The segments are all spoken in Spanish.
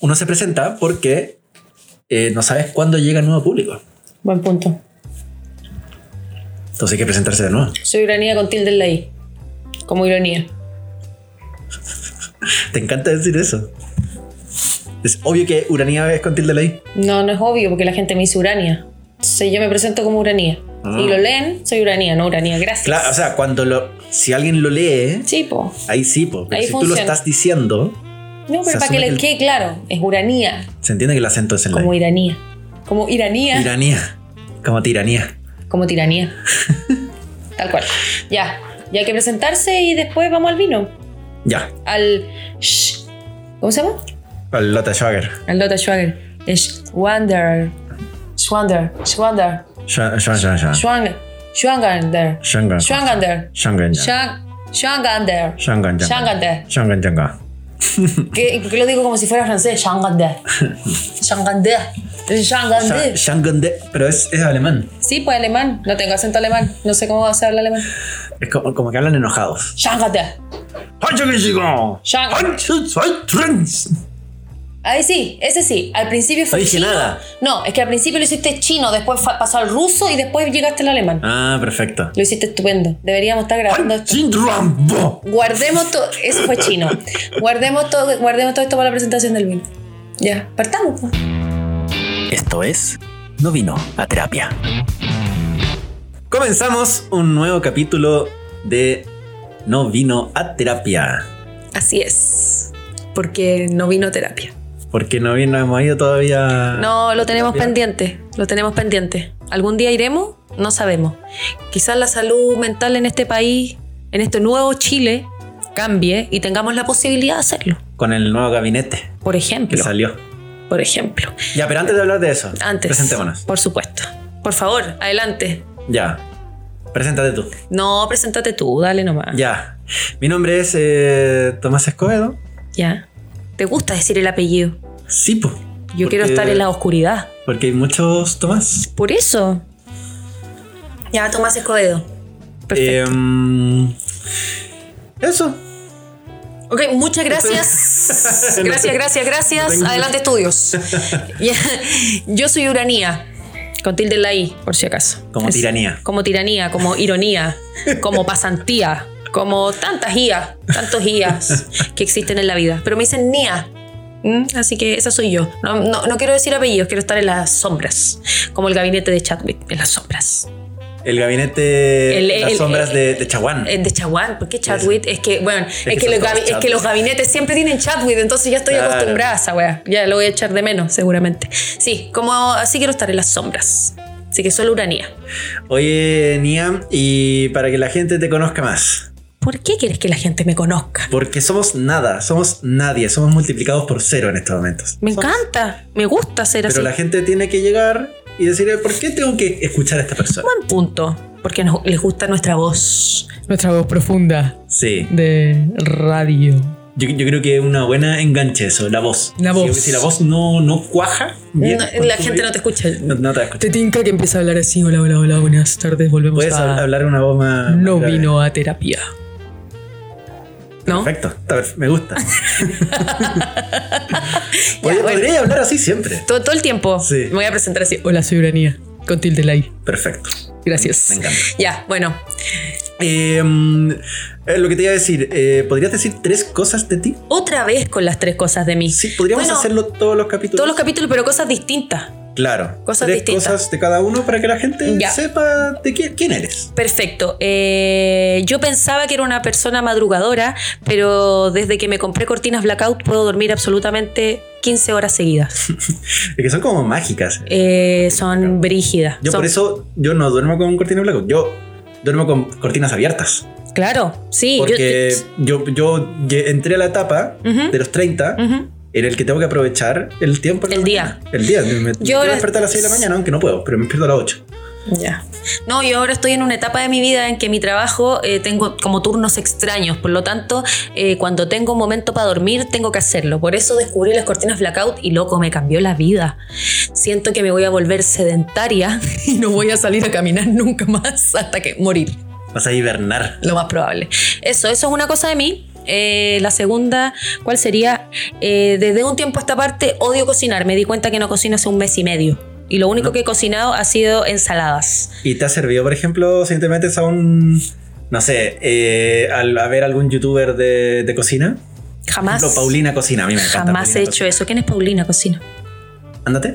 uno se presenta porque eh, no sabes cuándo llega el nuevo público. Buen punto. Entonces hay que presentarse de nuevo. Soy ironía con tilde en la I. Como ironía. Te encanta decir eso. Es obvio que Uranía es con tilde en la I. No, no es obvio porque la gente me dice Urania. Entonces yo me presento como Uranía. Ah. Y lo leen, soy Uranía, no Uranía. Gracias. Claro, o sea, cuando lo. Si alguien lo lee, Sí, po. ahí sí, po, pero Ahí si tú lo funciona. estás diciendo, No, Se pero para que asume que les el- quede claro, es Uranía, se entiende que el acento es en la como I. Iranía. Como Iranía, Tiranía. Como tiranía. como tiranía. Tal cual. Ya. Y hay que presentarse y después vamos al vino. Ya. Al. sh- ¿Cómo se llama? Al Lotta Schwager. Al Lotta Schwager. Es Schwander. Schwander. Schwander. Schwa- Schwa- Schwa- Schwa- Schwanger. Schwanger. Schwanger. Schwanger. Schwanger. Schwanger. Schwanger. Schwanger. Schwanger. Schwanger. ¿Qué, ¿Por qué lo digo como si fuera francés? Schwanger. Schwanger. Scha- Schwanger. Schangende, pero es, es alemán. Sí, pues alemán. No tengo acento alemán. No sé cómo se habla alemán. Es como, como que hablan enojados. Schwanger. Schang- Ahí sí, ese sí. Al principio No fue. dije chino. nada. No, es que al principio lo hiciste chino, después fa- pasó al ruso y después llegaste al alemán. Ah, perfecto. Lo hiciste estupendo. Deberíamos estar grabando esto. Guardemos todo. Eso fue chino. Guardemos todo, guardemos todo esto para la presentación del vino. Ya, partamos. pues. Esto es No vino a terapia. Comenzamos un nuevo capítulo de No vino a terapia. Así es. Porque no vino terapia. Porque no vino, hemos ido todavía. No, lo tenemos terapia. pendiente. Lo tenemos pendiente. ¿Algún día iremos? No sabemos. Quizás la salud mental en este país, en este nuevo Chile, cambie y tengamos la posibilidad de hacerlo. Con el nuevo gabinete Por que ejemplo. salió. Por ejemplo. Ya, pero antes de hablar de eso, Antes. presentémonos. Por supuesto. Por favor, adelante. Ya. Preséntate tú. No, preséntate tú, dale nomás. Ya. Mi nombre es eh, Tomás Escobedo. Ya. ¿Te gusta decir el apellido? Sí, po. Yo quiero Porque- estar en la oscuridad. Porque hay muchos Tomás. Por eso. Ya, Tomás Escobedo. Eh, Perfecto. Em, eso. ok, muchas gracias. gracias, gracias, gracias. tengo- Adelante, estudios. Ya. Yo soy Uranía. Con tilde en la I, por si acaso. Como Es- tiranía. Como tiranía, como ironía, como pasantía, como tantas IAs, tantos IAs que existen en la vida. Pero me dicen NIA. ¿Mm? Así que esa soy yo. No, no- no quiero decir apellidos, quiero estar en las sombras. Como el gabinete de Chadwick, en las sombras. El gabinete. El- las el- sombras el- de, de Chaguán. Eh, De Chadwick, ¿por qué Chadwick? Es que, bueno, es, que que, son los todos gabi- es que Chadwick. los gabinetes siempre tienen Chadwick, entonces ya estoy Claro. acostumbrada a esa wea. Ya lo voy a echar de menos, seguramente. Sí, como así quiero estar en las sombras. Así que solo Uranía. Oye, Niam, y para que la gente te conozca más. ¿Por qué quieres que la gente me conozca? Porque somos nada, somos nadie, somos multiplicados por cero en estos momentos. Me Somos- encanta, me gusta ser Pero así. la gente tiene que llegar y decir, "Eh, ¿por qué tengo que escuchar a esta persona? Buen punto, porque nos- les gusta nuestra voz. Nuestra voz profunda Sí, de radio. yo, yo creo que es una buena enganche eso, la voz. La Si- voz. Si, la voz no, no cuaja, bien, No, cuando la tú gente no te escucha. no, no te va a escuchar. Te tinca que empieza a hablar así. Hola, hola, hola, buenas tardes. Volvemos Puedes hab- a. hablar una voz más. no más grave. vino a terapia. ¿No? Perfecto, está perf- me gusta. Podría- bueno. Podría hablar así siempre. Todo, todo el tiempo Sí. me voy a presentar así. Hola, soy Uranía. Con tilde live. Perfecto, me Gracias. encanta. Ya, bueno, Eh, mm, eh, lo que te iba a decir, eh, ¿podrías decir tres cosas de ti? otra vez con las tres cosas de mí. Sí, podríamos Bueno, hacerlo todos los capítulos. Todos los capítulos, pero cosas distintas. Claro. Cosas tres distintas. cosas de cada uno para que la gente Ya. sepa de quién, quién eres. Perfecto. Eh, yo pensaba que era una persona madrugadora, pero desde que me compré cortinas blackout puedo dormir absolutamente 15 horas seguidas. Es que son como mágicas. Eh, son brígidas. Yo Son- por eso yo no duermo con cortinas blancas. Yo duermo con cortinas abiertas. Claro, sí. yo- Porque yo, yo lle- entré a la etapa Ujú. de los 30 Ujú. en el que tengo que aprovechar el tiempo. en la El día. mañana. El día. Me, me- yo me ahora- despierto a las 6 de la mañana, aunque no puedo, pero me despierto a las 8. Ya. No, yo ahora estoy en una etapa de mi vida en que mi trabajo eh, tengo como turnos extraños, por lo tanto, eh, cuando tengo un momento para dormir, tengo que hacerlo. Por eso descubrí las cortinas blackout y loco, me cambió la vida. Siento que me voy a volver sedentaria y no voy a salir a caminar nunca más hasta que morir, Vas a hibernar. lo más probable. Eso, eso es una cosa de mí. Eh, la segunda, ¿cuál sería? Eh, desde un tiempo a esta parte odio cocinar. Me di cuenta que no cocino hace un mes y medio. Y lo único que he cocinado ha sido ensaladas. ¿Y te ha servido, por ejemplo, si te metes a un. No sé, eh, al- a ver algún youtuber de, de cocina? Por Jamás. ejemplo, Paulina Cocina, a mí me encanta. Jamás he Paulina hecho eso. ¿Quién es Paulina Cocina? Cocina. Ándate.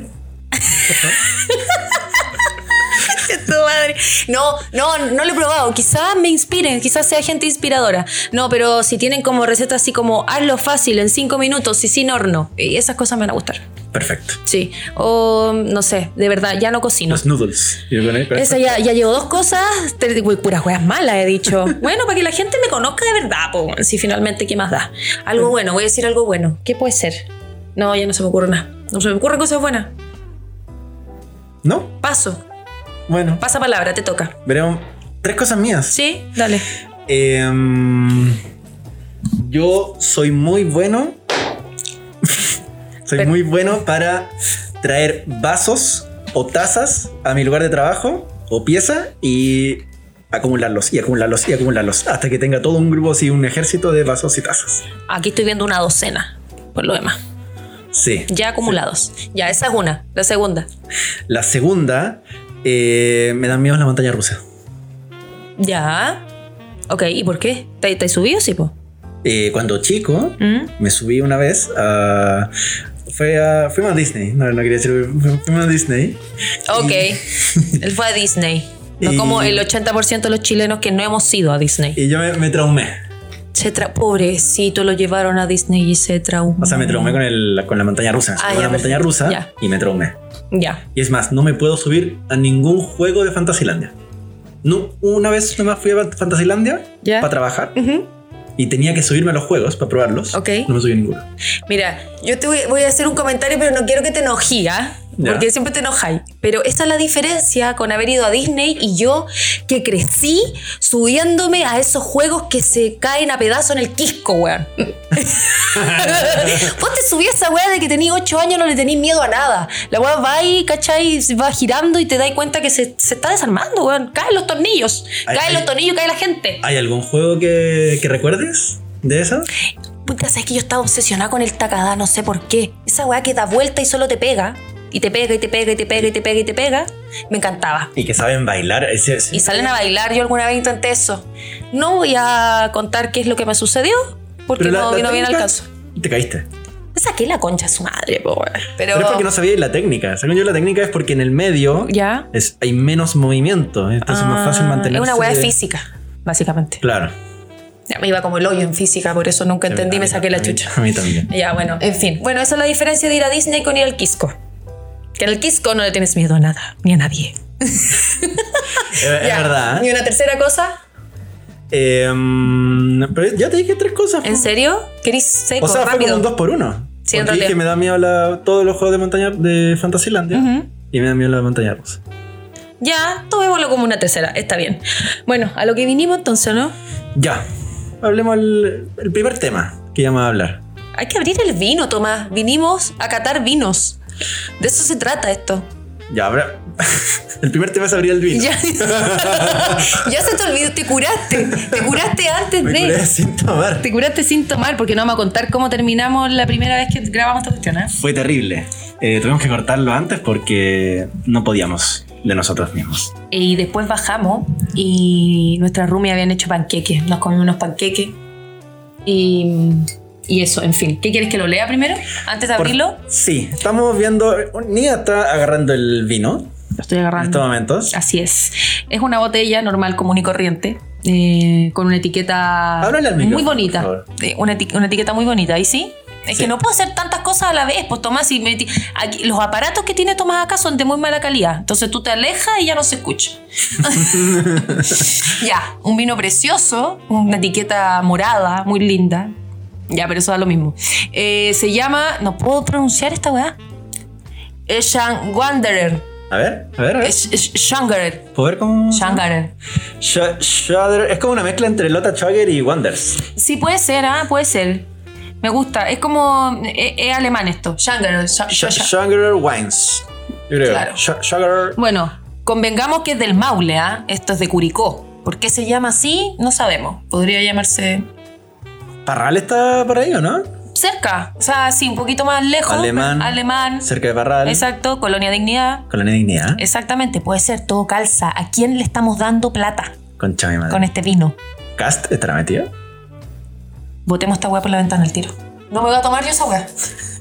Tu madre. No, no, no lo he probado. Quizás me inspiren, quizás sea gente inspiradora. No, pero si tienen como recetas así como hazlo fácil en cinco minutos y sin horno, y esas cosas me van a gustar. Perfecto. Sí. O no sé, de verdad, ya no cocino. Los noodles. Y lo pones- Esa ya, ya llevo dos cosas, te- güey, puras weas malas he dicho. Bueno, para que la gente me conozca de verdad, po, si finalmente, ¿qué más da? Algo bueno, voy a decir algo bueno. ¿Qué puede ser? No, ya no se me ocurre nada. No se me ocurren cosas buenas. ¿No? Paso, Bueno, pasa palabra, te toca. veremos. Tres cosas mías. Sí, dale. Em, yo soy muy bueno. soy Pero- muy bueno para traer vasos o tazas a mi lugar de trabajo o pieza y acumularlos y acumularlos y acumularlos hasta que tenga todo un grupo así, un ejército de vasos y tazas. Aquí estoy viendo una docena, por lo demás. Sí. Ya acumulados. Ya, esa es una. La segunda. La segunda, eh, me dan miedo la montaña rusa. Ya. Ok, ¿y por qué? ¿Te, te subió, sí, po? Eh, cuando chico, ¿Mm? me subí una vez a... Fue a, fuimos a Disney, no, no quería decir, fuimos a Disney. Ok. Él fue a Disney. No Y- como el 80% de los chilenos que no hemos ido a Disney. Y yo me, me traumé. Se tra- Pobrecito, lo llevaron a Disney y se traumó. O sea, me traumé con, el, con la montaña rusa. Ah, con ya, la montaña perfecto. rusa Ya. y me traumé. Ya. Y es más, no me puedo subir a ningún juego de Fantasilandia. No, una vez nomás fui a Fantasilandia Ya. para trabajar y tenía que subirme a los juegos para probarlos. Ok. No me subí a ninguno. Mira, yo te voy, voy a hacer un comentario, pero no quiero que te enojí, ¿ah? Ya. Porque siempre te enojáis. Pero esa es la diferencia con haber ido a Disney y yo que crecí subiéndome a esos juegos que se caen a pedazos en el quisco, weón. Vos te subís a esa weá de que tenés 8 años, no le tenés miedo a nada. La weá va ahí, ¿cachai? Va girando y te das cuenta que se, se está desarmando, weón. Caen los tornillos. Ay, Caen ay. los tornillos, cae la gente. ¿Hay algún juego que, que recuerdes de eso? Puta, sabes que yo estaba obsesionada con el tacadá, no sé por qué. Esa weá que da vuelta y solo te pega. Y te pega, y te pega, y te pega, y te pega, y te pega. Me encantaba. Y que saben bailar. ese- ese- Y salen a bailar, yo alguna vez intenté eso. No voy a contar qué es lo que me sucedió, porque Pero la- no, la no viene al técnica- caso. Te caíste. Me saqué la concha a su madre, po, weón. Pero, Pero es porque no sabías la técnica. Según yo, la técnica es porque en el medio ¿Ya? es, hay menos movimiento. Entonces es más fácil Ah, mantenerse. Es una weá de física, básicamente. Claro. Ya, me iba como el hoyo en física, por eso nunca entendí, A me mí- saqué a la mí- chucha. A mí también. Ya, bueno, en fin. Bueno, esa es la diferencia de ir a Disney con ir al Quisco. Que en el Quisco no le tienes miedo a nada, ni a nadie. Es, es Ya. verdad. ¿Y ¿eh? una tercera cosa? Em, pero ya te dije tres cosas. po. ¿En serio? ¿Querís seco, o sea, fue como rápido? un dos por uno. Sí, en Porque dije realidad. me da miedo la- todos los juegos de montaña de Fantasilandia Ujú. y me da miedo la montaña rusa. Ya, tomémoslo como una tercera, está bien. Bueno, a lo que vinimos entonces, ¿no? Ya. Hablemos el, el primer tema que íbamos a hablar. Hay que abrir el vino, Tomás. Vinimos a catar vinos. De eso se trata esto. Ya, habrá. el primer tema es abrir el vino. Ya, ya se te olvidó, te curaste. Te curaste antes Me de. curé sin tomar. Te curaste sin tomar, porque no vamos a contar cómo terminamos la primera vez que grabamos esta cuestión, ¿eh? Fue terrible. Eh, tuvimos que cortarlo antes porque no podíamos de nosotros mismos. Eh, Y después bajamos y nuestra rumi habían hecho panqueques. Nos comimos unos panqueques. Y, y eso, en fin. ¿Qué quieres que lo lea primero? Antes de Por- abrirlo. Sí, estamos viendo. Nia está agarrando el vino Lo estoy en estos agarrando. momentos. Así es. Es una botella normal, común y corriente. eh, con una etiqueta Ábrale al muy micrófono, bonita. por favor. Eh, Una, eti- una etiqueta muy bonita. ¿Y sí? Es Sí. que no puedo hacer tantas cosas a la vez, pues Tomás, y me eti- aquí- los aparatos que tiene Tomás acá son de muy mala calidad, entonces tú te alejas y ya no se escucha. ya, un vino precioso, una etiqueta morada, muy linda. Ya, pero eso da lo mismo. Eh, se llama, no puedo pronunciar esta weá. Eshan Wanderer. A ver, a ver, a ver. Es- es- Shangarer. ¿Puedo ver cómo. Shangarer. Sh- Shudder- es como una mezcla entre Lota Schwager y Wonders. Sí, puede ser, ah, puede ser. Me gusta. Es como. Es, es alemán esto. Shangarer. Sha- sha- sha- Sugar Wines. Yo creo. Claro. Sh- Sugar- Bueno, convengamos que es del Maule, ¿ah? Esto es de Curicó. ¿Por qué se llama así? No sabemos. Podría llamarse. Parral está por ahí, ¿o no? Cerca, o sea, sí, un poquito más lejos. Alemán. Alemán. Cerca de Parral. Exacto, Colonia Dignidad. Colonia Dignidad. Exactamente, puede ser, todo calza. ¿A quién le estamos dando plata Concha mi madre. con este vino? ¿Cast estará metido? Botemos esta weá por la ventana al tiro. No me voy a tomar yo esa weá.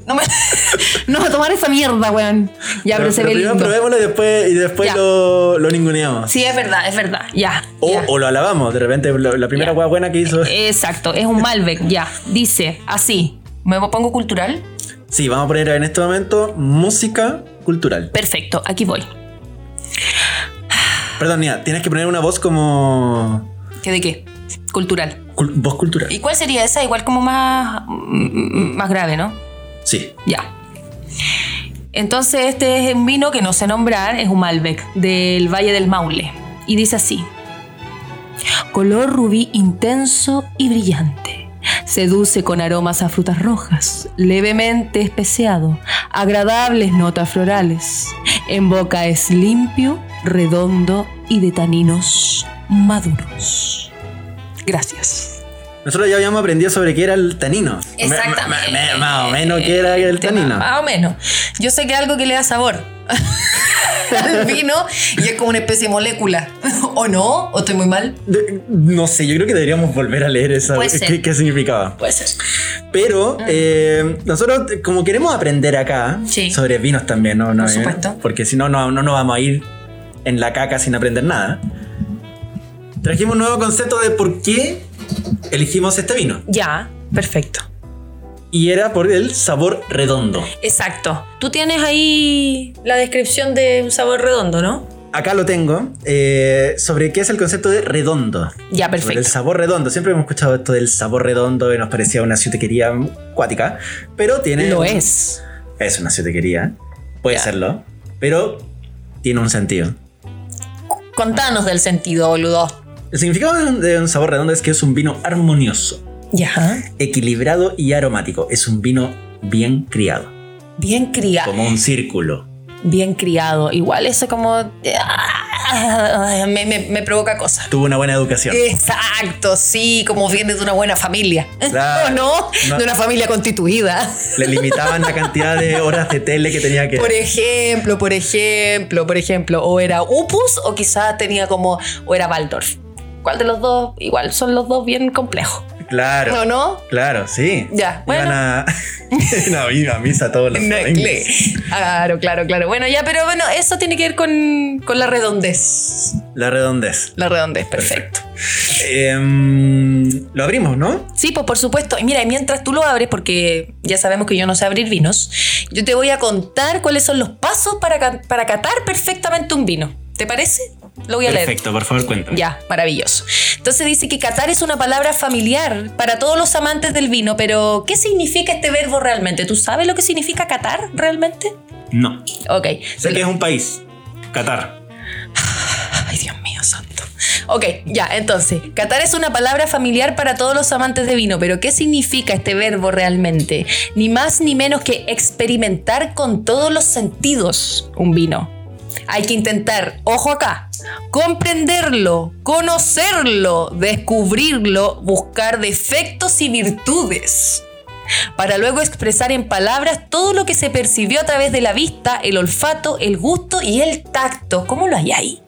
No me. No, a tomar esa mierda, weón. Ya, pero, se ve primero lindo. probémoslo y después, y después Ya. lo, lo ninguneamos. Sí, es verdad, es verdad. Ya. O, ya. o lo alabamos, de repente lo- la primera Ya. hueá buena que hizo. Exacto, es un Malbec, ya. Dice así. ¿Me pongo cultural? Sí, vamos a poner en este momento música cultural. Perfecto, aquí voy. Perdón, Nia, tienes que poner una voz como. ¿Qué de qué? Cultural. cul- voz cultural. ¿Y cuál sería esa? Igual como más, mm, más grave, ¿no? Sí. Ya. Entonces este es un vino que no sé nombrar, es un Malbec del Valle del Maule. Y dice así. Color rubí intenso y brillante. Seduce con aromas a frutas rojas, levemente especiado, agradables notas florales. En boca es limpio, redondo y de taninos maduros. Gracias. Nosotros ya habíamos aprendido sobre qué era el tanino. Exactamente. Me- me- me- Más o menos qué era el tema, tanino. Más o menos. Yo sé que algo que le da sabor al vino y es como una especie de molécula. ¿O no? ¿O estoy muy mal? De- no sé, yo creo que deberíamos volver a leer esa. Puede ser. ¿Qué, qué significaba? Puede ser. Pero Ah. eh, nosotros, eh, como queremos aprender acá Sí. sobre vinos también, ¿no? no Por supuesto. Porque si no, no, no nos vamos a ir en la caca sin aprender nada. Trajimos un nuevo concepto de por qué elegimos este vino. Ya, perfecto. Y era por el sabor redondo. Exacto. Tú tienes ahí la descripción de un sabor redondo, ¿no? Acá lo tengo, eh, sobre qué es el concepto de redondo. Ya, Sobre el perfecto. sabor redondo. Siempre hemos escuchado esto del sabor redondo y nos parecía una ciutequería cuática. Pero tiene. Lo un- es. Es una ciutequería. Puede Ya. serlo. Pero tiene un sentido. Contanos del sentido, boludo. El significado de un, de un sabor redondo es que es un vino armonioso, Ya. equilibrado y aromático. Es un vino bien criado, Bien criado. como un círculo. Bien criado. Igual eso como... ah, me, me- me provoca cosas. Tuvo una buena educación. Eh. Exacto, sí, como viene de una buena familia. Claro. ¿O no? No. De una familia constituida. Le limitaban la cantidad de horas de tele que tenía que. Por ejemplo, por ejemplo, por ejemplo, o era Upus o quizás tenía como, o era Waldorf. ¿Cuál de los dos? Igual son los dos bien complejos. Claro. ¿No, no? Claro, sí. Ya, bueno. Iban a, iban a ir a misa todos los No, domingos. Claro, claro, claro. Bueno, ya, pero bueno, eso tiene que ver con, con la redondez. La redondez. La redondez, perfecto. Em, lo abrimos, ¿no? Sí, pues por supuesto. Y mira, y mientras tú lo abres, porque ya sabemos que yo no sé abrir vinos, yo te voy a contar cuáles son los pasos para, ca- para catar perfectamente un vino. ¿Te parece? Lo voy a leer. Perfecto, por favor, cuéntame. Ya, maravilloso. Entonces dice que catar es una palabra familiar para todos los amantes del vino, pero ¿qué significa este verbo realmente? ¿Tú sabes lo que significa catar realmente? No. Ok. Sé que es un país. Qatar. Ay, Dios mío, santo. Ok, ya, entonces, Qatar es una palabra familiar para todos los amantes de vino, pero ¿qué significa este verbo realmente? Ni más ni menos que experimentar con todos los sentidos un vino. Hay que intentar, ojo acá, comprenderlo, conocerlo, descubrirlo, buscar defectos y virtudes para luego expresar en palabras todo lo que se percibió a través de la vista, el olfato, el gusto y el tacto. ¿Cómo lo hay ahí?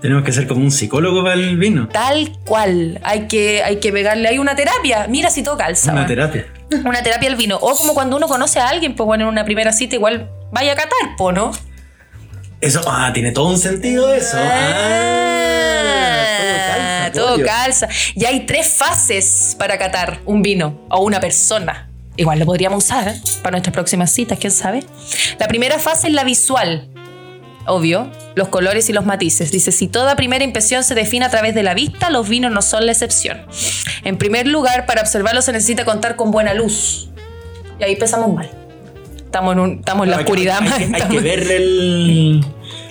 Tenemos que ser como un psicólogo para el vino. Tal cual. Hay que, hay que pegarle ahí una terapia. Mira si todo calza. Una weón. terapia. Una terapia al vino. O como cuando uno conoce a alguien, pues bueno, en una primera cita igual vaya a catar, po, ¿no? Eso, ah, tiene todo un sentido eso. Ah, Ah, todo pollo. calza. Y hay tres fases para catar un vino o una persona. Igual lo podríamos usar ¿eh? para nuestras próximas citas, quién sabe. La primera fase es la visual. Obvio, los colores y los matices. Dice, si toda primera impresión se define a través de la vista, los vinos no son la excepción. En primer lugar, para observarlos se necesita contar con buena luz. Y ahí empezamos mal. Estamos en, un- estamos en la Hay que- oscuridad. Hay, man, que- hay estamos- que ver el.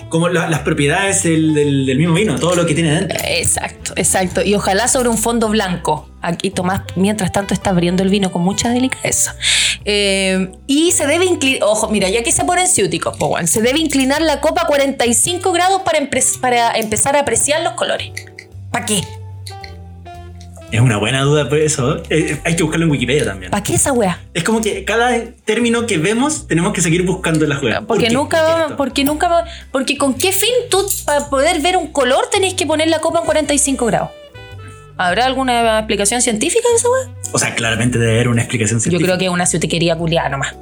Como la- las propiedades del, del- del mismo vino, todo lo que tiene dentro. Exacto, exacto. Y ojalá sobre un fondo blanco. Aquí Tomás, mientras tanto, está abriendo el vino con mucha delicadeza. Eh, y se debe inclinar, ojo, mira, ya que se ponen ciúticos, po, weón. se debe inclinar la copa a 45 grados para, empre- para empezar a apreciar los colores. ¿Para qué? Es una buena duda por eso. Eh, hay que buscarlo en Wikipedia también. ¿Para qué esa wea? Es como que cada término que vemos tenemos que seguir buscando en la juega. Porque nunca va- porque nunca va- porque con qué fin tú para poder ver un color tenés que poner la copa en 45 grados. ¿Habrá alguna explicación científica de esa wea? O sea, claramente debe haber una explicación Yo científica. creo que es una ciutiquería culiada nomás.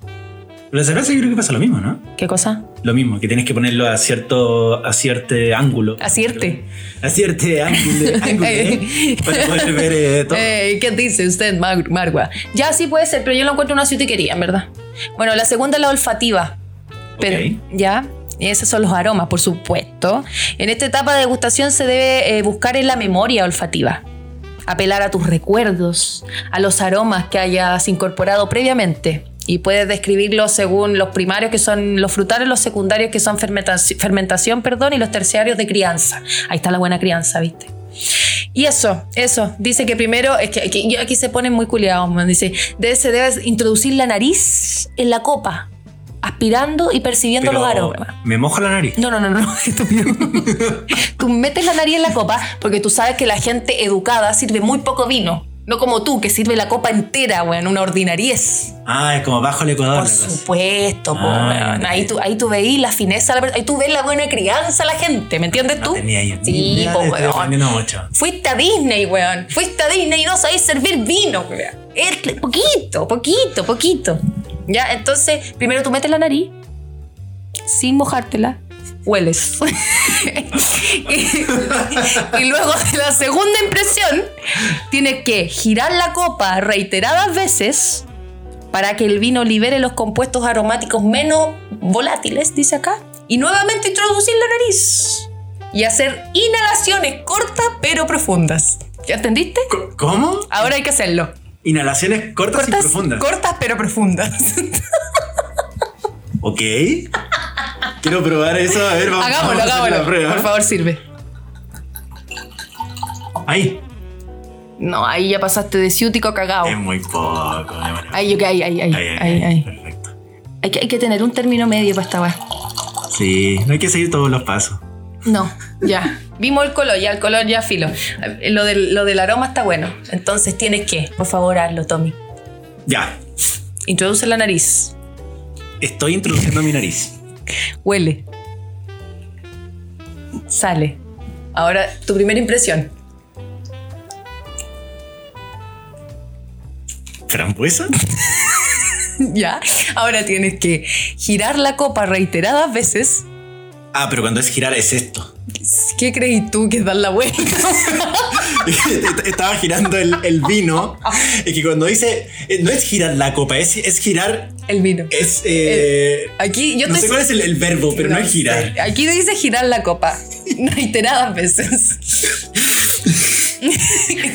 Pero la cerveza yo creo que pasa lo mismo, ¿no? ¿Qué cosa? Lo mismo, que tienes que ponerlo a cierto, a cierto ángulo. A cierte. A cierto ángulo. ángulo, ¿eh? para poder ver eh, todo. Eh, ¿Qué dice usted, Mar- Margua? Ya sí puede ser, pero yo lo encuentro una ciutiquería, en verdad. Bueno, la segunda es la olfativa. Pero, Ok. ¿ya? Y esos son los aromas, por supuesto. En esta etapa de degustación se debe eh, buscar en la memoria olfativa. Apelar a tus recuerdos, a los aromas que hayas incorporado previamente. Y puedes describirlos según los primarios que son los frutales, los secundarios que son fermentaci- fermentación, perdón, y los terciarios de crianza. Ahí está la buena crianza, ¿viste? Y eso, eso. Dice que primero, es que aquí, yo- aquí se ponen muy culiados, man. Dice, de- se debe introducir la nariz en la copa, aspirando y percibiendo Pero los aromas. me mojo la nariz. No, no, no, no, estúpido. tú metes la nariz en la copa porque tú sabes que la gente educada sirve muy poco vino. No como tú, que sirve la copa entera, weón, una ordinariez. Ah, es como bajo el ecuador. Por la cosa. supuesto, po, Ah, weón. Ahí tú, ahí tú veís la fineza, la per- ahí tú ves la buena crianza a la gente, ¿me entiendes No tú? Ah, tenía yo ni sí, idea po, de esto, weón. aprendiendo mucho. Fuiste a Disney, weón. Fuiste a Disney y no sabés servir vino, weón. Es poquito, poquito, poquito. Ya, entonces, primero tú metes la nariz, sin mojártela, hueles. y, y luego de la segunda impresión, tienes que girar la copa reiteradas veces para que el vino libere los compuestos aromáticos menos volátiles, dice acá, y nuevamente introducir la nariz y hacer inhalaciones cortas pero profundas. ¿Ya entendiste? Co- ¿Cómo? Ahora hay que hacerlo. Inhalaciones cortas, y Cortas, profundas. cortas pero profundas. ok. Quiero probar eso. A ver, vamos, hagámoslo, vamos a hacer la hagámoslo. prueba. Por favor, sirve. Ahí. No, ahí ya pasaste de ciútico a cagao. Es muy poco. de verdad. Ay, yo que ahí, ahí, ahí, Em. Ahí, ahí, ahí, ahí. ahí. Perfecto. Hay que, hay que tener un término medio para esta weá. Sí, no hay que seguir todos los pasos. No, ya. Vimos el color, ya el color ya filo. Lo del, lo del aroma está bueno. Entonces tienes que, por favor, hazlo, Tommy. Ya. Introduce la nariz. Estoy introduciendo mi nariz. Huele. Sale. Ahora, tu primera impresión. ¿Frambuesa? ya. Ahora tienes que girar la copa reiteradas veces. Ah, pero cuando es girar es esto. ¿Qué crees tú que es dar la vuelta? Estaba girando el, el vino. Es que cuando dice. eh, No es girar la copa, es, es girar. El vino. Es. eh, Aquí yo no te sé cuál es el, el verbo, pero no, es girar. sé. eh, Aquí dice girar la copa. Reiteradas veces.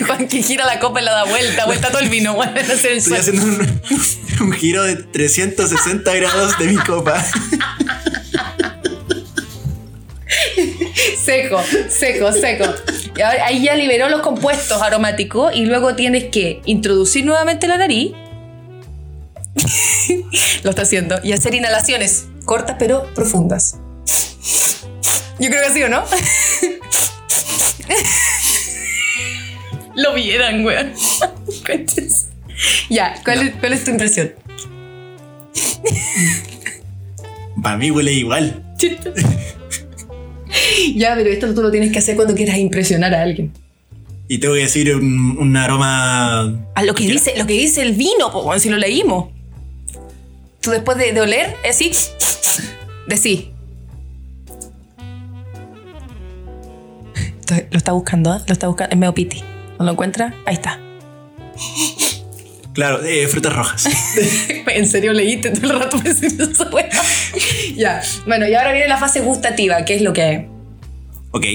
Juan que gira la copa y la da vuelta, vuelta todo el vino. Juan, hace el Estoy suelo. haciendo un, un giro de 360 grados de mi copa. Seco, seco, seco. Y ahora- Ahí ya liberó los compuestos aromáticos y luego tienes que introducir nuevamente la nariz. Lo está haciendo. Y hacer inhalaciones cortas pero profundas. Yo creo que así, ¿o no? Lo vieran, weón. Conches. Ya, ¿cuál, Es, ¿cuál es tu impresión? Para mí huele igual. Ya, pero esto tú lo tienes que hacer cuando quieras impresionar a alguien. Y tengo que decir un, un aroma. a lo que Ya. dice, lo que dice el vino, po, weón, si lo leímos. Tú después de, de oler, así, decí. Esto- Lo está buscando, ¿eh? lo está buscando, es medio piti. ¿No lo encuentra? Ahí está. Claro, eh, frutas rojas. ¿En serio leíste todo el rato pensando esa weá? Ya. Bueno, y ahora viene la fase gustativa, que es lo que. Ok.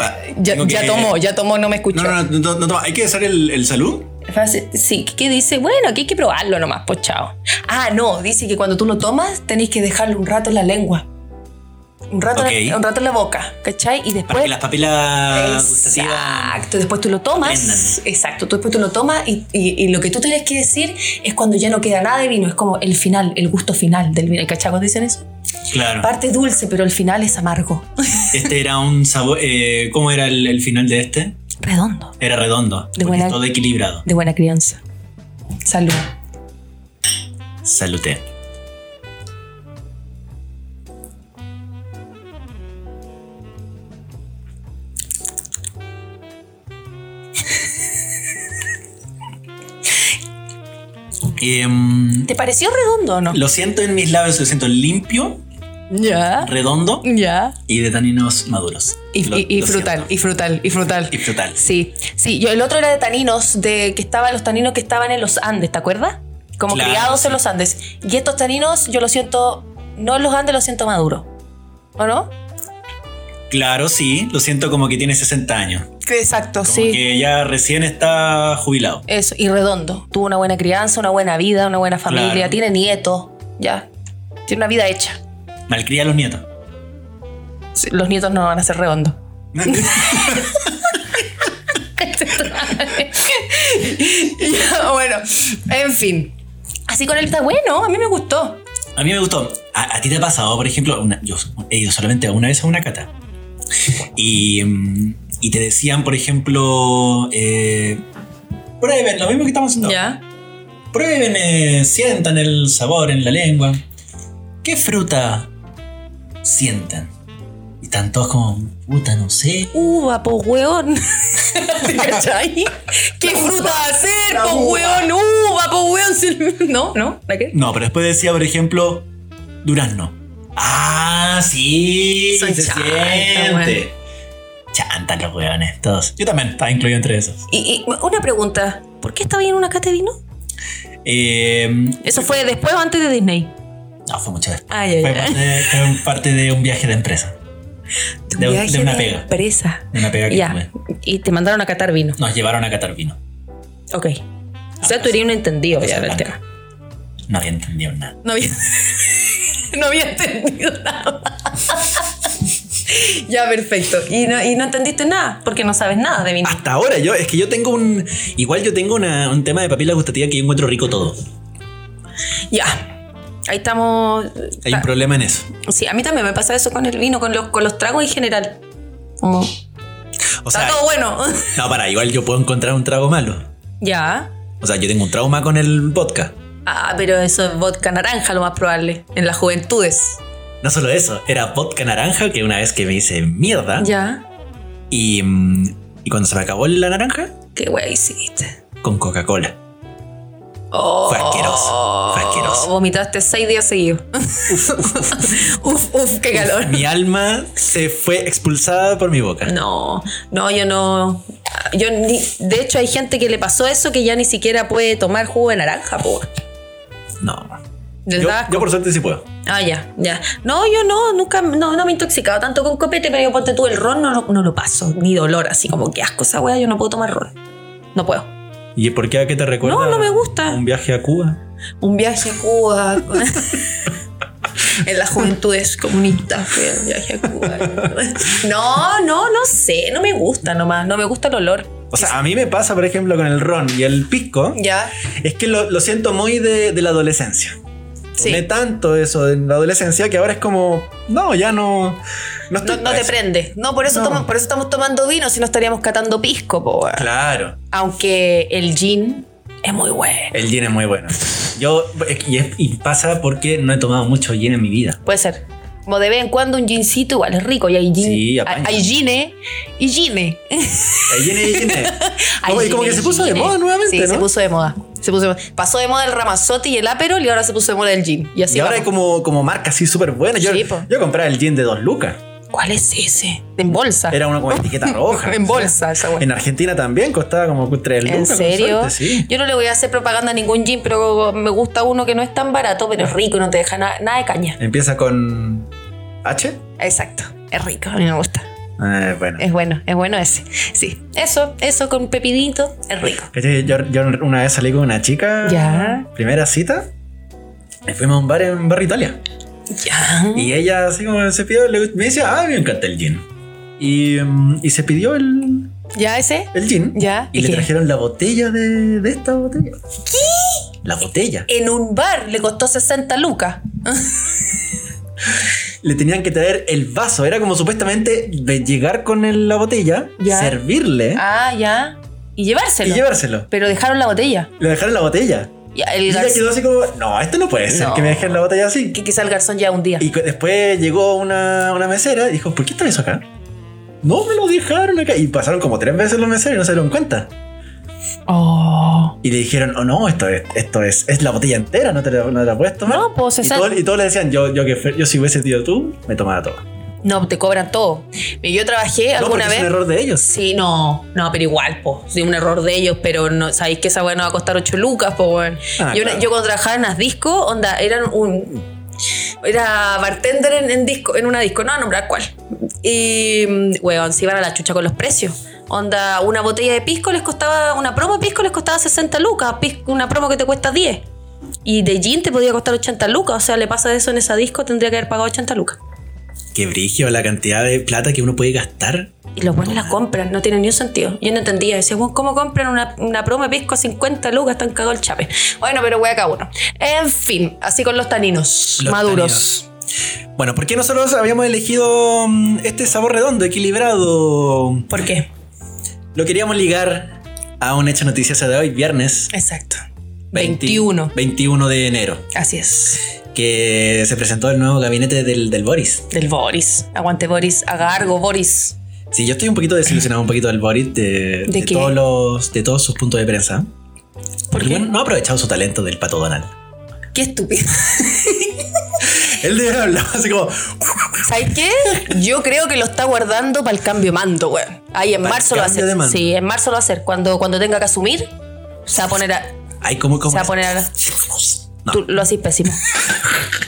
Ah, Ya, tengo ya que- tomó, ya tomó, no me escuchó. No, no, no, no, no, no, hay que usar el, el salud. Fase- sí, que dice, bueno, aquí hay que probarlo nomás, pues chao. Ah, no, dice que cuando tú lo tomas tenés que dejarlo un rato en la lengua. Un rato, en, la, Ok. un rato en la boca, ¿cachai? Y Para que después... las papilas gustativas. Exacto, después tú lo tomas. Aprendan. Exacto, tú después tú lo tomas y, y- y lo que tú tienes que decir es cuando ya no queda nada de vino, es como el final, el gusto final del vino. ¿Cachai? cuando dicen eso? Claro. Parte dulce, pero el final es amargo. Este era un sabor. eh, ¿Cómo era el, el final de este? Redondo. Era redondo. De porque buena- es todo equilibrado. De buena crianza. Salud. Salute. Em, ¿Te pareció redondo o no? Em, lo siento en mis labios, lo siento limpio, Ya. redondo Ya. y de taninos maduros. Y, Lo- y- y lo frutal, siento. y frutal, y frutal. Y frutal. Sí, sí, yo el otro era de taninos, de que estaban los taninos que estaban en los Andes, ¿te acuerdas? Como Claro, criados sí. en los Andes. Y estos taninos yo los siento, no en los Andes, los siento maduros. ¿O no? Claro, sí, lo siento como que tiene 60 años. Exacto, Como sí. que ya recién está jubilado. Eso, y redondo. Tuvo una buena crianza, una buena vida, una buena familia, Claro. tiene nietos, ya. Tiene una vida hecha. Malcría a los nietos. Sí, Los nietos no van a ser redondos. Ya, bueno, en fin. Así con él está bueno, a mí me gustó. A mí me gustó. ¿A, a ti te ha pasado, por ejemplo, una- yo he ido solamente una vez a una cata? Y, mm, y te decían, por ejemplo, eh, prueben, lo mismo que estamos haciendo. Ya. Prueben, eh, sientan el sabor en la lengua. ¿Qué fruta sientan? Y están todos como, puta, no sé. Uva, po hueón. ¿Te cachai? ¿Qué fruta va a ser, po hueón? Uva, po hueón. Sí, No, no, ¿la qué? No, pero después decía, por ejemplo, durazno. Ah, sí, Son se chantas, weón. siente. Chantan los weones todos. Yo también estaba incluido entre esos. Y, y una pregunta, ¿por qué estaba en una cata de vino? Eh, ¿Eso fue después o antes de Disney? no, fue mucho después. Ay, Fue ay, ay. parte, de, fue parte de un viaje de empresa. Tu de un- de viaje una pega. Empresa. De una pega que Ya. tuve. Y te mandaron a catar vino. Nos llevaron a catar vino. Ok. O sea, tú eres un entendido ya del Casablanca. tema. No había entendido nada. Ah, No había, no había entendido nada. ya, perfecto. Y no, y no entendiste nada, porque no sabes nada de vino. Hasta ahora yo, es que yo tengo un. Igual yo tengo una- un tema de papila gustativa que yo encuentro rico todo. Ya. Ahí estamos. Hay un problema en eso. Sí, a mí también me pasa eso con el vino, con los, con los tragos en general. Como, O está sea, todo bueno. no, para, igual yo puedo encontrar un trago malo. ya. O sea, yo tengo un trauma con el vodka. Ah, pero eso es vodka naranja, lo más probable, en las juventudes. No solo eso, era vodka naranja que una vez que me hice mierda Ya. y, mm, y cuando se me acabó la naranja, ¿Qué wea hiciste? con Coca-Cola. Oh, Fue asqueroso, fue asqueroso. Vomitaste seis días seguidos. uf, uf, qué calor. Mi alma se fue expulsada por mi boca. No, no, yo no. Yo ni- de hecho, hay gente que le pasó eso que ya ni siquiera puede tomar jugo de naranja, po. No. Del Yo, Tabasco. yo por suerte sí puedo. Ah, ya, ya. No, yo no, nunca, no, no me he intoxicado tanto con copete, pero yo ponte tú el ron, no, lo- no lo paso, ni dolor, así como que asco esa weá, yo no puedo tomar ron. No puedo. ¿Y por qué a qué te recuerda? No, no me gusta. Un viaje a Cuba. Un viaje a Cuba. en las juventudes comunistas, fui al viaje a Cuba. No, no, no sé, no me gusta nomás, no me gusta el olor. O sea, a mí me pasa, por ejemplo, con el ron y el pisco. Ya. Es que lo, lo siento muy de, de la adolescencia. Sí. Tomé tanto eso en la adolescencia que ahora es como, no, ya no. No, estoy No, no para te eso. prende. No, por eso, No. toma- por eso estamos tomando vino, si no estaríamos catando pisco, po. weá. Claro. Aunque el gin es muy bueno. El gin es muy bueno. Yo, y, es- y pasa porque no he tomado mucho gin en mi vida. Puede ser. Como de vez en cuando un gincito igual es rico. Y hay gin. Sí, hay apaña. hay gine y gine. El gin es gin es. Hay Como- y gine como que y se puso de gine. moda nuevamente, Sí, ¿no? se puso de moda. Se puso de moda. Pasó de moda el ramazote y el aperol y ahora se puso de moda el gin. Y así y ahora hay vamos. como, como marca así súper buena. Yo, Sí, po. yo compraba el gin de dos lucas. ¿Cuál es ese? En bolsa. Era uno con etiqueta roja. Ah. en bolsa esa weá. En Argentina también costaba como tres lucas. ¿En con serio? suerte, sí. Yo no le voy a hacer propaganda a ningún gin, pero me gusta uno que no es tan barato, pero es rico y no te deja na- nada de caña. Empieza con H. Exacto, es rico, a mí me gusta. Eh, bueno. Es bueno, es bueno ese. Sí, eso, eso con pepinito es rico. ¿Cachai? Yo, yo una vez salí con una chica. Ya. Primera cita. Y fuimos a un bar en Barrio Italia. Ya. Y ella así como se pidió, le- me decía, ah, me encanta el gin. Y, mm, y se pidió el, ¿Ya ese? el gin. Ya. Y le ¿Qué? trajeron la botella de, de esta botella. ¿Qué? La botella. En un bar le costó 60 lucas. le tenían que traer el vaso. Era como supuestamente de llegar con el- la botella, Ya. servirle Ah, ya. Y ¿Eh? y llevárselo. llevárselo. Pero dejaron la botella. Le dejaron la botella. Ya, el Y ella garzón- quedó así como, no, esto no puede ser No. que me dejen la botella así. que quizá el garzón ya un día. Y cu- después llegó una, una mesera y dijo, ¿por qué está eso acá? No me lo dejaron acá. Y pasaron como tres veces los meseros y no se dieron cuenta. Oh. Y le dijeron, oh no, esto es, esto es, es la botella entera, no te la, no te la puedes tomar. No, pues y, esa- todo- y todos le decían, yo, yo que fue- yo si hubiese sido tú, me tomaba todo. No, te cobran todo. Yo trabajé No, porque alguna es un vez. error de ellos. Sí, no, no, pero igual, po. Sí, un error de ellos, pero no, sabéis que esa weá no va a costar 8 lucas, po, weón. Ah, yo, claro. yo cuando trabajaba en las discos, onda, eran un. Era bartender en, en disco, en una disco, no voy a nombrar cuál. Y, mm, weón, se iban a la chucha con los precios. Onda, una botella de pisco les costaba, una promo de pisco les costaba 60 lucas, pis- una promo que te cuesta 10. Y de gin te podía costar 80 lucas, o sea, le pasa eso en esa disco, tendría que haber pagado 80 lucas. Qué brigio la cantidad de plata que uno puede gastar. Y los buenos las compran, no tiene ni un sentido. Yo no entendía. Decía, "Bueno, ¿cómo compran una, una promo de pisco a 50 lucas? Están cagado el chape. Bueno, pero voy acá uno. En fin, así con los taninos Los maduros. taninos. Bueno, ¿por qué nosotros habíamos elegido mm, este sabor redondo, equilibrado? ¿Por qué? Lo queríamos ligar a un hecho noticioso de hoy, viernes Exacto. 20 21. 21 de enero, Así es. que se presentó el nuevo gabinete del, del Boris. Del Boris. Aguante Boris. Haga algo, Boris. Sí, yo estoy un poquito desilusionado un poquito del Boris, de, ¿De de qué? todos los, de todos sus puntos de prensa. Porque qué? bueno, no ha aprovechado su talento del pato Donald. Qué estúpido. Él debe hablar así como, ¿Sabes qué? Yo creo que lo está guardando para el cambio de mando, weón. Ahí en Para el marzo lo va a cambio hacer. de mando. Sí, en marzo lo va a hacer. Cuando, cuando tenga que asumir, se va a poner a. ay, ¿cómo, cómo? Se va a poner a. No. Tú lo hacís pésimo.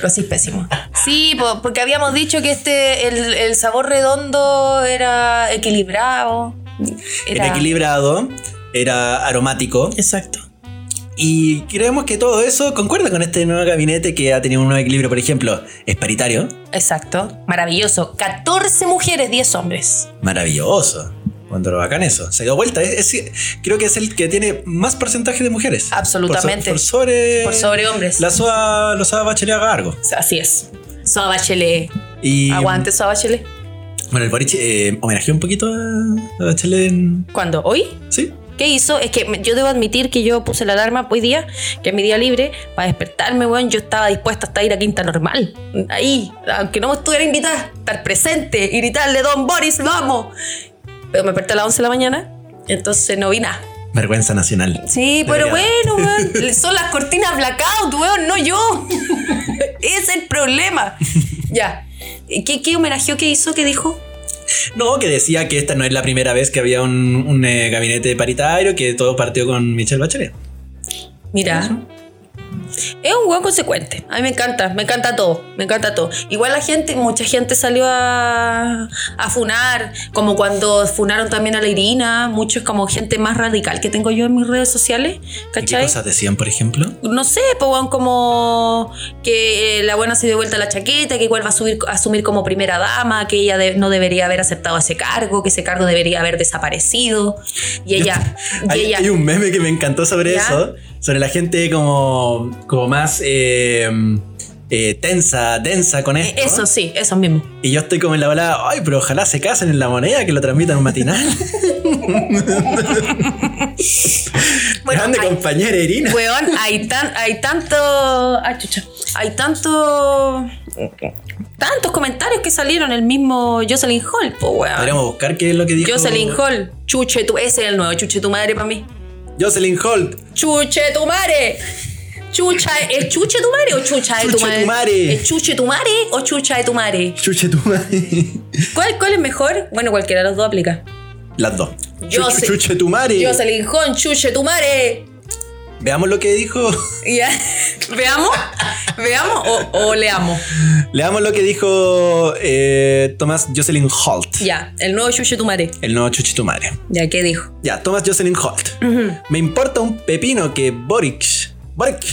lo hacís pésimo. Sí, po- porque habíamos dicho que este, el, el sabor redondo era equilibrado. Era equilibrado, era aromático. Exacto. Y creemos que todo eso concuerda con este nuevo gabinete que ha tenido un nuevo equilibrio, por ejemplo, es paritario, Exacto. Maravilloso. 14 mujeres, 10 hombres. maravilloso. Cuando lo bacán eso, se dio vuelta. Es, es- creo que es el que tiene más porcentaje de mujeres. Absolutamente. Por, so- por sobre. Por sobre hombres. La SOA, los SOA Bachelet Gargo. Así es. Soa Bachelet. Y. Aguante, Soa Bachelet. Bueno, el Boric eh, homenajeó un poquito a, a Bachelet en- ¿Cuándo? ¿Hoy? Sí. ¿Qué hizo? Es que me- yo debo admitir que yo puse la alarma hoy día, que es mi día libre, para despertarme, weón. Yo estaba dispuesta hasta ir a Quinta Normal. Ahí, aunque no me estuviera invitada, estar presente y gritarle, Don Boris, vamos. Pero me desperté a las 11 de la mañana, entonces no vi nada. Vergüenza nacional. Sí, pero bueno, weón. Son las cortinas blackout, weón, no yo. Ese es el problema. Ya. ¿Qué, qué homenajeó que hizo? ¿Qué dijo? No, que decía que esta no es la primera vez que había un, un, eh, gabinete paritario, que todo partió con Michelle Bachelet. Mira. Es un weón consecuente. A mí me encanta, me encanta todo, me encanta todo. Igual la gente, mucha gente salió a, a funar, como cuando funaron también a la Irina, muchos como gente más radical que tengo yo en mis redes sociales, ¿Y ¿Qué ¿cachai? cosas decían, por ejemplo? No sé, pues weón, como que eh, la buena se dio vuelta la chaqueta, que igual va a, subir- a asumir como primera dama, que ella de- no debería haber aceptado ese cargo, que ese cargo debería haber desaparecido. Y ella, y Hay, ella, hay un meme que me encantó sobre ¿Ya? eso, sobre la gente como, como más eh, eh, tensa, densa con esto. E, eso sí, eso mismo. Y yo estoy como en la balada, ay, pero ojalá se casen en la moneda que lo transmitan un matinal. Bueno, Grande hay- compañera Irina. Weón, hay, tan, hay tanto. Ay, chucha. Hay tanto. Tantos comentarios que salieron el mismo Jocelyn Hall, po, weón. Podríamos buscar qué es lo que dijo. Jocelyn Hall, chuche tu. Ese es el nuevo, chuche tu madre para mí. Jocelyn Holt. ¡Chuche tu madre! Chucha, ¿es chuche tu madre o chucha de tu Chuche madre? tu madre. ¿Es chuche tu madre o chucha de tu madre? Chuche tu madre. ¿Cuál, cuál es mejor? Bueno, cualquiera de los dos aplica. Las dos. Yo Chuche, sé- chuche tu madre. Jocelyn Hall, chuche tu madre. Veamos lo que dijo. Ya. ¿Veamos? ¿Veamos o, o leamos? Leamos lo que dijo eh, Tomás Jocelyn Holt. Ya, el nuevo chuche tu madre. El nuevo chuche tu madre. Ya, ¿qué dijo? Ya, Thomas Jocelyn Holt. Me importa un pepino que Boric, Boric,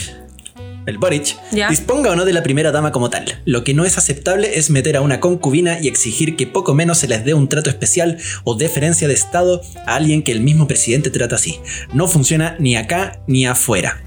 el Boric, Ya. disponga o no de la primera dama como tal. Lo que no es aceptable es meter a una concubina y exigir que poco menos se les dé un trato especial o deferencia de Estado a alguien que el mismo presidente trata así. No funciona ni acá ni afuera.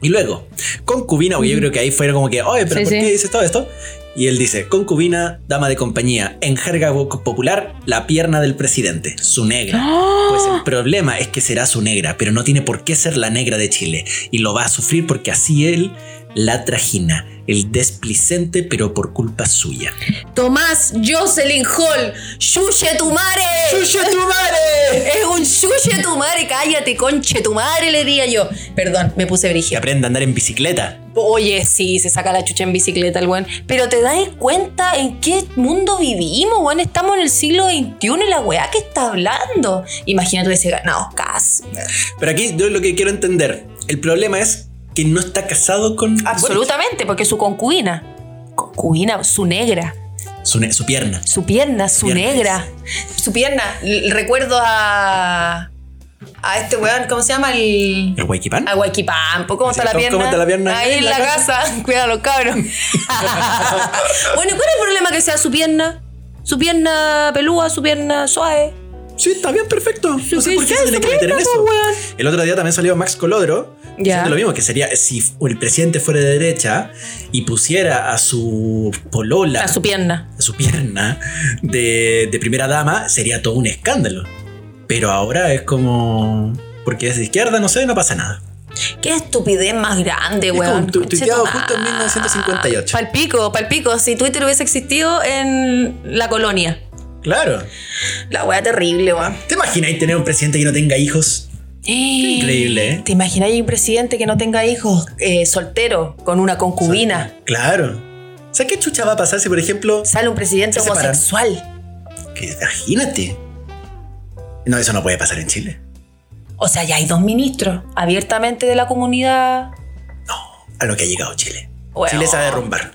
Y luego, concubina, porque yo creo que ahí fueron como que, oye, pero Sí, ¿por sí. qué dices todo esto? Y él dice, concubina, dama de compañía, en jerga vo- popular, la pierna del presidente, su negra. ¡Ah! Pues el problema es que será su negra, pero no tiene por qué ser la negra de Chile. Y lo va a sufrir porque así él la trajina, el desplicente, pero por culpa suya. Tomás Jocelyn Hall, Yuye tu madre. Es un Yuye tu madre, cállate, conche tu madre, le diría yo. Perdón, me puse Que brigia. aprenda a andar en bicicleta. Oye, sí, se saca la chucha en bicicleta el weón. Pero te das cuenta en qué mundo vivimos, weón. Estamos en el siglo XXI y la weá que está hablando. Imagínate ese ganado, casi. Pero aquí yo lo que quiero entender, el problema es que no está casado con... Absolutamente, porque su concubina, concubina, su negra, Su, ne- su pierna. su pierna, su Pierna, negra, su pierna. L- Recuerdo a. A este weón, ¿cómo se llama? El. ¿El Huayquipán? A Guayquipampo, ¿cómo Sí, está la ¿cómo- pierna? cómo está la pierna? Ahí en la casa, cuida a los cabros. bueno, ¿cuál es el problema que sea su pierna? Su pierna pelúa, su pierna suave. Sí, está bien, perfecto. No sé sí, por qué sí, se tiene sí, que meter en no, pues, eso. weón. El otro día también salió Max Colodro Ya. diciendo lo mismo, que sería si el presidente fuera de derecha y pusiera a su polola, A Ah, su pierna. a su pierna de, de primera dama, sería todo un escándalo. Pero ahora es como... Porque es de izquierda, no sé, no pasa nada. Qué estupidez más grande, es como weón. un tu- tuiteado Conchetumare. justo en 1958. Palpico, palpico. Si Twitter hubiese existido en la colonia. Claro. La wea terrible, weón. ¿Te imagináis tener un presidente que no tenga hijos? Increíble, ¿eh? ¿Te imaginas un presidente que no tenga hijos eh, soltero, con una concubina? Claro. O sea, ¿qué chucha va a pasar si, por ejemplo, Sale un presidente Se separan. homosexual. Que, imagínate. No, eso no puede pasar en Chile. O sea, ya hay dos ministros abiertamente de la comunidad. A lo que ha llegado Chile. Bueno. Chile se va a derrumbar.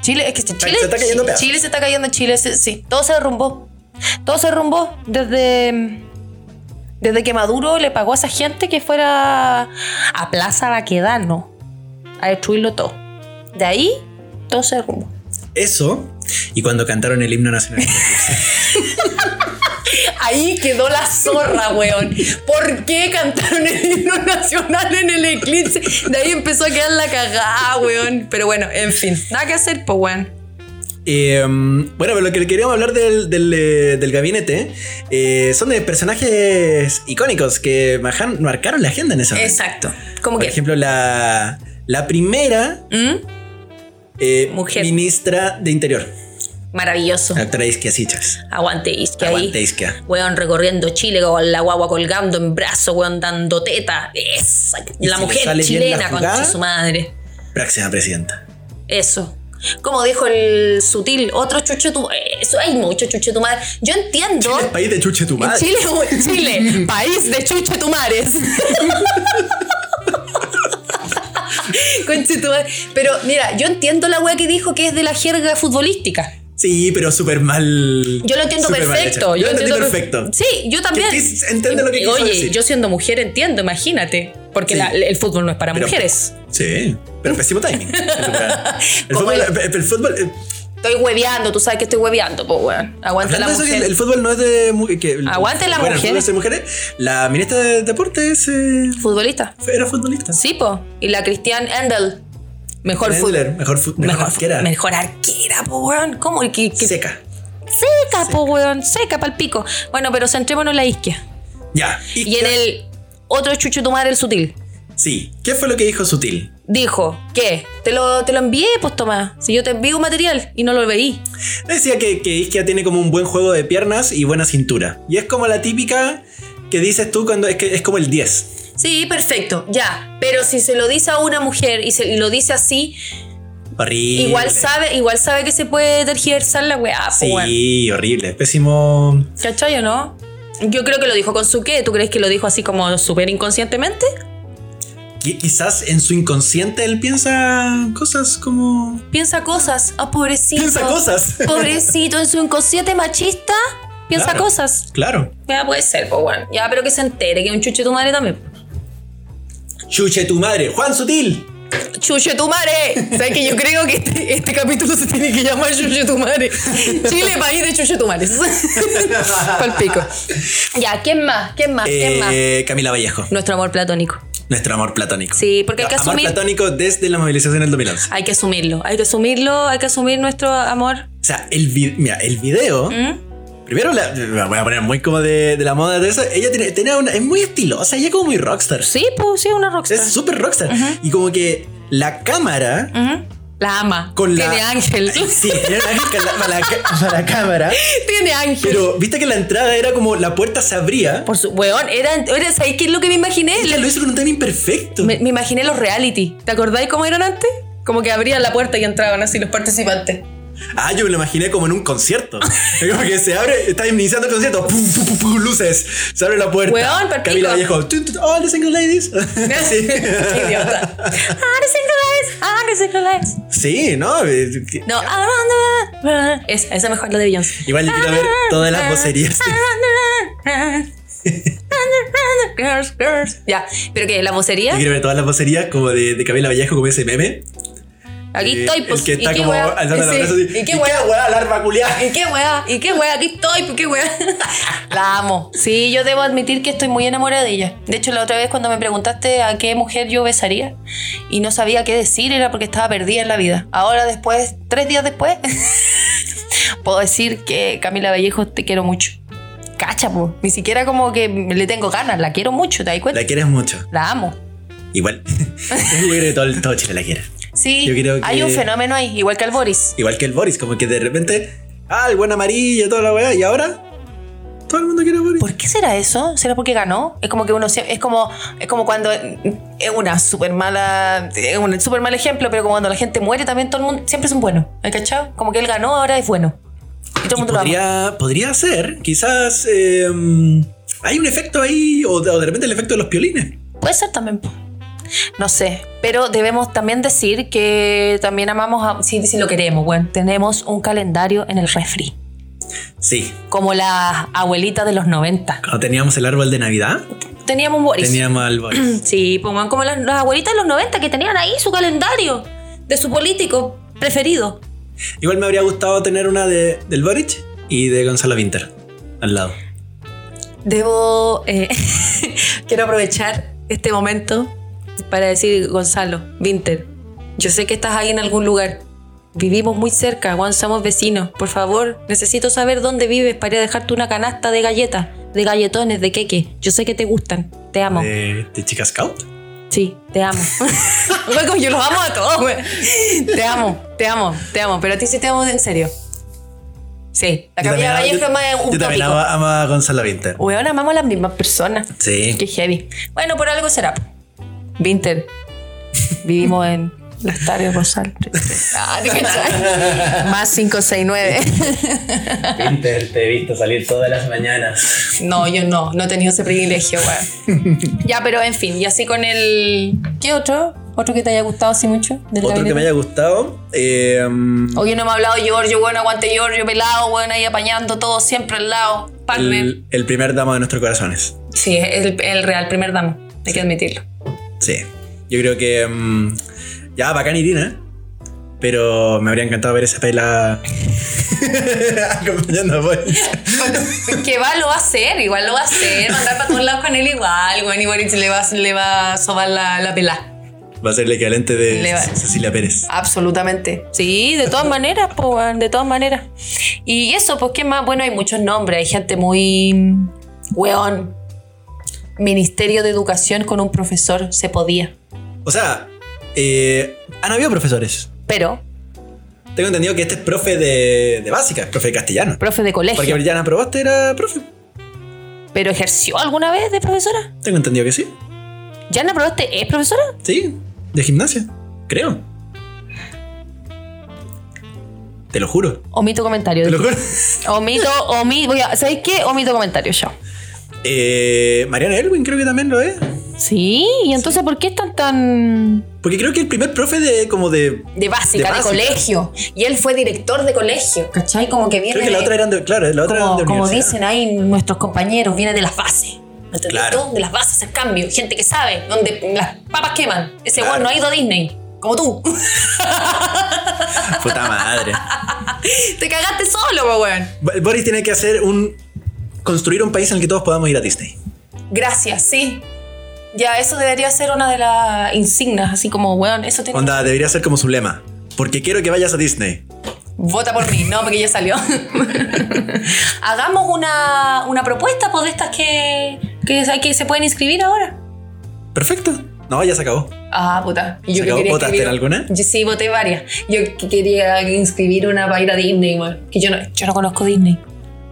Chile, es que este Chile, se está cayendo Chile- pedazos. Chile se está cayendo, Chile, sí, sí. Todo se derrumbó. Todo se derrumbó desde, desde que Maduro le pagó a esa gente que fuera a Plaza Baquedano a destruirlo todo. De ahí, todo se derrumbó. Eso, y cuando cantaron el himno nacional. Ahí quedó la zorra, weón. ¿Por qué cantaron el himno nacional en el eclipse? De ahí empezó a quedar la cagada, weón. Pero bueno, en fin. Nada que hacer, pues, weón. Eh, bueno, pero lo que queríamos hablar del, del, eh, del gabinete eh, son de personajes icónicos que majan- marcaron la agenda en esa momento. Exacto. Como Por que. ejemplo, la, la primera ¿Mm? eh, Mujer. ministra de Interior, Maravilloso. la doctora Isquia Sichas. Aguante, Isque Aguante, ahí. Isquia. Weón recorriendo Chile con la guagua colgando en brazo, weón dando teta. Esa. Y La si le mujer sale bien la chilena, jugada, con su madre. Próxima presidenta. Eso. Como dijo el sutil, otro chuche tu eh, Eso hay mucho chuche tu madre. Yo entiendo. El país de chuche tu madre. Chile, Chile, país de chuchetumares. Conchetumare. Pero mira, yo entiendo la wea que dijo que es de la jerga futbolística. Sí, pero súper mal. Yo lo entiendo súper mal perfecto. hecho. Yo, lo entiendo per- perfecto. Sí, yo también. Que- que entiende lo que quiso Oye, decir. yo siendo mujer entiendo, imagínate. Porque Sí. la- el fútbol no es para Pero- mujeres. Sí, pero pésimo timing. El Como fútbol, el- el- el fútbol- eh, Estoy hueveando, tú sabes que estoy hueveando, pues weón. Aguanta la hablando de eso, mujer. que el, el fútbol no es de mu- que el- Aguante las bueno, el fútbol mujeres. es de mujeres. La ministra de deportes eh, Futbolista. era futbolista. Sí, po. Y la Cristian Endel. Mejor Endler, fútbol. mejor fu- mejor Mejor, arquera. mejor arquera, po, weón. ¿Cómo? ¿Qué- qué- Seca. Seca, po, weón. Seca, pal pico. Bueno, pero centrémonos en la isquia. Ya. Y en el otro chucho tu madre, el sutil. Sí. ¿Qué fue lo que dijo Sutil? Dijo, ¿qué? Te lo, te lo envié, pues Tomás. Si yo te envío un material y no lo veí. Decía que, que Isquia tiene como un buen juego de piernas y buena cintura. Y es como la típica que dices tú cuando es que es como el 10. Sí, perfecto, ya. Pero si se lo dice a una mujer y, se, y lo dice así, Horrible. igual sabe, igual sabe que se puede tergiversar la weá, po, weón. Sí, horrible. Pésimo. ¿Cachai o no? Yo creo que lo dijo con su qué. ¿Tú crees que lo dijo así como súper inconscientemente? Qui- Quizás en su inconsciente él piensa cosas como. Piensa cosas. Ah, pobrecito. Piensa cosas. Pobrecito, en su inconsciente machista, piensa Claro. cosas. Claro. Ya puede ser, pues bueno. Ya, pero que se entere, que es un chuche tu madre también. Chuche tu madre, Juan Sutil. ¡Chuche tu madre! ¿Sabes que yo creo que este, este capítulo se tiene que llamar Chuche tu madre? Chile, país de chuche tu madre. Palpico. Ya, ¿quién más? ¿Quién más? ¿Quién más? Eh, Camila Vallejo. Nuestro amor platónico. Nuestro amor platónico. Sí, porque hay que amor asumir- platónico desde la movilización del 2011. Hay que asumirlo, hay que asumirlo, hay que asumir nuestro amor. O sea, el, vi- mira, el video. ¿Mm? Primero, la, me voy a poner muy como de, de la moda de esa. Ella tiene, tenía una, es muy estilosa, ella como muy rockstar. Sí, pues sí, es una rockstar. Es súper rockstar. Y como que la cámara. Ujú. La ama. Con la- Tiene ángel. Sí, tiene un ángel con la- para la, ca- para la cámara. Tiene ángel. Pero viste que la entrada era como la puerta se abría. Por su. Weón, era. era ¿Sabéis qué es lo que me imaginé? Ella lo hizo con un timing perfecto. Me, me imaginé los reality. ¿Te acordáis cómo eran antes? Como que abrían la puerta y entraban así los participantes. Ah, yo me lo imaginé como en un concierto. Es como que se abre, está iniciando el concierto, pum, pum, pum, pum, luces, se abre la puerta. Weón, palpico. Camila Vallejo, tun, tun, all the single ladies. sí. Qué idiota. Ah, the single eyes, ah, the single eyes. Sí, ¿no? Eh, que- No, ah, no, no, no. esa, esa mejor la de Beyoncé. Igual yo quiero ver todas las vocerías. Girls, girls. Ya, pero que la vocería. Yo quiero ver todas las vocerías como de, de Camila Vallejo, como ese meme. Aquí Eh, estoy, pues. El que está ¿y qué como wea? alzando la Sí, mano así. ¿Y qué wea? weá, larva culiá? ¿Y qué wea? ¿Y qué wea? Aquí estoy, pues, qué wea. La amo. Sí, yo debo admitir que estoy muy enamorada de ella. De hecho, la otra vez cuando me preguntaste a qué mujer yo besaría y no sabía qué decir, era porque estaba perdida en la vida. Ahora, después, tres días después, puedo decir que Camila Vallejo te quiero mucho. Cacha, pues. Ni siquiera como que le tengo ganas, la quiero mucho, ¿te das cuenta? La quieres mucho. La amo. Igual. yo creo que todo, todo Chile la quiere. Sí, Yo creo hay que- un fenómeno ahí, igual que al Boris. Igual que el Boris, como que de repente, ah, el buen amarillo, toda la weá, y ahora todo el mundo quiere a Boris. ¿Por qué será eso? ¿Será porque ganó? Es como que uno sie- es como es como cuando mm, es una súper mala es un súper mal ejemplo, pero como cuando la gente muere también todo el mundo siempre es un bueno, ¿hay cachado? Como que él ganó, ahora es bueno. Y todo Y el mundo lo ama. podría, podría ser, quizás eh, hay un efecto ahí, o de, o de repente el efecto de los piolines. Puede ser también. po. No sé, pero debemos también decir que también amamos a, si, si lo queremos, bueno, tenemos un calendario en el refri, Sí, como la abuelita de los 90. cuando teníamos el árbol de Navidad, Teníamos un Boris. teníamos al Boris. Sí, pues weón, como las, las abuelitas de los 90 que tenían ahí su calendario de su político preferido. Igual me habría gustado tener una de, del Boris y de Gonzalo Winter al lado. Debo. eh, quiero aprovechar este momento para decir, Gonzalo, Winter, yo sé que estás ahí en algún lugar. Vivimos muy cerca, Juan, somos vecinos. Por favor, necesito saber dónde vives para ir a dejarte una canasta de galletas, de galletones, de queque. Yo sé que te gustan. Te amo. De, de Chica Scout. Sí, te amo. Güey, como yo los amo a todos, güey. Te amo, te amo, te amo. Pero a ti sí te amo en serio. Sí, la Yo también- Camila Vallejo es más yo un también tópico. amo, amo a Gonzalo Winter. Weón, amamos a las mismas personas. Sí. Qué heavy. Bueno, por algo será. po. Vinter. Vivimos en las tardes Rosal. Ah, ¿te cachai? Más 569. Winter, te he visto salir todas las mañanas. No, yo no. No he tenido ese privilegio, weón. Ya, pero en fin. Y así con el. ¿Qué otro? ¿Otro que te haya gustado así mucho? Del Otro que gabinete? me haya gustado. eh, Oye, no me ha hablado Giorgio, bueno, aguante Giorgio, pelado, bueno, ahí apañando todo siempre al lado, partner. el, el primer dama de nuestros corazones. Sí, es el, el real primer damo, hay que admitirlo. Sí. Yo creo que. mm, ya, bacán Irina. ¿eh? Pero me habría encantado ver esa pela. acompañando a Boris. que va, lo va a hacer, igual lo va a hacer, va a andar para todos lados con él igual, bueno, y Boris le va, le va a sobar la, la pelá. Va a ser el equivalente de Le va- Ce- Cecilia Pérez. Absolutamente. Sí, de todas maneras, pues, weón, de todas maneras. Y eso, pues, ¿qué más? Bueno, hay muchos nombres, hay gente muy. weón. Ministerio de Educación con un profesor, se podía. O sea, eh, han habido profesores. Pero, Tengo entendido que este es profe de, de básica, es profe de castellano. profe de colegio. Porque Brianna Proboste era profe. ¿Pero ejerció alguna vez de profesora? Tengo entendido que sí. ¿Ya no probaste? ¿Es profesora? Sí, de gimnasia. Creo. Te lo juro. Omito comentario. Te lo juro. Omito, omito. Voy a, ¿Sabéis qué? Omito comentario yo. Eh, Mariana Elwin creo que también lo es. Sí, y entonces, ¿por qué están tan. Porque creo que el primer profe de como de... De básica, de, De básica. colegio. Y él fue director de colegio, ¿cachai? Como que viene. Creo que la otra eran de... Claro, la otra eran como, de como universidad. dicen ahí nuestros compañeros, viene de las bases. ¿Entendés Claro. tú? De las bases, el cambio. Gente que sabe, donde las papas queman. Ese Claro. weón no ha ido a Disney, como tú. Puta madre. Te cagaste solo, po, weón. Bo- Boris tiene que hacer un... Construir un país en el que todos podamos ir a Disney. Gracias, sí. Ya, eso debería ser una de las insignias, así como, weón, eso tiene. Onda, debería ser como su lema. Porque quiero que vayas a Disney. Vota por mí, no, porque ya salió. Hagamos una, una propuesta por de estas que, que, que se pueden inscribir ahora. Perfecto. No, ya se acabó. Ah, puta. ¿Se Y que acabó? quería ¿Votaste escribir- en alguna? Yo sí, voté varias. Yo que quería inscribir una para ir a Disney, weón. Que yo no, yo no conozco Disney.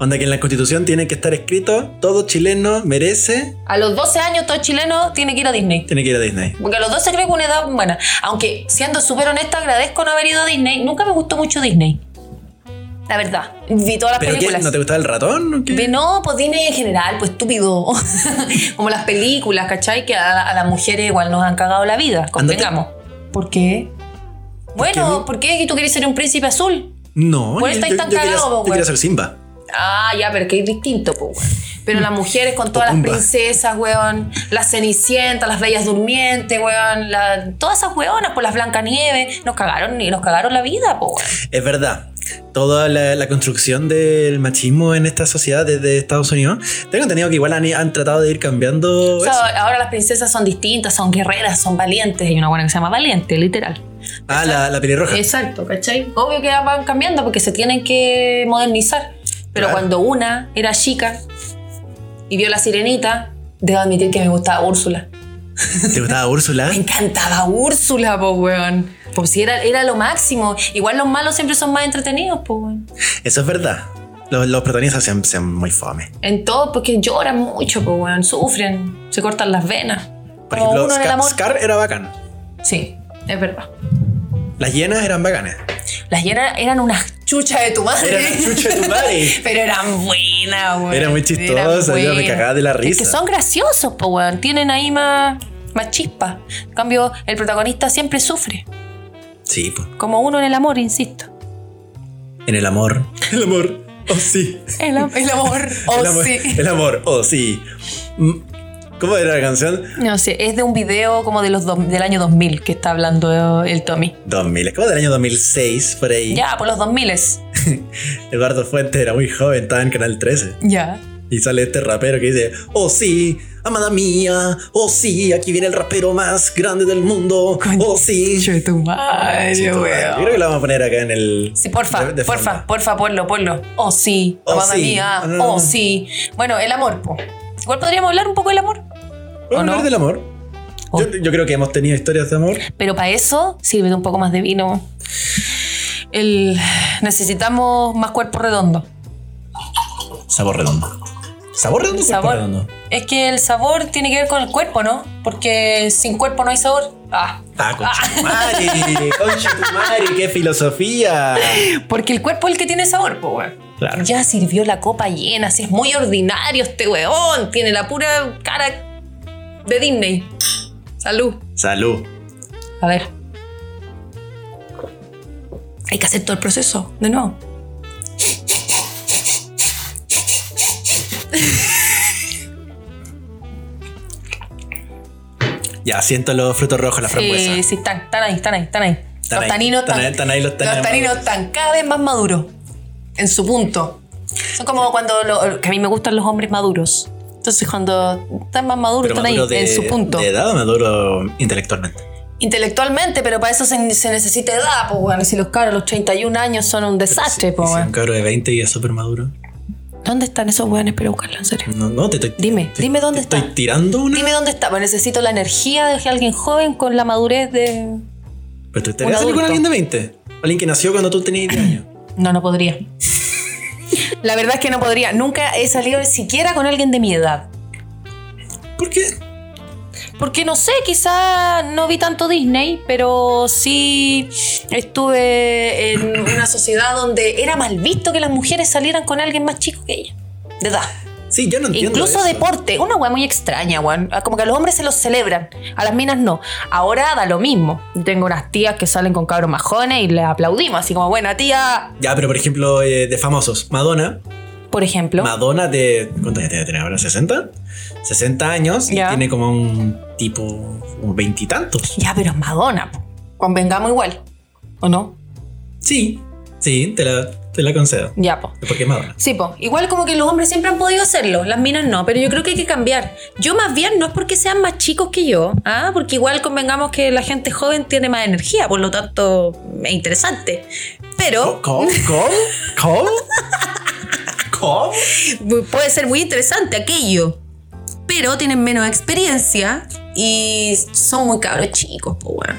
Onda, que en la constitución tiene que estar escrito: todo chileno merece, A los 12 años todo chileno tiene que ir a Disney. tiene que ir a Disney. Porque a los 12 creo que una edad buena. Aunque siendo súper honesta, agradezco no haber ido a Disney. Nunca me gustó mucho Disney. La verdad. Vi todas las ¿Pero qué? películas. ¿No te gustaba el ratón? o qué? Ve, No, pues Disney en general, pues estúpido. Como las películas, ¿cachai? Que a, a las mujeres igual nos han cagado la vida, convengamos. ¿Por qué? Bueno, ¿por qué? ¿Y tú quieres ser un príncipe azul? No, Por yo, eso yo- estás yo quería, cagado, yo weón. quería ser Simba. Ah, ya, pero que es distinto, pues, weón. Pero las mujeres con todas las Pumba. princesas, weón. Las Cenicientas, las Bellas Durmientes, weón. la- todas esas weonas, pues las Blancanieves. Nos cagaron, y nos cagaron la vida, pues, weón. Es verdad. Toda la, la construcción del machismo en esta sociedad desde Estados Unidos. Tengo entendido que igual han, han tratado de ir cambiando. eso. O sea, ahora las princesas son distintas, son guerreras, son valientes. Hay una buena que se llama Valiente, literal. ah, la, la eh, pelirroja. Exacto, ¿cachai? Obvio que van cambiando porque se tienen que modernizar. Pero Claro. cuando una era chica y vio la sirenita, debo admitir que me gustaba Úrsula. ¿Te gustaba Úrsula? Me encantaba Úrsula, po, weón. Pues si era, era lo máximo. Igual los malos siempre son más entretenidos, po, weón. Eso es verdad. Los, los protagonistas sean, sean muy fome. En todo, porque lloran mucho, po, weón. Sufren, se cortan las venas. Por Como ejemplo, uno en el Scar, amor. Scar era bacán. Sí, es verdad. Las hienas eran bacanas. Las hieras eran unas chuchas de tu madre. Era la chucha de tu madre. Pero eran buenas, weón. Era muy chistosa, yo me buenas. cagaba de la Es risa. que son graciosos, po, weón. Tienen ahí más, más chispa. En cambio, el protagonista siempre sufre. Sí, po. Como uno en el amor, insisto. en el amor. El amor. Oh, sí. El, amor. Oh, el amor. sí. El amor. Oh, sí. Mm, ¿Cómo era la canción? No sé, es de un video como de los dos- del año 2000 que está hablando el Tommy. 2000. Es como del año 2006, por ahí. Ya, por los 2000 Eduardo Fuentes era muy joven, estaba en Canal 13. Ya. Y sale este rapero que dice, oh sí, amada mía, oh sí, aquí viene el rapero más grande del mundo, oh sí. Yo de tu madre, Sí, todo mal. Yo creo que lo vamos a poner acá en el... Sí, porfa, de- de porfa, fondo. porfa, ponlo, ponlo. Oh, sí, Oh, mamá sí. mía, No, no, oh, no. sí. Bueno, el amor, po. Igual podríamos hablar un poco del amor. Vamos a hablar no? del amor. Oh. Yo, yo creo que hemos tenido historias de amor. Pero para eso, sírvete un poco más de vino. El, necesitamos más cuerpo redondo. Sabor redondo. ¿Sabor redondo? o cuerpo Sabor. redondo? Es que el sabor tiene que ver con el cuerpo, ¿no? Porque sin cuerpo no hay sabor. Ah. Ah, conchetumare, conchetumare, qué filosofía. Porque el cuerpo es el que tiene sabor, po, weón. Claro. Ya sirvió la copa llena, si es muy ordinario este weón. Tiene la pura cara de Disney. Salud. Salud. A ver. Hay que hacer todo el proceso de nuevo. Ya, siento los frutos rojos, la frambuesa. Sí, sí, están, están ahí, están ahí, están ahí. Están los ahí, taninos están están. ahí, están ahí los taninos Los taninos están cada vez más maduros. En su punto. Son como cuando. lo- que a mí me gustan los hombres maduros. Entonces, cuando están más maduros, Pero están maduro ahí, de, en su punto. de edad o maduro intelectualmente. Intelectualmente, pero para eso se, se necesita edad, pues, bueno. Si los cabros, los 31 años son un desastre, pues, Si weón. un cabro de 20 y es súper maduro. ¿Dónde están esos weones? Pero buscarlo, en serio. No, no, te estoy. Dime, te- dime te dónde estoy está. tirando una. Dime dónde está, pues necesito la energía de alguien joven con la madurez de. Pero tú te vas a salir adulto. con alguien de 20. Alguien que nació cuando tú tenías 10 años. No, no podría. La verdad es que no podría. Nunca he salido siquiera con alguien de mi edad. ¿Por qué? Porque no sé, quizá no vi tanto Disney, pero sí estuve en una sociedad donde era mal visto que las mujeres salieran con alguien más chico que ella. De edad. Sí, yo no entiendo. Incluso eso. deporte. Una weá muy extraña, weón. Ah, Como que a los hombres se los celebran, a las minas no. Ahora da lo mismo. Tengo unas tías que salen con cabros majones y les aplaudimos, así como, buena tía, Ya, pero por ejemplo, eh, de famosos. Madonna. por ejemplo. Madonna de. ¿Cuántos años tiene, tiene ahora? ¿60? 60 años. y Ya. tiene como un tipo. un veintitantos. Ya, pero es Madonna. po. Convengamos igual. ¿O no? Sí. Sí, te la. Te la concedo. Ya, po. Es Porque es Madonna. Sí, po. Igual como que los hombres siempre han podido hacerlo, las minas no, pero yo creo que hay que cambiar. Yo más bien no es porque sean más chicos que yo, ¿ah? porque igual convengamos que la gente joven tiene más energía, por lo tanto es interesante. Pero ¿Cómo? ¿Cómo? ¿Cómo? ¿Cómo? puede ser muy interesante aquello. Pero tienen menos experiencia y son muy cabros chicos, po, weón.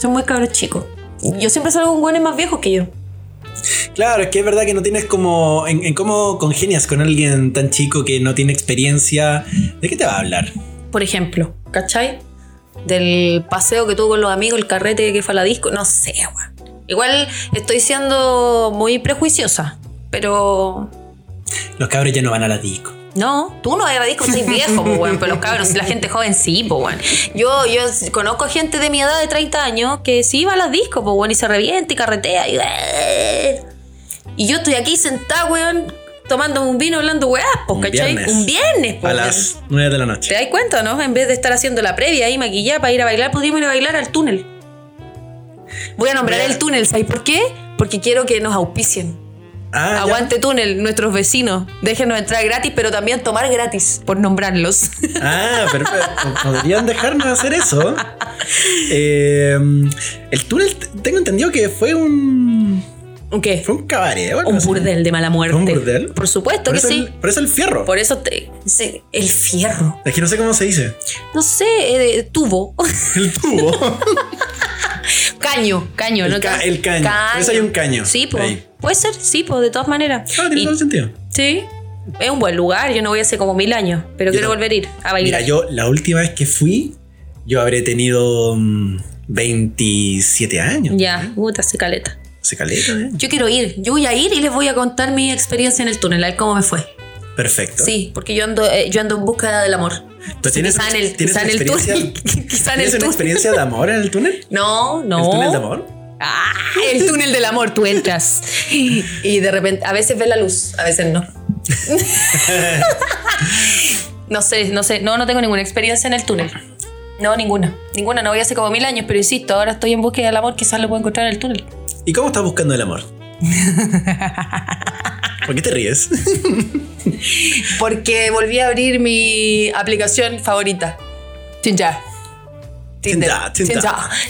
Son muy cabros chicos. Yo siempre salgo con güeyes más viejos que yo. Claro, es que es verdad que no tienes como. En, en cómo congenias con alguien tan chico que no tiene experiencia. ¿De qué te va a hablar? por ejemplo, ¿cachai? Del paseo que tuvo con los amigos, el carrete que fue a la disco, no sé, weón. Igual estoy siendo muy prejuiciosa, pero Los cabros ya no van a la disco. no, tú no vas a la disco, soy viejo, po, weón, pero los cabros, la gente joven sí, po, weón. Yo, yo conozco gente de mi edad de 30 años que sí va a las discos, po, weón, y se revienta y carretea y... Y yo estoy aquí sentada, weón, tomando un vino, hablando weás, po, Un ¿cachai? viernes. Un viernes, pues. po, A weón. las 9 de la noche. ¿Te das cuenta, no? En vez de estar haciendo la previa y maquillada para ir a bailar, podríamos ir a bailar al túnel. Voy a nombrar el túnel, ¿sabes por qué? Porque quiero que nos auspicien. Ah, ya. Aguante túnel, nuestros vecinos. Déjenos entrar gratis, pero también tomar gratis, por nombrarlos. Ah, perfecto. Podrían dejarnos hacer eso. Eh, el túnel, t- tengo entendido que fue un. ¿Un ¿Qué? Fue un cabaret. o algo Un así. burdel de mala muerte. ¿Un burdel? Por supuesto Por que eso, sí. el, por eso el fierro. Por eso te. sí, El fierro. Es que no sé cómo se dice. No sé, eh, tubo. El tubo. Ah, caño, caño, El ¿no? ca- el caño. Por eso hay un caño Sí, po. ahí. Puede ser, sí, po, de todas maneras. Ah, tiene Y- todo el sentido. Sí. Es un buen lugar, yo no voy hace como mil años, pero Yo quiero no. volver a ir Mira, a bailar. yo la última vez que fui, yo habré tenido mm, 27 años. Ya, puta, se caleta. Se caleta, ¿eh? Yo quiero ir, yo voy a ir y les voy a contar mi experiencia en el túnel, a ver cómo me fue. Perfecto. Sí, porque yo ando, eh, yo ando en busca del amor. Pero tienes quizá una- en el, tienes quizá en una el túnel. experiencia- quizá en el ¿Tienes una túnel. experiencia de amor en el túnel? No, no. ¿El túnel de amor? Ah, el túnel del amor, tú entras. Y de repente, a veces ves la luz, a veces no. no sé, no sé, no, no tengo ninguna experiencia en el túnel. No, ninguna. Ninguna, no voy hace como mil años, pero insisto, ahora estoy en búsqueda del amor, quizás lo puedo encontrar en el túnel. ¿Y cómo estás buscando el amor? ¿Por qué te ríes? Porque volví a abrir mi aplicación favorita. Tinder. Tinder, Tinder.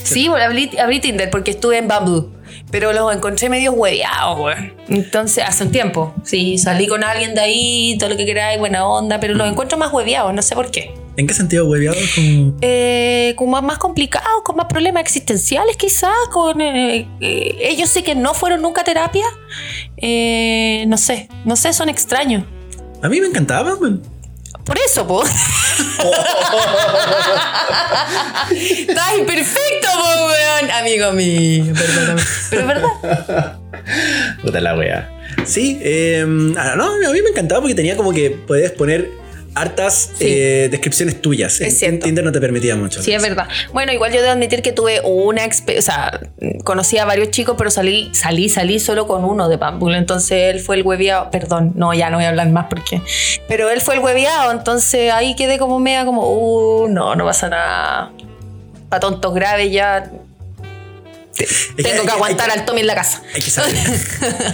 Sí, bueno, abrí, abrí Tinder porque estuve en Bamboo. Pero los encontré medio hueveados, güey. Entonces, hace un tiempo. Sí, salí con alguien de ahí, todo lo que queráis, buena onda, pero los Mm. encuentro más hueveados, no sé por qué. ¿En qué sentido hueveado? Como- Eh, con más, más complicados, con más problemas existenciales quizás, con eh, eh, ellos sí que no fueron nunca a terapia. Eh, no sé, no sé, son extraños. A mí me encantaba, man. Por eso, po. Estás imperfecto, po, weón. Amigo mío, perdóname. Pero es verdad. Puta la wea. Sí, eh, ah, no, a mí me encantaba porque tenía como que podías poner hartas Sí. eh, descripciones tuyas. Es En- cierto. en Tinder no te permitía mucho. Sí, es verdad. Bueno, igual yo debo admitir que tuve una experiencia. O sea, conocí a varios chicos, pero salí, salí, salí solo con uno de Bambul. Entonces él fue el hueviado. Perdón, no, ya no voy a hablar más porque. Pero él fue el hueviado. Entonces ahí quedé como media, como, uh, no, no pasa nada. Pa' tontos graves ya. Es hay- Tengo hay- que aguantar hay- al Tommy en la casa. hay que saber.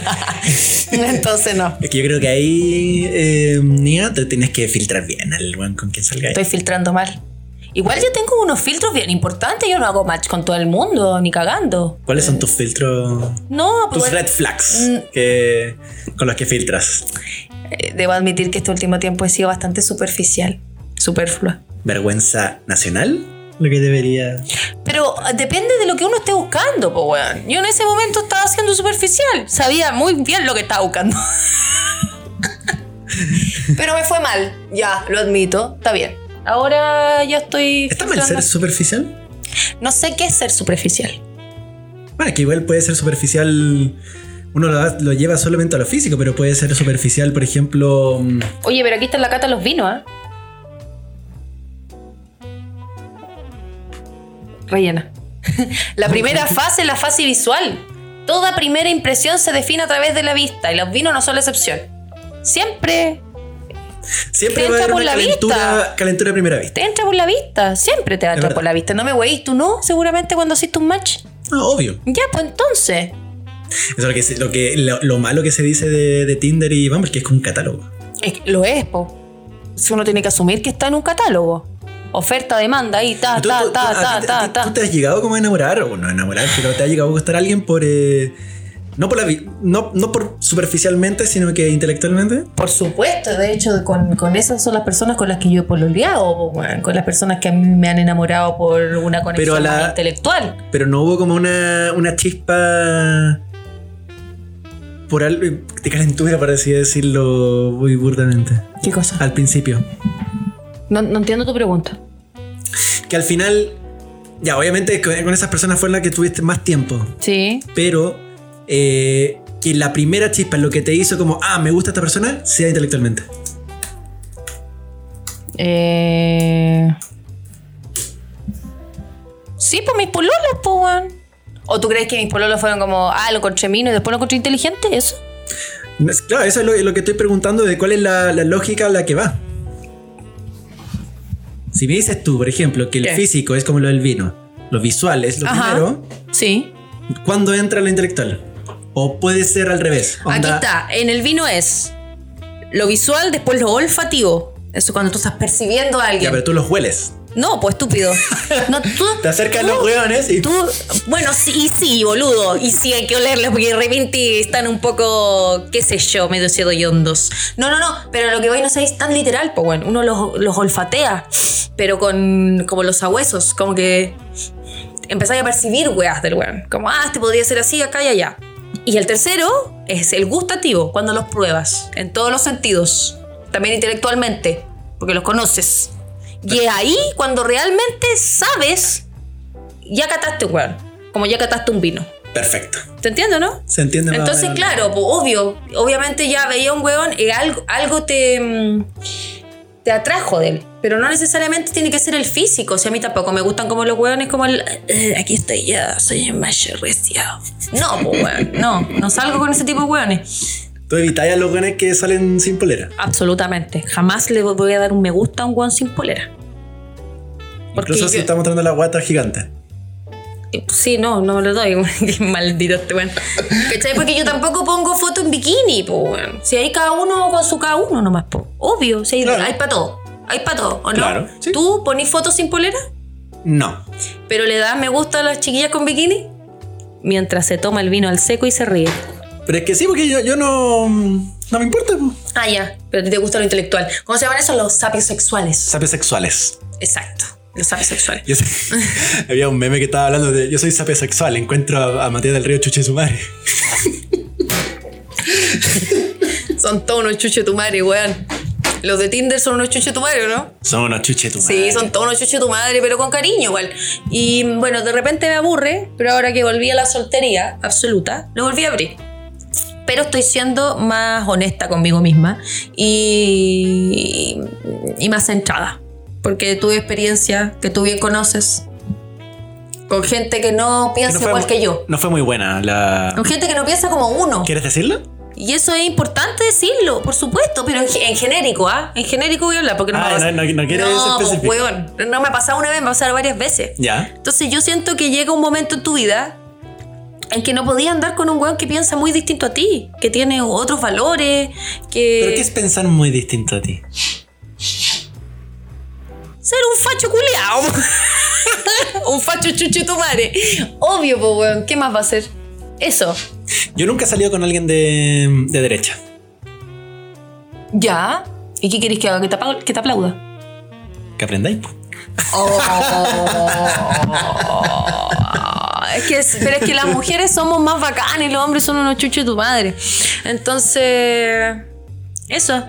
Entonces no. Es que yo creo que ahí, eh, Nia, te tienes que filtrar bien al weón con quien salga. Estoy filtrando mal. Igual yo tengo unos filtros bien importantes. Yo no hago match con todo el mundo, ni cagando. ¿Cuáles son tus filtros? No, Tus pues red flags que, con los que filtras. eh, debo admitir que este último tiempo he sido bastante superficial, superflua. ¿Vergüenza nacional? Lo que debería. Pero ah, depende de lo que uno esté buscando, pues weón. Yo en ese momento estaba siendo superficial. Sabía muy bien lo que estaba buscando. Pero me fue mal. Ya, lo admito. Está bien. Ahora ya estoy. ¿Está mal ser filtrando. superficial? No sé qué es ser superficial. Bueno, que igual puede ser superficial. Uno lo, lo lleva solamente a lo físico, pero puede ser superficial, por ejemplo. mm, Oye, pero aquí está en la cata los vinos, ¿ah? Rellena. la primera fase es la fase visual. Toda primera impresión se define a través de la vista y los vinos no son la excepción. Siempre Siempre Te va a entra haber por una la calentura, vista. calentura a primera vista. te entra por la vista, siempre te va a Es entrar verdad. por la vista. No me weís, tú no, seguramente cuando hiciste un match. Ah, obvio. Ya, pues entonces. Eso es lo, que, se- lo, que, lo, lo malo que se dice de, de Tinder y Bumble, que es como un catálogo. Es- Lo es, po. Si uno tiene que asumir que está en un catálogo. Oferta, demanda, ahí, ta, ¿Tú- Ah, ta, tú- ah, ta, tú- a ta, ti- a ti- ta, ¿Tú ta. te has llegado como a enamorar? O no enamorar, pero te ha llegado a gustar a alguien por... eh, no, por la vi- no, no por superficialmente, sino que intelectualmente. Por Supuesto, de hecho, con, con esas son las personas con las que yo he pololeado, po, weón. con las personas que a mí me han enamorado por una Pero a conexión la- más intelectual. Pero no hubo como una, una chispa por algo de calentura, para así decirlo muy burdamente, ¿Qué cosa? al principio. Ah. No, no entiendo tu pregunta. Que al final, ya, obviamente con con esas personas fue en la que tuviste más tiempo, Sí. pero eh, que la primera chispa, lo que te hizo como, ah, me gusta esta persona, sea intelectualmente. Eh... Sí, pues mis pololos, pues, weón. ¿O tú crees que mis pololos fueron como, ah, lo encontré mino y después lo encontré inteligente? Eso. No, es- Claro, eso es lo, lo que estoy preguntando de cuál es la, la lógica a la que va. Si me dices tú, por ejemplo, que el ¿Qué? físico es como lo del vino, lo visual es lo Ajá. primero, Sí. ¿Cuándo entra lo intelectual? O puede ser al revés. Aquí Onda- está, en el vino es lo visual, después lo olfativo. Eso cuando tú estás percibiendo a Ya, alguien. pero tú los hueles. No, pues estúpido. No, tú, Te acercan tú- los hueones y. Uh, Tú, bueno, sí, y sí, boludo. Y sí, hay que olerlos porque de repente están un poco, qué sé yo, medio hediondos. No, no, no, pero lo que voy no sé, es tan literal, pues bueno, uno los, los olfatea, pero con como los sabuesos, como que empezáis a percibir weas del weón. Como, ah, este podría ser así, acá y allá. Y el tercero es el gustativo, cuando los pruebas, en todos los sentidos, también intelectualmente, porque los conoces. Y es ahí cuando realmente sabes ya cataste un weón. Como ya cataste un vino. Perfecto. ¿Te entiendo, no? Se entiende más o Entonces, menos. claro, pues, obvio. Obviamente ya veía un weón y algo, algo te, mm, te atrajo de él. Pero no necesariamente tiene que ser el físico. O sea, a mí tampoco me gustan como los weones, como el. "Eh, aquí estoy ya, soy el mayor recia. No, pues, weón. No, no salgo con ese tipo de weones. Tú evitas a los hueones que salen sin polera. Absolutamente. Jamás le voy a dar un me gusta a un weón sin polera. Porque Incluso si yo- está mostrando la guata gigante. Eh, Sí, no, no me lo doy. Qué maldito este weón. ¿Cachai? Porque yo tampoco pongo foto en bikini, po, weón. Si hay cada uno con su cada uno nomás, po. Obvio, si hay, Claro. para todo. Hay para todo, ¿o no? Claro, sí. ¿Tú ponís fotos sin polera? No. ¿Pero le das me gusta a las chiquillas con bikini? Mientras se toma el vino al seco y se ríe. Pero es que sí, porque yo, yo no. No me importa, po. Ah, ya. Pero a ti te gusta lo intelectual. ¿Cómo se llaman esos? Los sapios sexuales. Sapios sexuales. Exacto. Los sapios sexuales. Yo sé- Había un meme que estaba hablando de yo soy sapio sexual, encuentro a, a Matías del Río Chuche su madre. Son todos unos chuches tu madre, weón. Los de Tinder son unos chuches tu madre, ¿no? Son unos chuches tu Sí, son todos unos chuches de tu madre, pero con cariño igual. Y bueno, de repente me aburre, pero ahora que volví a la soltería absoluta, lo volví a abrir. Pero estoy siendo más honesta conmigo misma y, y más centrada. Porque tuve experiencia que tú bien conoces con gente que no Ah. piensa igual que yo. No fue muy buena la. Con gente que no piensa como uno. ¿Quieres decirlo? Y eso es importante decirlo, por supuesto, pero en, ge- en genérico, ¿ah? En genérico voy a hablar porque no Ah, me ha pasado- no- no- no quiere ser pues, específico. weón, no me ha pasado una vez, me ha pasado varias veces. Ya. Entonces yo siento que llega un momento en tu vida en que no podías andar con un weón que piensa muy distinto a ti, que tiene otros valores, que... ¿Pero qué es pensar muy distinto a ti? ser un facho culiao. un facho chucho tu madre. Obvio, pues, weón, ¿qué más va a ser? Eso. Yo nunca he salido con alguien de, de derecha. Ya. ¿Y qué querés que haga? Que te, apla- que te aplauda. Que aprendáis. po. Ah, es que, es- pero es que las mujeres somos más bacanas y los hombres son unos chuchos de tu madre. Entonces, eso.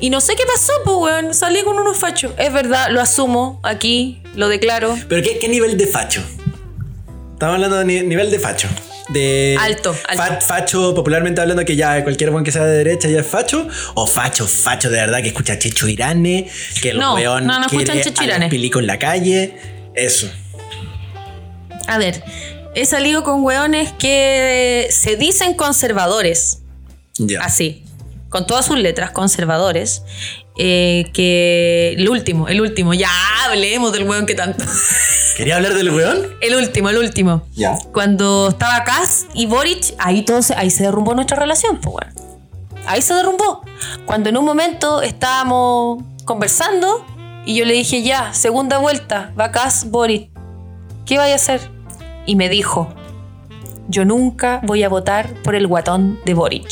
Y no sé qué pasó, pues, weón. Salí con unos fachos. Es verdad, lo asumo aquí, lo declaro. ¿Pero qué, qué nivel de facho? Estamos hablando de ni- nivel de facho. De Alto, alto. fa- facho, popularmente hablando que ya cualquier buen que sea de derecha ya es facho. O facho, facho de verdad que escucha Checho Irane, que el No, weón no, no quiere escuchan Checho a los Irane. pilico en la calle. Eso. A ver, he salido con weones que se dicen conservadores. Ya. así, con todas sus letras, conservadores, eh, que el último, el último, ya hablemos del weón que tanto. ¿Quería hablar del weón? El último, el último. Ya. Cuando estaba Cass y Boric, ahí todo se, ahí se derrumbó nuestra relación, pues weón. Ahí se derrumbó. Cuando en un momento estábamos conversando y yo le dije, ya, segunda vuelta, va Cass, Boric, ¿qué vaya a hacer? Y me dijo, yo nunca voy a votar por el guatón de Boric.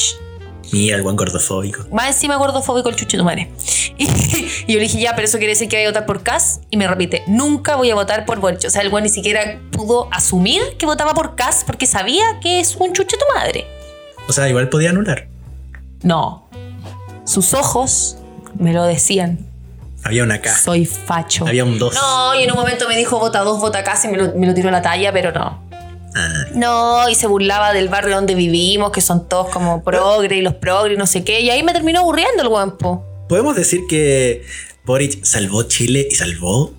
Mira, el buen gordofóbico. Más encima gordofóbico el chucho de tu madre. Y, y yo le dije, ya, pero eso quiere decir que voy a votar por Cass. Y me repite, nunca voy a votar por Boric. O sea, el güey ni siquiera pudo asumir que votaba por Cass porque sabía que es un chucho de tu madre. O sea, igual podía anular. No. Sus ojos me lo decían. Había una K. Soy facho. Había un 2. No, y en un momento me dijo vota dos, vota casi, me lo, me lo tiró a la talla, pero no. Ah. No, y se burlaba del barrio donde vivimos, que son todos como progre y los progre y no sé qué. Y ahí me terminó aburriendo el guampo. Podemos decir que Boric salvó Chile y salvó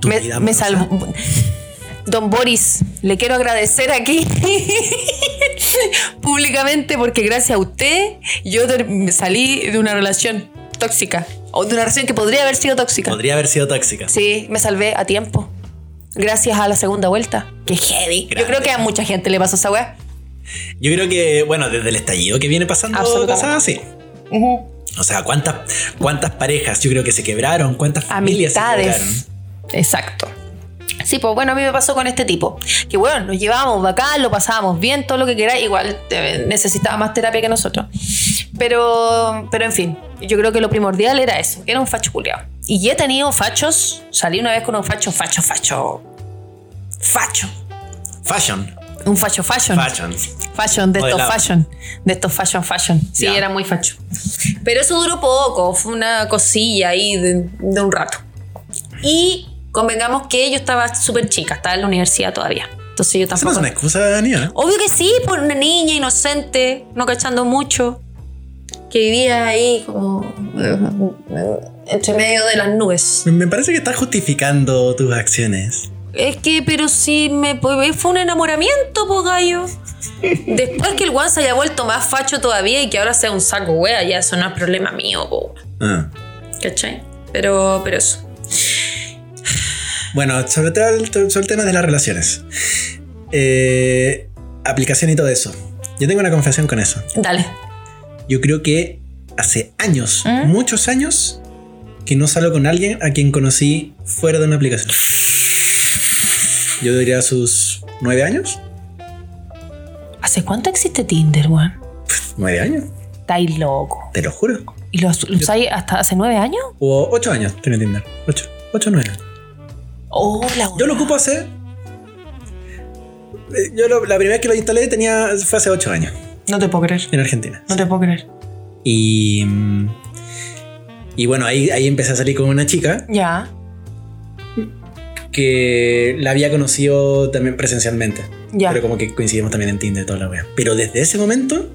tu Me, vida. me amorosa? salvó. Don Boris, le quiero agradecer aquí públicamente porque gracias a usted yo ter- salí de una relación tóxica. O de una relación que podría haber sido tóxica. Podría haber sido tóxica. Sí, me salvé a tiempo. Gracias a la segunda vuelta. Qué heavy. Yo creo que a mucha gente le pasó esa weá. Yo creo que, bueno, desde el estallido que viene pasando, Absolutamente. cosas así. O sea, ¿cuántas, ¿cuántas parejas yo creo que se quebraron? ¿Cuántas familias se quebraron? Amistades. Exacto. Sí, pues bueno, a mí me pasó con este tipo. Que bueno, nos llevábamos bacán, lo pasábamos bien, todo lo que queráis. Igual eh, necesitaba más terapia que nosotros. Pero, pero en fin, yo creo que lo primordial era eso, que era un facho culiao. Y he tenido fachos, salí una vez con un facho, facho, facho. Facho. Fashion. Un facho fashion. Fashion. Fashion, de estos Modelado. fashion. De estos fashion, fashion. Sí, Ya. era muy facho. Pero eso duró poco, fue una cosilla ahí de, de un rato. Y convengamos que yo estaba súper chica, estaba en la universidad todavía. Entonces yo Esa no tampoco. es una excusa, ¿eh? Daniela. Obvio que sí, por una niña inocente, no cachando mucho, que vivía ahí como eh, entre medio de las nubes. Me parece que estás justificando tus acciones. Es que, pero si me pues, fue un enamoramiento, po gallo. Después que el guan se haya vuelto más facho todavía y que ahora sea un saco wea, ya eso no es problema mío, po. Ah. ¿Cachai? Pero, pero eso. Bueno, sobre todo el, sobre el tema de las relaciones. Eh, aplicación y todo eso. Yo tengo una confesión con eso. Dale. Yo creo que hace años, ¿Eh? ¿Mm? muchos años, que no salgo con alguien a quien conocí fuera de una aplicación. Yo diría sus nueve años. ¿Hace cuánto existe Tinder, weón? Nueve años, Estáis loco. te lo juro. ¿Y lo, lo usáis hasta hace nueve años? O ocho años tiene Tinder. Ocho, ocho, nueve años. Oh, la Yo lo ocupo hace. eh, Yo lo- la primera vez que lo instalé tenía fue hace ocho años No te puedo creer. en Argentina. No te puedo creer. Y. mm, Y bueno, ahí, ahí empecé a salir con una chica Ya. que la había conocido también presencialmente. Ya. Pero como que coincidimos también en Tinder y toda la wea. Pero desde ese momento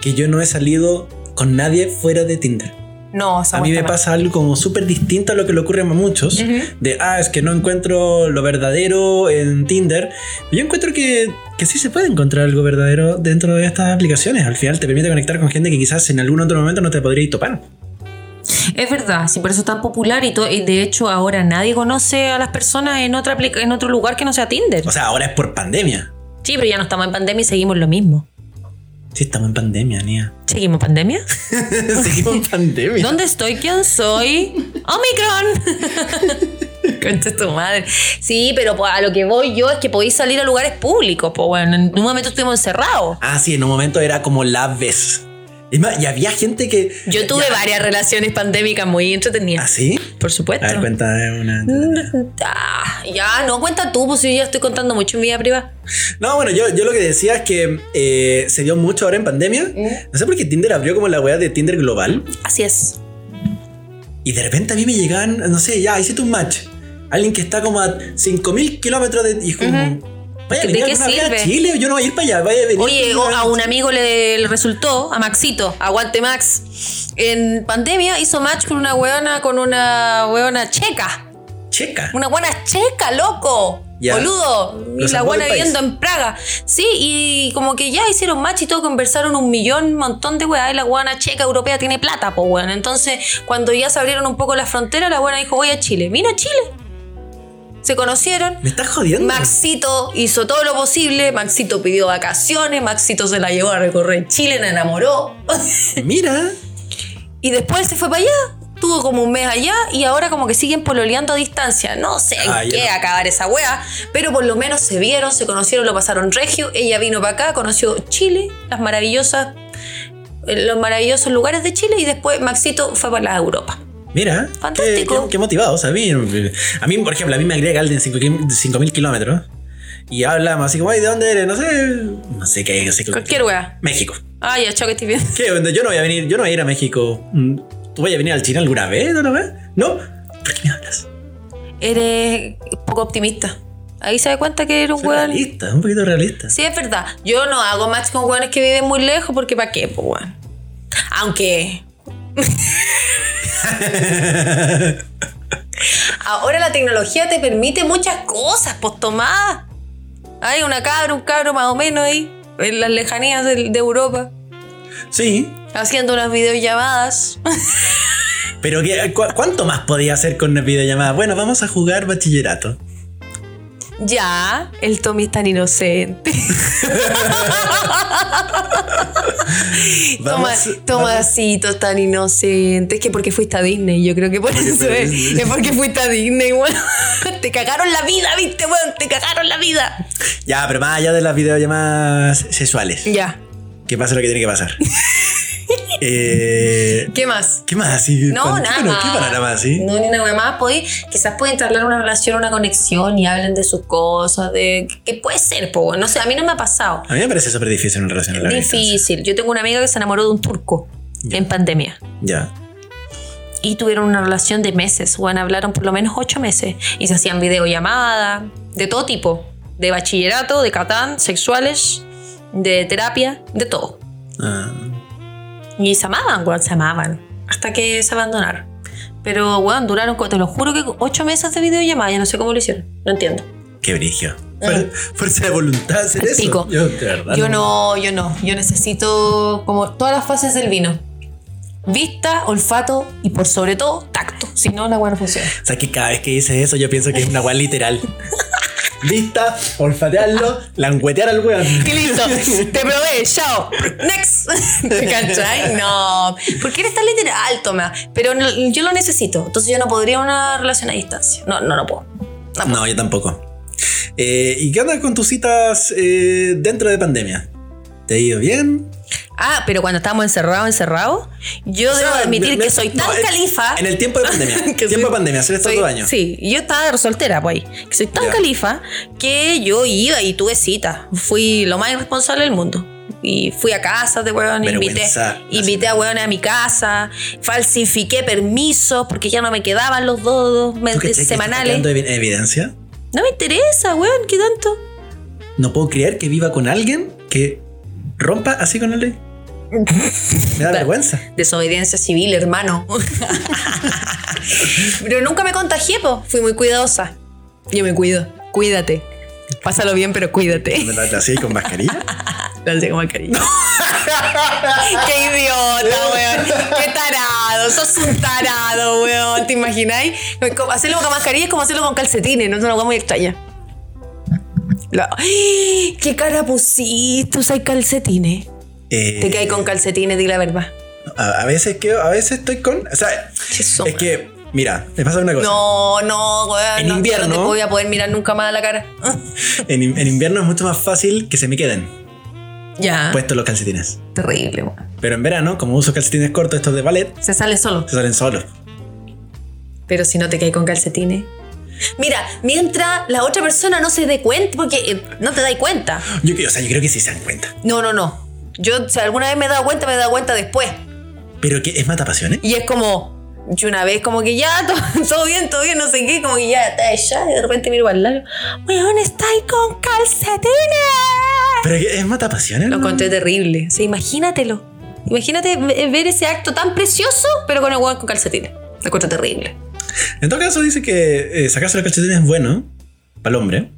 que yo no he salido con nadie fuera de Tinder. No, esa A mí weá me está mal. pasa algo como súper distinto a lo que le ocurre a muchos. Ujú. De, ah, es que no encuentro lo verdadero en Tinder. Yo encuentro que, que sí se puede encontrar algo verdadero dentro de estas aplicaciones. Al final te permite conectar con gente que quizás en algún otro momento no te podría topar. Es verdad, sí, por eso es tan popular y, to- y de hecho ahora nadie conoce a las personas en, otra aplica- en otro lugar que no sea Tinder. O sea, ahora es por pandemia. Sí, pero ya no estamos en pandemia y seguimos lo mismo. Sí, estamos en pandemia, Nia. ¿Seguimos en pandemia? Seguimos en pandemia. ¿Dónde estoy? ¿Quién soy? ¡Omicron! Concha tu madre. Sí, pero pues, a lo que voy yo es que podéis salir a lugares públicos. Pues bueno, en un momento estuvimos encerrados. Ah, sí, en un momento era como la vez. Y, más, y había gente que. Yo tuve varias relaciones pandémicas muy entretenidas, ¿Así? por supuesto. A ver, cuenta una. Ah, ya, no cuenta tú, pues yo ya estoy contando mucho en mi vida privada. No, bueno, yo, yo lo que decía es que eh, se dio mucho ahora en pandemia. No sé por qué Tinder abrió como la weá de Tinder global. Así es. Y de repente a mí me llegaban, no sé, ya, hiciste un match. Alguien que está como a 5000 kilómetros de. Y es como. Vaya, ¿De venir qué alguna vez sirve? a Chile, yo no voy a ir para allá, vaya a venir. Oye, tú, o- vaya. a un amigo le, le resultó, a Maxito, aguante Max. En pandemia hizo match con una hueona, con una hueona checa. Checa. Una buena checa, loco. Ya. Boludo, y Lo la salvó buena del país. viviendo en Praga. Sí, y como que ya hicieron match y todo, conversaron un millón, un montón de weá. Y la guana checa europea tiene plata, po weón. Entonces, cuando ya se abrieron un poco las fronteras, la buena dijo, voy a Chile. Vino a Chile. Se conocieron. ¿Me estás Mm. jodiendo? Maxito hizo todo lo posible, Maxito pidió vacaciones, Maxito se la llevó a recorrer Chile, la enamoró. Mira. Y después se fue para allá. Tuvo como un mes allá y ahora como que siguen pololeando a distancia. No sé en Ah, ya qué no. acabar esa wea, pero por lo menos se vieron, se conocieron, lo pasaron regio. Ella vino para acá, conoció Chile, las maravillosas, eh, los maravillosos lugares de Chile y después Maxito fue para la Europa. Mira, Fantástico. Qué, qué- qué motivados. A mí, a mí, por ejemplo, a mí me agrega alguien 5.000 kilómetros y hablamos así como, ay, ¿de dónde eres? No sé, no sé qué, no sé qué- Cualquier wea. México. Ah, ya, chao que estoy bien. ¿Qué onda? Yo no voy a venir, yo no voy a ir a México. Mm, ¿Tú vas a venir al Chile alguna vez? ¿No lo ves? No. ¿Por qué me hablas? Eres poco optimista. Ahí se da cuenta que eres un Soy weón. realista, un poquito realista. Sí, es verdad. Yo no hago match con hueones que viven muy lejos porque ¿para qué, pues, weón? Aunque. Ahora la tecnología te permite muchas cosas, pues tomá. Hay una cabra, un cabro más o menos ahí, en las lejanías del- de, Europa, Sí, haciendo unas videollamadas. pero ¿qué- cu- ¿cuánto más podía hacer con una videollamada? Bueno, vamos a jugar bachillerato. ya, el Tommy es tan inocente. Toma, Vamos- Tomasito, tan inocente. Es que porque fuiste a Disney, yo creo que por eso fue a es. Disney. Es porque fuiste a Disney, weón. Te cagaron la vida, viste, weón. Te cagaron la vida. Ya, pero más allá de las videollamadas sexuales. Ya. Que pasa lo que tiene que pasar. eh, ¿Qué más? ¿Qué más así? No, ¿Cuál- nada. qué- no, ¿Qué panorama así? No, ni una wea más. Podí- quizás pueden entablar una relación, una conexión y hablen de sus cosas, de. ¿Qué puede ser, po? weón. No sé, a mí no me ha pasado. A mí me parece súper difícil una relación a larga distancia. Difícil. Yo tengo una amiga que se enamoró de un turco en pandemia. Ya. y tuvieron una relación de meses, bueno, hablaron por lo menos ocho meses y se hacían videollamadas de todo tipo, de bachillerato, de catán, sexuales, de terapia, de todo. Ah, Y se amaban, weón, se amaban, hasta que se abandonaron. Pero, weón, duraron, co- te lo juro que ocho meses de videollamadas, yo no sé cómo lo hicieron, no entiendo. qué brigio. Fuer- Fuerza de voluntad hacer Al eso. Eh. pico. Yo, de verdad. Yo no, yo no. Yo necesito como todas las fases del vino. Vista, olfato y por sobre todo tacto. Si no, la agua no funciona. O sea, que cada vez que dices eso, yo pienso que es una guay literal. Vista, olfatearlo, languetear al weón. Y listo, te probé, chao. Next. ¿Te cachai? No. Porque eres tan literal, toma. Pero no- yo lo necesito. Entonces yo no podría una relación a distancia. No, no lo puedo. No, yo tampoco. Eh, ¿Y qué onda con tus citas eh, dentro de pandemia? ¿Te ha ido bien? Ah, pero cuando estábamos encerrados, encerrados, yo O sea, debo admitir me- me- que soy tan no, en- califa. En el tiempo de pandemia. que tiempo de soy- pandemia, hacer estos soy- dos años. Sí, yo estaba soltera, pues. ahí, Que soy tan Ya. califa que yo iba y tuve cita. Fui lo más irresponsable del mundo. Y fui a casa de weón, invité, Vergüenza invité a weón a mi casa, falsifiqué permisos porque ya no me quedaban los dos, dos ¿Tú cachai que meses está semanales. quedando evi- evidencia? No me interesa, weón, ¿qué tanto? No puedo creer que viva con alguien que rompa así con la ley. Me da vergüenza. Desobediencia civil, hermano. Pero nunca me contagié, po. Fui muy cuidadosa. Yo me cuido. Cuídate. Pásalo bien, pero cuídate. ¿Me la, la hacía ahí con mascarilla? Dale como cariño. Qué idiota, weón. Qué tarado. Sos un tarado, weón. ¿Te imagináis? Como Hacerlo con mascarilla es como hacerlo con calcetines, no es una cosa muy extraña. Lo- ¡Ay! ¿Qué cara pusiste? ¿Usas calcetines? Eh, Te quedas con calcetines, di la verdad. a, a veces que a veces estoy con. O sea, Chiso, es que, mira, me pasa una cosa. No, no, weón. En no, yo invierno- No te voy a poder mirar nunca más a la cara. En, in- en invierno es mucho más fácil que se me queden ya. puestos los calcetines. terrible, weón. Pero en verano, como uso calcetines cortos, estos de ballet, Se sale solo. se salen solos. Pero si no te caes con calcetines. Mira, mientras la otra persona no se dé cuenta, porque eh, no te das cuenta. Yo, que- o sea, yo creo que sí se dan cuenta. No, no, no. Yo, si alguna vez me he dado cuenta, me he dado cuenta después. Pero que es mata pasiones. Y es como, yo una vez como que ya, todo, todo bien, todo bien, no sé qué, como que ya está ya, y de repente miro al lado, weón, está ahí con calcetines. Pero que es mata pasiones. Lo ¿no? encontré terrible. Sí, imagínatelo. Imagínate ve- ver ese acto tan precioso, pero con el weón con calcetines. Lo encontré terrible. En todo caso, dice que eh, sacarse los calcetines es bueno para el hombre.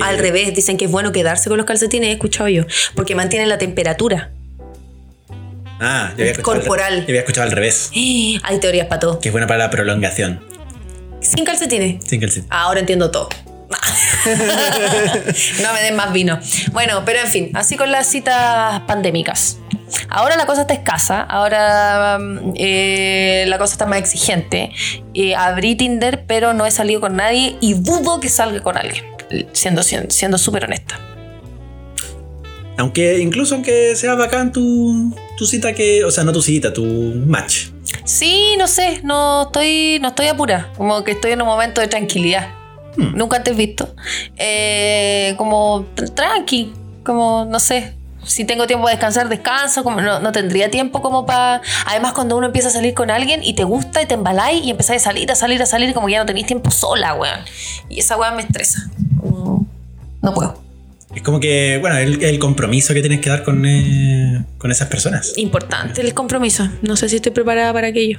Al revés, dicen que es bueno quedarse con los calcetines, he escuchado yo, porque mantienen la temperatura. Ah, yo había escuchado al- Corporal. yo había escuchado al revés. ¡Eh! Hay teorías para todo. Que es buena para la prolongación. Sin calcetines. Sin calcetín. Ahora entiendo todo. no me den más vino. Bueno, pero en fin, así con las citas pandémicas. Ahora la cosa está escasa, ahora mm, eh, la cosa está más exigente. Eh, abrí Tinder, pero no he salido con nadie y dudo que salga con alguien, siendo siendo siendo súper honesta. Aunque, incluso aunque sea bacán tu, tu cita que. O sea, no tu cita, tu match. Sí, no sé, no estoy, no estoy apura, como que estoy en un momento de tranquilidad, nunca antes visto. Eh, como tr- tranqui, como no sé. Si tengo tiempo de descansar, descanso. Como no, no tendría tiempo como para. Además, cuando uno empieza a salir con alguien y te gusta y te embaláis y empezáis a salir, a salir, a salir, como que ya no tenéis tiempo sola, weón. Y esa weón me estresa. Como, No puedo. Es como que, bueno, el, el compromiso que tienes que dar con, eh, con esas personas. Importante el compromiso. No sé si estoy preparada para aquello.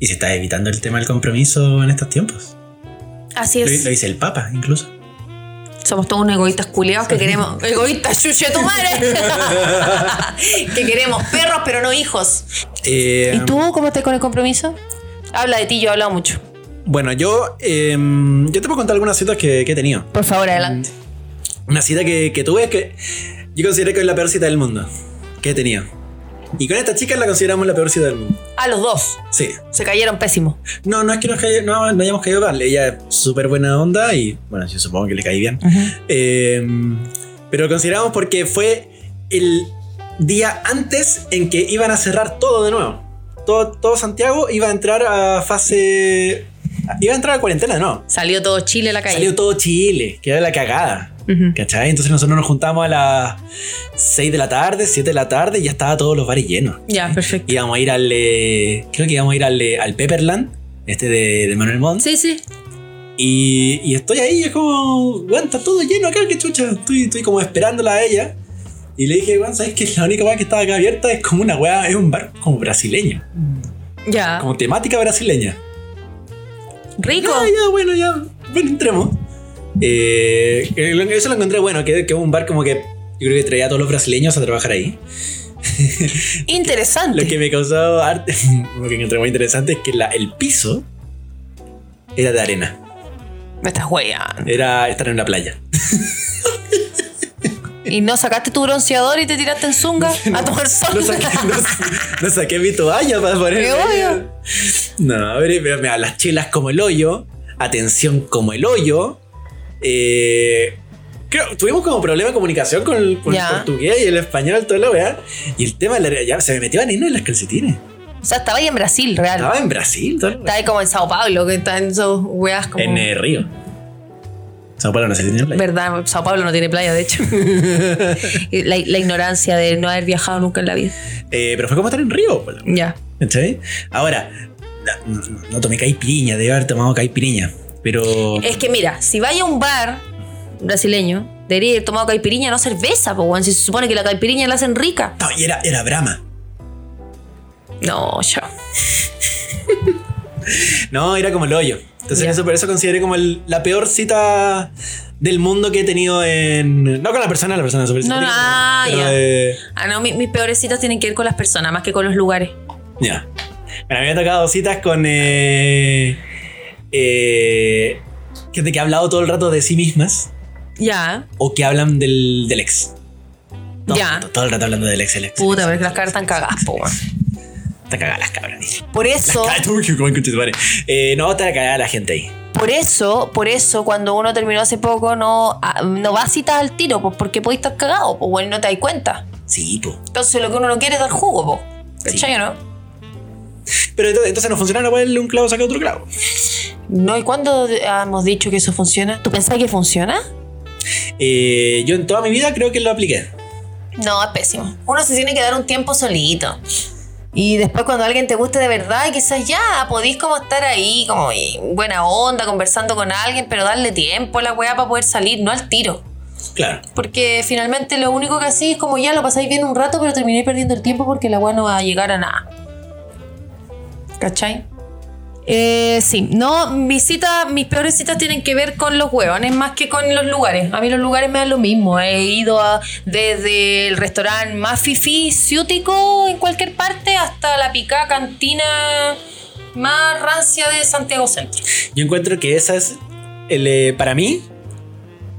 Y se está evitando el tema del compromiso en estos tiempos. Así Lo, es. lo dice el Papa, incluso. Somos todos unos egoístas culiados que queremos. Egoísta, chuche tu madre. que queremos perros, pero no hijos. Eh, ¿Y tú cómo estás con el compromiso? Habla de ti, yo he hablado mucho. Bueno, yo, em, yo te puedo contar algunas citas que, que he tenido. Por favor, adelante. Una cita que, que tuve que yo consideré que es la peor cita del mundo que he tenido. Y con esta chica la consideramos la peor cita del mundo. A los dos. Sí. Se cayeron pésimo. No, no es que nos cay- no, no hayamos caído mal. Ella es súper buena onda y bueno, yo supongo que le caí bien. Em, pero lo consideramos porque fue el día antes en que iban a cerrar todo de nuevo. Todo, todo Santiago iba a entrar a fase... Iba a entrar a cuarentena, ¿no? Salió todo Chile a la calle. Salió todo Chile, que era la cagada. Mm. Ujú. ¿Cachai? Entonces nosotros nos juntamos a las 6 de la tarde, 7 de la tarde, y ya estaba todos los bares llenos. Ya, perfecto. Íbamos a ir al. eh, creo que íbamos a ir al, eh, al Pepperland, este de, de Manuel Montt. Sí, sí. Y, y estoy ahí, es como, weón, está todo lleno acá, qué chucha. Estoy, estoy como esperándola a ella. Y le dije, weón, ¿sabes que La única weá que estaba acá abierta es como una weá, es un bar como brasileño, Ya. como temática brasileña. Rico. Ah, ya, bueno, ya. Bueno, entremos. Eh, que lo- eso lo encontré bueno, que, que un bar como que yo creo que traía a todos los brasileños a trabajar ahí. Interesante. Lo que me causó arte, lo que encontré muy interesante es que la- el piso era de arena. Me estás hueando. Era estar en la playa. ¿Y no sacaste tu bronceador y te tiraste en zunga a tomar sol? No saqué, no, no saqué mi toalla para poner. Qué obvio. No, a ver, pero mira, las chelas como el hoyo, atención como el hoyo. eh, creo, tuvimos como problema de comunicación con el, con el Ya. portugués y el español, toda la weá. Y el tema de la, ya se me metió veneno en las calcetines. O sea, estaba ahí en Brasil, real. Estaba en Brasil, toda la weá. Estaba ahí como en Sao Paulo, que están esos weas como. En eh, Río. Sao Paulo no se tiene playa. Verdad, Sao Paulo no tiene playa, de hecho. Y la, la ignorancia de no haber viajado nunca en la vida. Eh, pero fue como estar en Río, po, la weá, Ya. ¿cachai? Ahora, no, no- no tomé caipirinha, debe haber tomado caipirinha. Pero. Es que mira, si vaya a un bar brasileño, debería haber tomado caipiriña, no cerveza, pues, si se supone que la caipiriña la hacen rica. No, y era, era Brahma. No, yo. No, era como el hoyo. Entonces Ya. eso por eso consideré como el- la peor cita del mundo que he tenido en... No con la persona, la persona es súper No, no, simpática, ah, pero, ya. eh, Ah, no, mi- mis peores citas tienen que ver con las personas más que con los lugares. ya. Bueno, me había tocado citas con... eh, eh, gente que ha hablado todo el rato de sí mismas Ya. o que hablan del, del ex. Todo, Ya. el rato, todo el rato hablando del ex, el ex. Puta, pero es que las caras están cagadas, po, weón. Oh. Está cagada las cabras. Por eso, Ay, tú, qué buen coche tu madre. Eh, no, está cagada la gente ahí. por eso, por eso, cuando uno terminó hace poco, no, ah, no va a citas al tiro, pues porque podéis estar cagado, pues bueno, no te das cuenta. Sí, po. Entonces lo que uno no quiere es dar jugo, po. ¿Cachai o no? Pero entonces, entonces no funciona, no puede un clavo saca otro clavo. No, ¿y cuándo hemos dicho que eso funciona? ¿Tú pensás que funciona? Eh, yo en toda mi vida creo que lo apliqué. No, es pésimo. Uno se tiene que dar un tiempo solito. Y después cuando alguien te guste de verdad, quizás ya podís como estar ahí, como y buena onda, conversando con alguien, pero darle tiempo a la weá para poder salir, no al tiro. Claro. Porque finalmente lo único que hacéis es como ya lo pasáis bien un rato, pero termináis perdiendo el tiempo porque la weá no va a llegar a nada. ¿Cachai? Eh, sí, no, mis citas, mis peores citas tienen que ver con los huevones más que con los lugares. A mí los lugares me dan lo mismo. He ido a- desde el restaurante más fifí, ciútico, en cualquier parte, hasta la picada cantina más rancia de Santiago Centro. Yo encuentro que esa es, el, eh, para mí,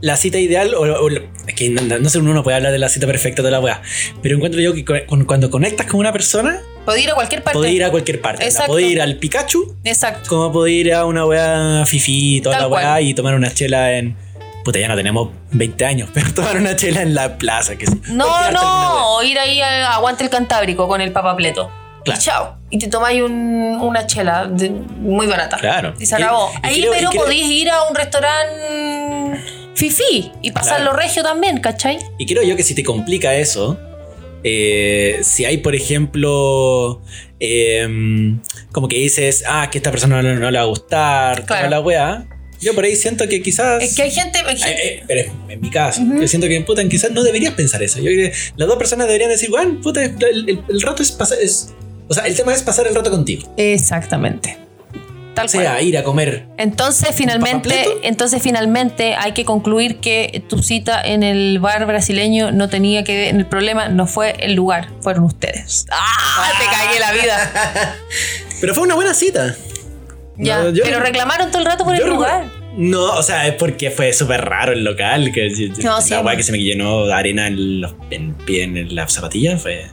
la cita ideal. O, o- es que no, no sé, uno no puede hablar de la cita perfecta de la weá. Pero encuentro yo que con- con- cuando conectas con una persona, Podía ir a cualquier parte. podés ir a cualquier parte. Exacto. Podés ir al Pikachu, Exacto. como podés ir a una weá fifi y toda Tal la weá cual. y tomar una chela en. Puta, ya no tenemos 20 años, pero tomar una chela en la plaza, que sí. O No, tirarte alguna weá. no, o ir ahí a Aguante el Cantábrico con el papapleto. Claro. Y chao. Y te tomáis un- una chela de- muy barata. Claro. Y se acabó. Y- y ahí, creo- pero y creo- podéis ir a un restaurante fifí y pasarlo regio también, ¿cachai? Y creo yo que si te complica eso, eh, si hay, por ejemplo, em, como que dices, ah, que esta persona no, no le va a gustar, toda Claro. la weá, yo por ahí siento que quizás. Es que hay gente. hay Ay, gente- ay, pero es- en mi caso, yo siento que puta, quizás no deberías pensar eso. Yo creo que las dos personas deberían decir, bueno, puta, el, el- el rato es pasar. es- o sea, el tema es pasar el rato contigo. Exactamente. Tal O sea, cual. ir a comer. Entonces papapleto? finalmente, entonces finalmente hay que concluir que tu cita en el bar brasileño no tenía que ver, el problema no fue el lugar, fueron ustedes. ¡Ah! Te cagué la vida. Pero fue una buena cita. Ya, No, yo- pero reclamaron todo el rato por el Yo recuerdo- lugar. No, o sea, es porque fue súper raro el local. Que, No, la sí, weá bueno. que se me llenó de arena en, los, en, pie- en la zapatilla fue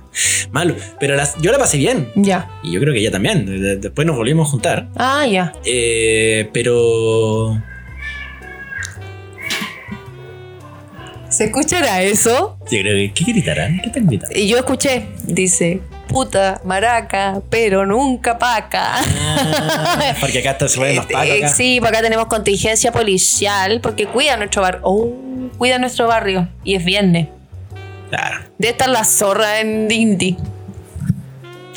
malo. Pero las- yo la pasé bien. Ya. Y yo creo que ella también. De- de- Después nos volvimos a juntar. Ah, ya. Eh, pero. ¿Se escuchará eso? Yo creo que. ¿Qué gritarán? ¿Qué están gritando? Y yo escuché, dice, puta, maraca, pero nunca paca. Ah, porque acá está- se ponen los pacos. Eh, acá. sí, porque acá tenemos contingencia policial, porque cuida nuestro barrio. cuida nuestro barrio. Y es viernes. Claro. Debe estar la zorra en Indy.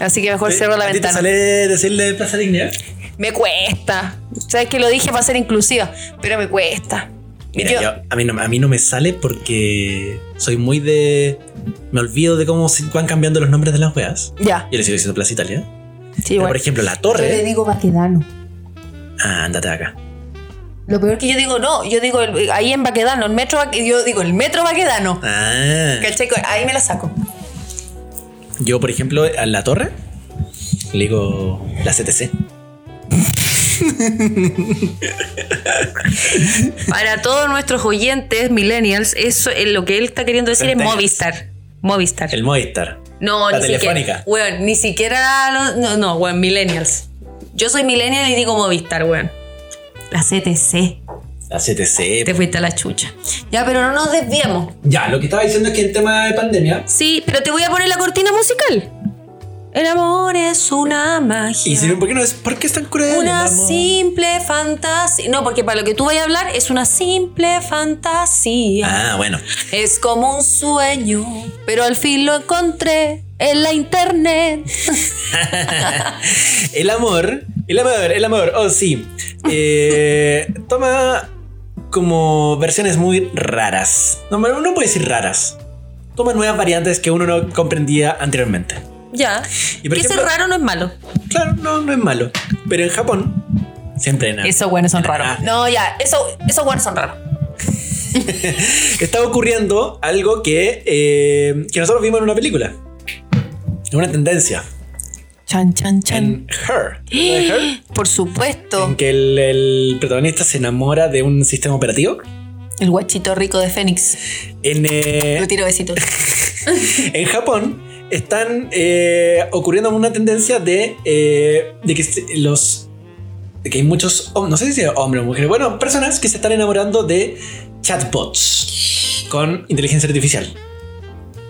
Así que mejor cierro la ¿A ti te ventana. sale decirle Plaza Dignidad? Me cuesta. Sabes que lo dije para ser inclusiva, pero me cuesta. Mira, Yo- yo, a, mí no, a mí no me sale porque soy muy de. Me olvido de cómo se van cambiando los nombres de las weas. Ya, Yo le sigo diciendo Plaza Italia. sí, Pero, bueno. por ejemplo, la Yo le torre. digo Baquedano. Ah, ándate de acá. Lo peor que yo digo, no, yo digo el- ahí en Baquedano, el metro, Baque- yo digo el metro Baquedano. Ah. ¿Cachai? Ahí me la saco. Yo, por ejemplo, a la torre le digo la CTC. Para todos nuestros oyentes millennials, eso es lo que él está queriendo decir es Centennials. Movistar. Movistar. El Movistar. no, la ni telefónica. siquiera. Weón, ni siquiera. lo- no, no, weón, millennials. Yo soy millennial y digo Movistar, weón. La CTC. La CTC. Te fuiste a la chucha. Ya, pero no nos desviamos. Ya, lo que estaba diciendo es que el tema de pandemia. Sí, pero te voy a poner la cortina musical. El amor es una magia. Y si no, ¿por qué no es? ¿Por qué es tan cruel? Ah. Una el amor? simple fantasía. No, porque para lo que tú vayas a hablar es una simple fantasía. Ah, bueno. Es como un sueño. Pero al fin lo encontré en la internet. El amor. El amor, el amor. Oh, sí. Eh, toma como versiones muy raras. No, no no puedo decir raras. Toma nuevas variantes que uno no comprendía anteriormente. Ya. Y por que ejemplo- ser raro no es malo. Claro, no, no es malo. Pero en Japón siempre nada. Esos buenos son Ah. raros. No, ya, eso, esos buenos son raros. Está ocurriendo algo que, eh, que nosotros vimos en una película. En una tendencia. Chan, chan, chan. En Her. ¿Recuerdas de Her? Por supuesto, En que el, el protagonista se enamora de un sistema operativo. el guachito rico de Fénix. En, eh, Le tiro besitos. en Japón están eh, ocurriendo una tendencia de, eh, de que se- los de que hay muchos hom- no sé si hombres o mujeres bueno personas que se están enamorando de chatbots con inteligencia artificial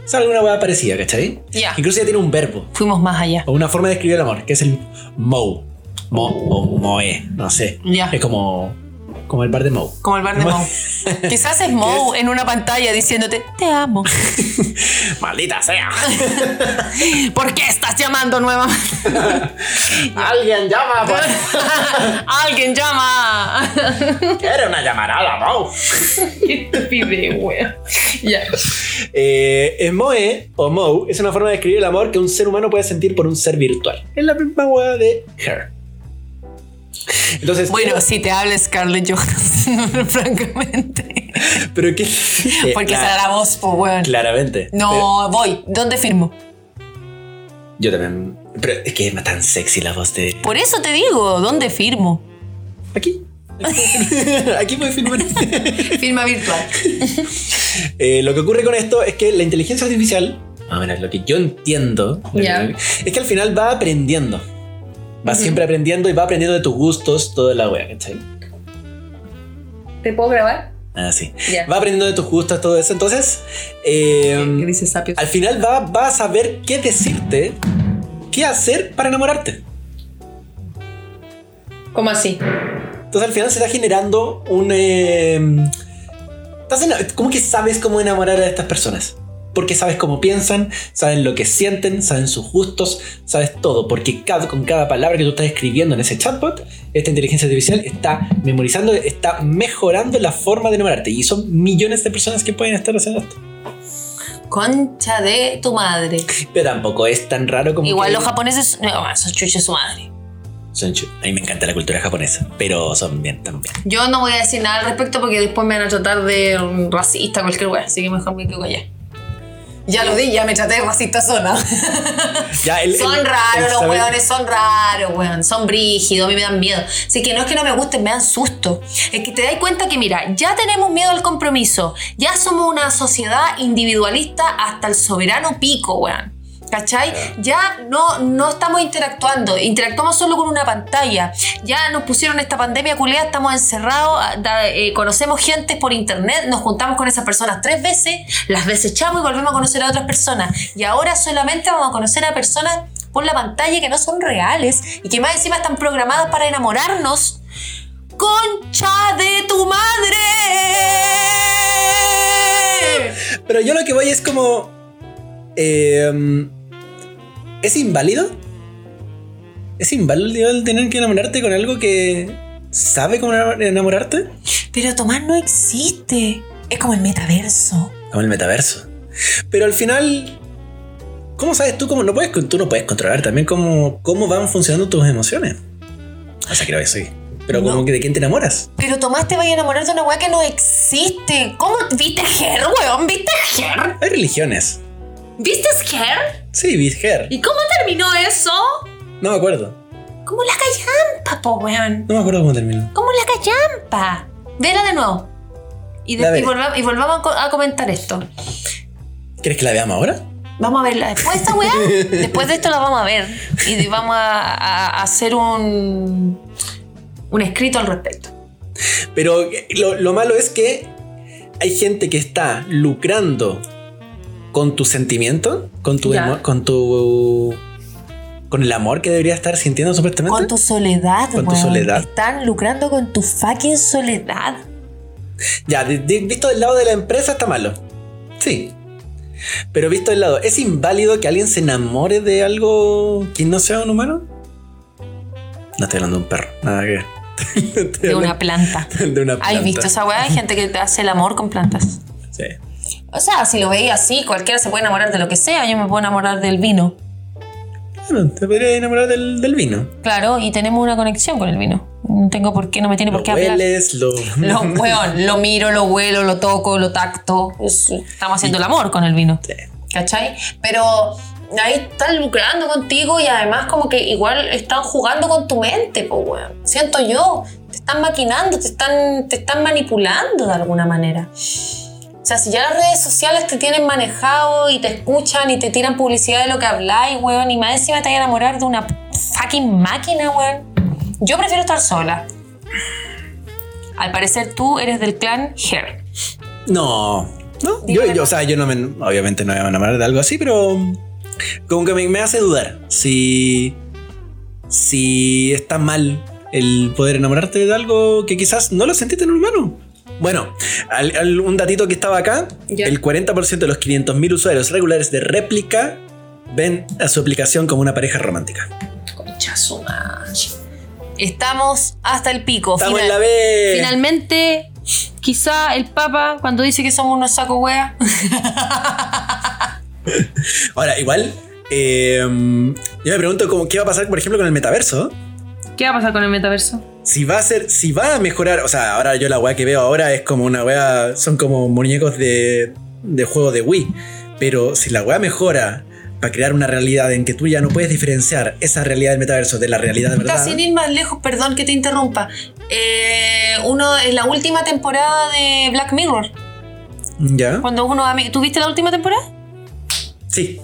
es alguna hueá parecida ¿cachai? Ya. incluso ya tiene un verbo Fuimos más allá. o una forma de escribir el amor que es el mo mo o moe no sé Ya. es como como el bar de mo Como el bar de Moe. Quizás es Moe en una pantalla diciéndote, te amo. maldita sea ¿Por qué estás llamando nuevamente? alguien llama pues. Alguien llama. era una llamarada mo Pide, wea. Ya. Eh, el Moe o Moe es una forma de describir el amor que un ser humano puede sentir por un ser virtual. Es la misma hueá de Her. Entonces, Bueno, si te habla Scarlett Johansson, francamente. ¿pero qué? Porque Cla- será la voz, pues, weón. Claramente. No, voy. ¿Dónde firmo? Pero yo también. Pero es que es tan sexy la voz de. Por eso te digo, ¿dónde firmo? Aquí. Aquí puedes filmar. Firma virtual. Eh, lo que ocurre con esto es que la inteligencia artificial, más o menos lo que yo entiendo, lo que- Ya. es que al final va aprendiendo. Va siempre aprendiendo y va aprendiendo de tus gustos, toda la wea, ¿cachai? ¿Te puedo grabar? Ah, sí. Ya. Va aprendiendo de tus gustos, todo eso. Entonces, eh, ¿Qué dice Sapio? al final va, va a saber qué decirte, qué hacer para enamorarte. ¿Cómo así? Entonces al final se está generando un... eh, estás ena- como que sabes cómo enamorar a estas personas. Porque sabes cómo piensan, saben lo que sienten, saben sus gustos, sabes todo. Porque cada- con cada palabra que tú estás escribiendo en ese chatbot, esta inteligencia artificial está memorizando, está mejorando la forma de enamorarte. Y son millones de personas que pueden estar haciendo esto. Concha de tu madre. Pero tampoco es tan raro como... Igual que- los japoneses. No, esos chuches su madre. Son chu- A mí me encanta la cultura japonesa, pero son bien también. Yo no voy a decir nada al respecto porque después me van a tratar de mm, racista, cualquier weá. Así que mejor me quedo allá. Ya lo di, ya me traté de racista zona. Ya, el- el- Son el raros los saber- weones, son raros, weón. Son brígidos, a mí me dan miedo. Así que no es que no me gusten, me dan susto. Es que te das cuenta que, mira, ya tenemos miedo al compromiso. Ya somos una sociedad individualista hasta el soberano pico, weón. ¿Cachai? Ya no, no estamos interactuando, interactuamos solo con una pantalla. Ya nos pusieron esta pandemia culea, estamos encerrados, a- da- eh, conocemos gente por internet, nos juntamos con esas personas tres veces, las desechamos y volvemos a conocer a otras personas. Y ahora solamente vamos a conocer a personas por la pantalla que no son reales y que más encima están programadas para enamorarnos. ¡Concha de tu madre! Pero yo lo que voy es como. eh, ¿Es inválido? ¿Es inválido el tener que enamorarte con algo que sabe cómo enamorarte? Pero Tomás no existe. Es como el metaverso. Como el metaverso. Pero al final. ¿Cómo sabes tú cómo no puedes, tú no puedes controlar también cómo, cómo van funcionando tus emociones? O sea, creo que sí. Pero No. como que de quién te enamoras. Pero Tomás te vaya a enamorar de una weá que no existe. ¿Cómo viste Her, weón? ¿Viste Her? Hay religiones. ¿Viste Her? Sí, Vidger. ¿Y cómo terminó eso? No me acuerdo. Como la callampa, po, weón. No me acuerdo cómo terminó. Como la callampa. Vela de nuevo. Y, de- La y veré. volva- y volvamos a co- a comentar esto. ¿Quieres que la veamos ahora? Vamos a verla después esta weá. después de esto la vamos a ver. Y vamos a, a- a hacer un, un escrito al respecto. Pero eh, lo, lo malo es que hay gente que está lucrando con tu sentimiento, con tu, Ya. emo- con tu. con el amor que debería estar sintiendo supuestamente. Con tu soledad, Con tu weón. soledad. Están lucrando con tu fucking soledad. Ya, de- de- visto del lado de la empresa está malo. Sí. Pero visto del lado, ¿es inválido que alguien se enamore de algo que no sea un humano? No estoy hablando de un perro, nada que ver. Estoy De una planta. hablando de una ¿Hay planta. visto esa weá? Hay gente que hace el amor con plantas. Sí. O sea, si lo veía así, cualquiera se puede enamorar de lo que sea. Yo me puedo enamorar del vino. Claro, te podrías enamorar del, del vino. Claro, y tenemos una conexión con el vino. No tengo por qué, no me tiene por Lo qué hablar. hueles, lo... Lo, weón, lo miro, lo huelo, lo toco, lo tacto. Es- Estamos haciendo el amor con el vino. ¿Cachai? Pero ahí están lucrando contigo y además como que igual están jugando con tu mente, pues weón. Siento yo, te están maquinando, te están, te están manipulando de alguna manera. O sea, si ya las redes sociales te tienen manejado y te escuchan y te tiran publicidad de lo que habláis, weón, y más encima te vas a enamorar de una fucking máquina, weón. Yo prefiero estar sola. Al parecer tú eres del clan Her. No. No, yo, Dígame yo, o sea, yo no me, obviamente no me voy a enamorar de algo así, pero como que me, me hace dudar si, si está mal el poder enamorarte de algo que quizás no lo sentiste en un humano. Bueno, al- al- un datito que estaba acá, Ya. el 40% de los 500.000 usuarios regulares de réplica ven a su aplicación como una pareja romántica. Concha su madre. Estamos hasta el pico. Estamos en Final- la B. Finalmente, quizá el Papa, cuando dice que somos unos saco wea, em, Ahora, igual, eh, yo me pregunto cómo, qué va a pasar, por ejemplo, con el metaverso. ¿Qué va a pasar con el metaverso? Si va a ser, si va a mejorar, o sea, ahora yo la weá que veo ahora es como una weá, son como muñecos de, de juego de Wii. Pero si la weá mejora para crear una realidad en que tú ya no puedes diferenciar esa realidad del metaverso de la realidad de verdad. Sin ir más lejos, perdón que te interrumpa. Eh, uno, en la última temporada de Black Mirror, ¿Ya? cuando uno... ami- ¿Tú viste la última temporada? Sí.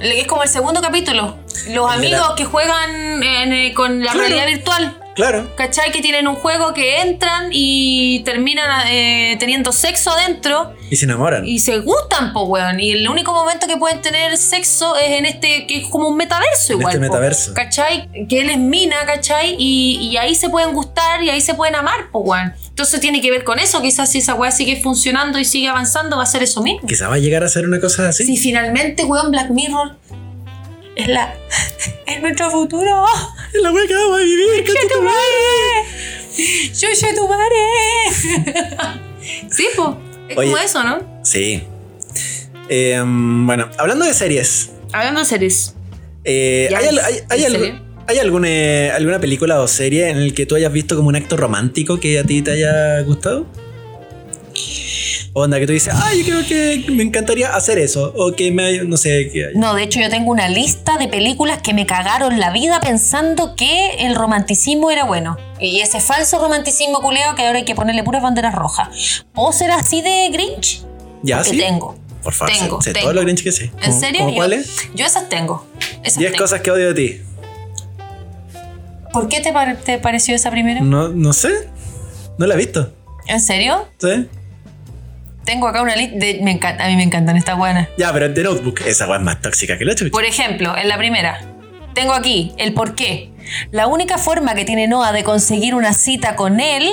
Le- Es como el segundo capítulo. Los El de amigos la- que juegan en, eh, con la Claro. realidad virtual. Claro. ¿Cachai? Que tienen un juego que entran y terminan eh, teniendo sexo adentro Y se enamoran. y se gustan, po, weón. Y el único momento que pueden tener sexo es en este, que es como un metaverso En igual. este po. metaverso. ¿Cachai? Que él es mina, ¿cachai? Y, y ahí se pueden gustar y ahí se pueden amar, po, weón. Entonces tiene que ver con eso. Quizás si esa weá sigue funcionando y sigue avanzando, va a ser eso mismo. Quizá va a llegar a ser una cosa así. Si finalmente, weón, Black Mirror es la. es nuestro futuro. Es la weá que vamos a vivir, concha tu madre. ¡Yo soy tu madre! sí, po. Es Oye. como eso, ¿no? Sí. Eh, mm, bueno, hablando de series, Hablando de series. eh, Ya ¿hay, al- ves, hay- hay ¿en algo- serio? hay alguna, alguna película o serie en el que tú hayas visto como un acto romántico que a ti te haya gustado? Onda, que tú dices, ay, yo creo que me encantaría hacer eso. O que me, haya- no sé, que haya- No, de hecho yo tengo una lista de películas que me cagaron la vida pensando que el romanticismo era bueno. Y ese falso romanticismo culeo que ahora hay que ponerle puras banderas rojas. ¿Puedo ser así de Grinch? Ya, que ¿Ah, sí. tengo. Por favor, tengo, sé, sé tengo. todo lo grinch que sé. ¿En serio? ¿Cómo Yo- cuáles? Yo esas tengo. Esas 10 tengo. cosas que odio de ti. ¿Por qué te, par- te pareció esa primera? No, no sé. No la he visto. ¿En serio? ¿Sí? Tengo acá una lista de... Me encanta, a mí me encantan estas buenas. Ya, pero The Notebook, esa weá es más tóxica que la chucha. Por ejemplo, en la primera, tengo aquí el por qué. La única forma que tiene Noah de conseguir una cita con él,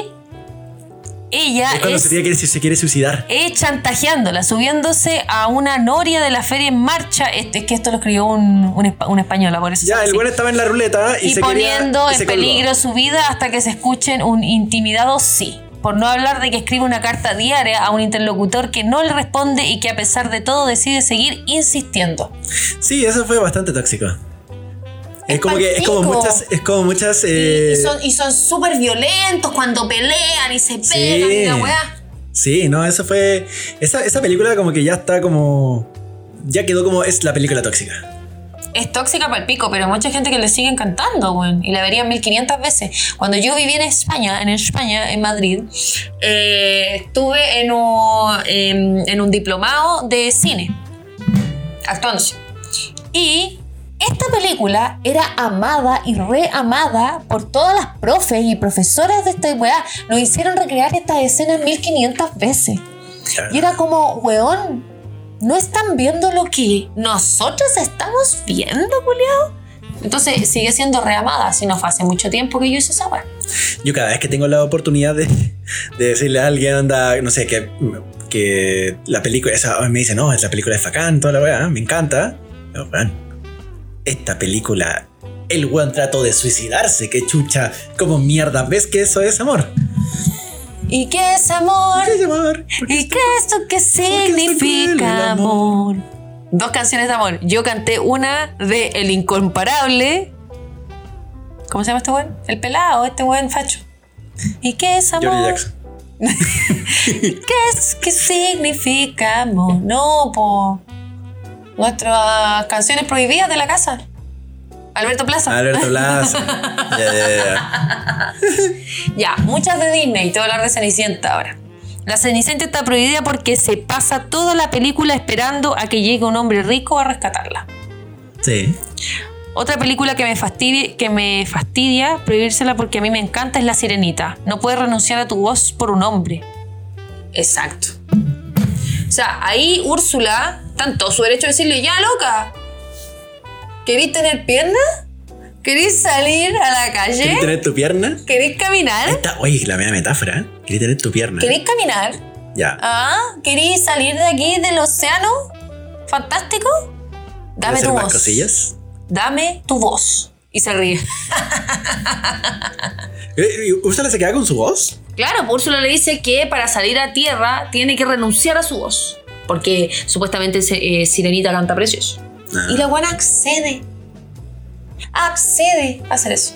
ella Es cuando es, se, tiene que, se quiere suicidar. es chantajeándola, subiéndose a una noria de la feria en marcha. Este- es que esto lo escribió un, un espa- una española, por eso. Ya, es el así. bueno estaba en la ruleta y, y se quería- poniendo y en se colgó. peligro su vida hasta que se escuchen un intimidado sí. Por no hablar de que escribe una carta diaria a un interlocutor que no le responde y que a pesar de todo decide seguir insistiendo. Sí, eso fue bastante tóxico. Es, Es como que es como palpico. muchas es como muchas Y, eh, y son y son súper violentos cuando pelean y se pegan Sí. y la weá. Sí, no, eso fue esa, esa película como que ya está como ya quedó como es la película tóxica. Es tóxica para el pico, pero hay mucha gente que le sigue encantando, weón. Y la verían 1500 veces. Cuando yo viví en España, en España, en Madrid, eh, estuve en un, em, en- en un diplomado de cine, actuándose. Y esta película era amada y reamada por todas las profes y profesoras de esta weá. Nos hicieron recrear estas escenas 1500 veces. Y era como, weón, ¿no están viendo lo que nosotros estamos viendo, culiao? Entonces sigue siendo reamada, si no fue hace mucho tiempo que yo hice esa weá. Yo cada vez que tengo la oportunidad de, de decirle a alguien anda, no sé, que, que la película esa me dice, "No, es la película de Facán, toda la weá, me encanta." No, weón, esta película el weón trató de suicidarse, qué chucha, como mierda, ¿ves que eso es amor? ¿Y qué es amor? ¿Qué es amor? ¿Por qué ¿Y qué es lo que es tan cruel el significa amor? Dos canciones de amor. Yo canté una de El Incomparable. ¿Cómo se llama este weón? El pelado, este weón facho. ¿Y qué es amor? Jordi Jackson. ¿Qué es? ¿Qué significamos? No, po. Nuestras canciones prohibidas de la casa. Alberto Plaza. Alberto Blas. Ya, ya, ya. Ya, muchas de Disney. Te voy a hablar de Cenicienta ahora. La Cenicienta está prohibida porque se pasa toda la película esperando a que llegue un hombre rico a rescatarla. Sí. Otra película que me, fastidie- que me fastidia prohibírsela porque a mí me encanta es La Sirenita. No puedes renunciar a tu voz por un hombre. Exacto. O sea, ahí Úrsula, tanto su derecho a decirle, ya loca, ¿querís tener piernas? ¿Querís salir a la ¿Querés calle? tener tu pierna? ¿Querís caminar? Esta, oye, la media metáfora. ¿eh? ¿Querés tener tu pierna? ¿Querís caminar? Ya. ¿Ah? ¿Querís salir de aquí del océano? ¿Fantástico? ¿Querés Dame hacer tu más voz. cosillas? Dame tu voz. Y se ríe. Eh, ¿y ¿Úrsula se queda con su voz? Claro, pues Úrsula le dice que para salir a tierra tiene que renunciar a su voz. Porque supuestamente eh, Sirenita canta precioso. Ah. Y la guana accede. Accede a hacer eso.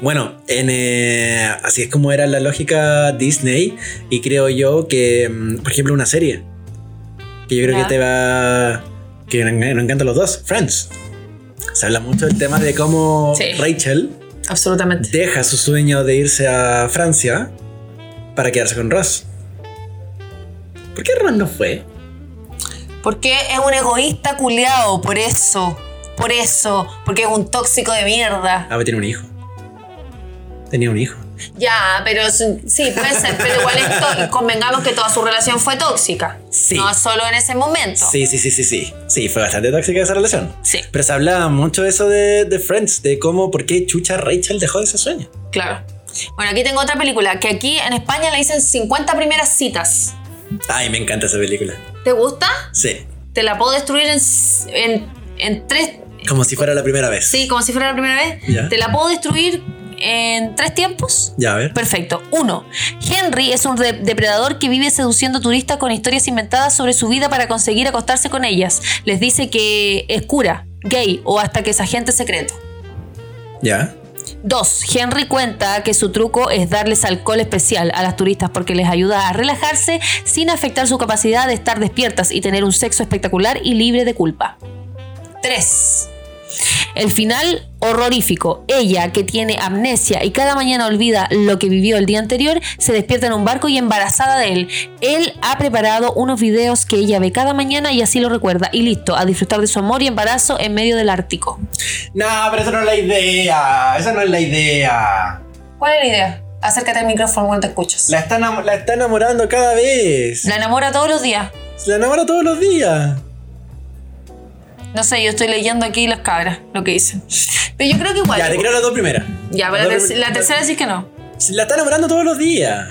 Bueno, en, eh, así es como era la lógica Disney y creo yo que, mm, por ejemplo, una serie que yo creo Ya. que te va... que nos nos encantan los dos, Friends. Se habla mucho del tema de cómo Sí. Rachel Absolutamente. deja su sueño de irse a Francia para quedarse con Ross. ¿Por qué Ross no fue? Porque es un egoísta culeado, por eso. Por eso. Porque es un tóxico de mierda. Ah, tiene un hijo. Tenía un hijo. Ya, pero su- sí, puede ser. Pero igual es to- convengamos que toda su relación fue tóxica. Sí. No solo en ese momento. Sí, sí, sí, sí, sí. Sí, fue bastante tóxica esa relación. Sí. Pero se hablaba mucho de eso de, de Friends, de cómo, por qué Chucha Rachel dejó ese sueño. Claro. Bueno, aquí tengo otra película que aquí en España le dicen 50 primeras citas. Ay, me encanta esa película. ¿Te gusta? Sí, Te la puedo destruir en, en, en tres. como si fuera la primera vez. Sí, como si fuera la primera vez. Ya. Te la puedo destruir en tres tiempos. Ya, a ver. Perfecto. Uno, Henry es un de- depredador que vive seduciendo turistas con historias inventadas sobre su vida para conseguir acostarse con ellas. Les dice que es cura, gay o hasta que es agente secreto. Ya. Dos, Henry cuenta que su truco es darles alcohol especial a las turistas porque les ayuda a relajarse sin afectar su capacidad de estar despiertas y tener un sexo espectacular y libre de culpa. 3. El final horrorífico. Ella, que tiene amnesia y cada mañana olvida lo que vivió el día anterior, se despierta en un barco y embarazada de él. Él ha preparado unos videos que ella ve cada mañana y así lo recuerda. Y listo, a disfrutar de su amor y embarazo en medio del Ártico. No, pero esa no es la idea. Esa no es la idea. ¿Cuál es la idea? Acércate al micrófono cuando te escuchas. La está, enamo- la está enamorando cada vez. La enamora todos los días. La enamora todos los días. No sé, yo estoy leyendo aquí las cabras, lo que dicen. Pero yo creo que igual. Ya, te creo las dos primeras. Ya, pero Las la, dos ter- primeras- la tercera sí que no. La está enamorando todos los días.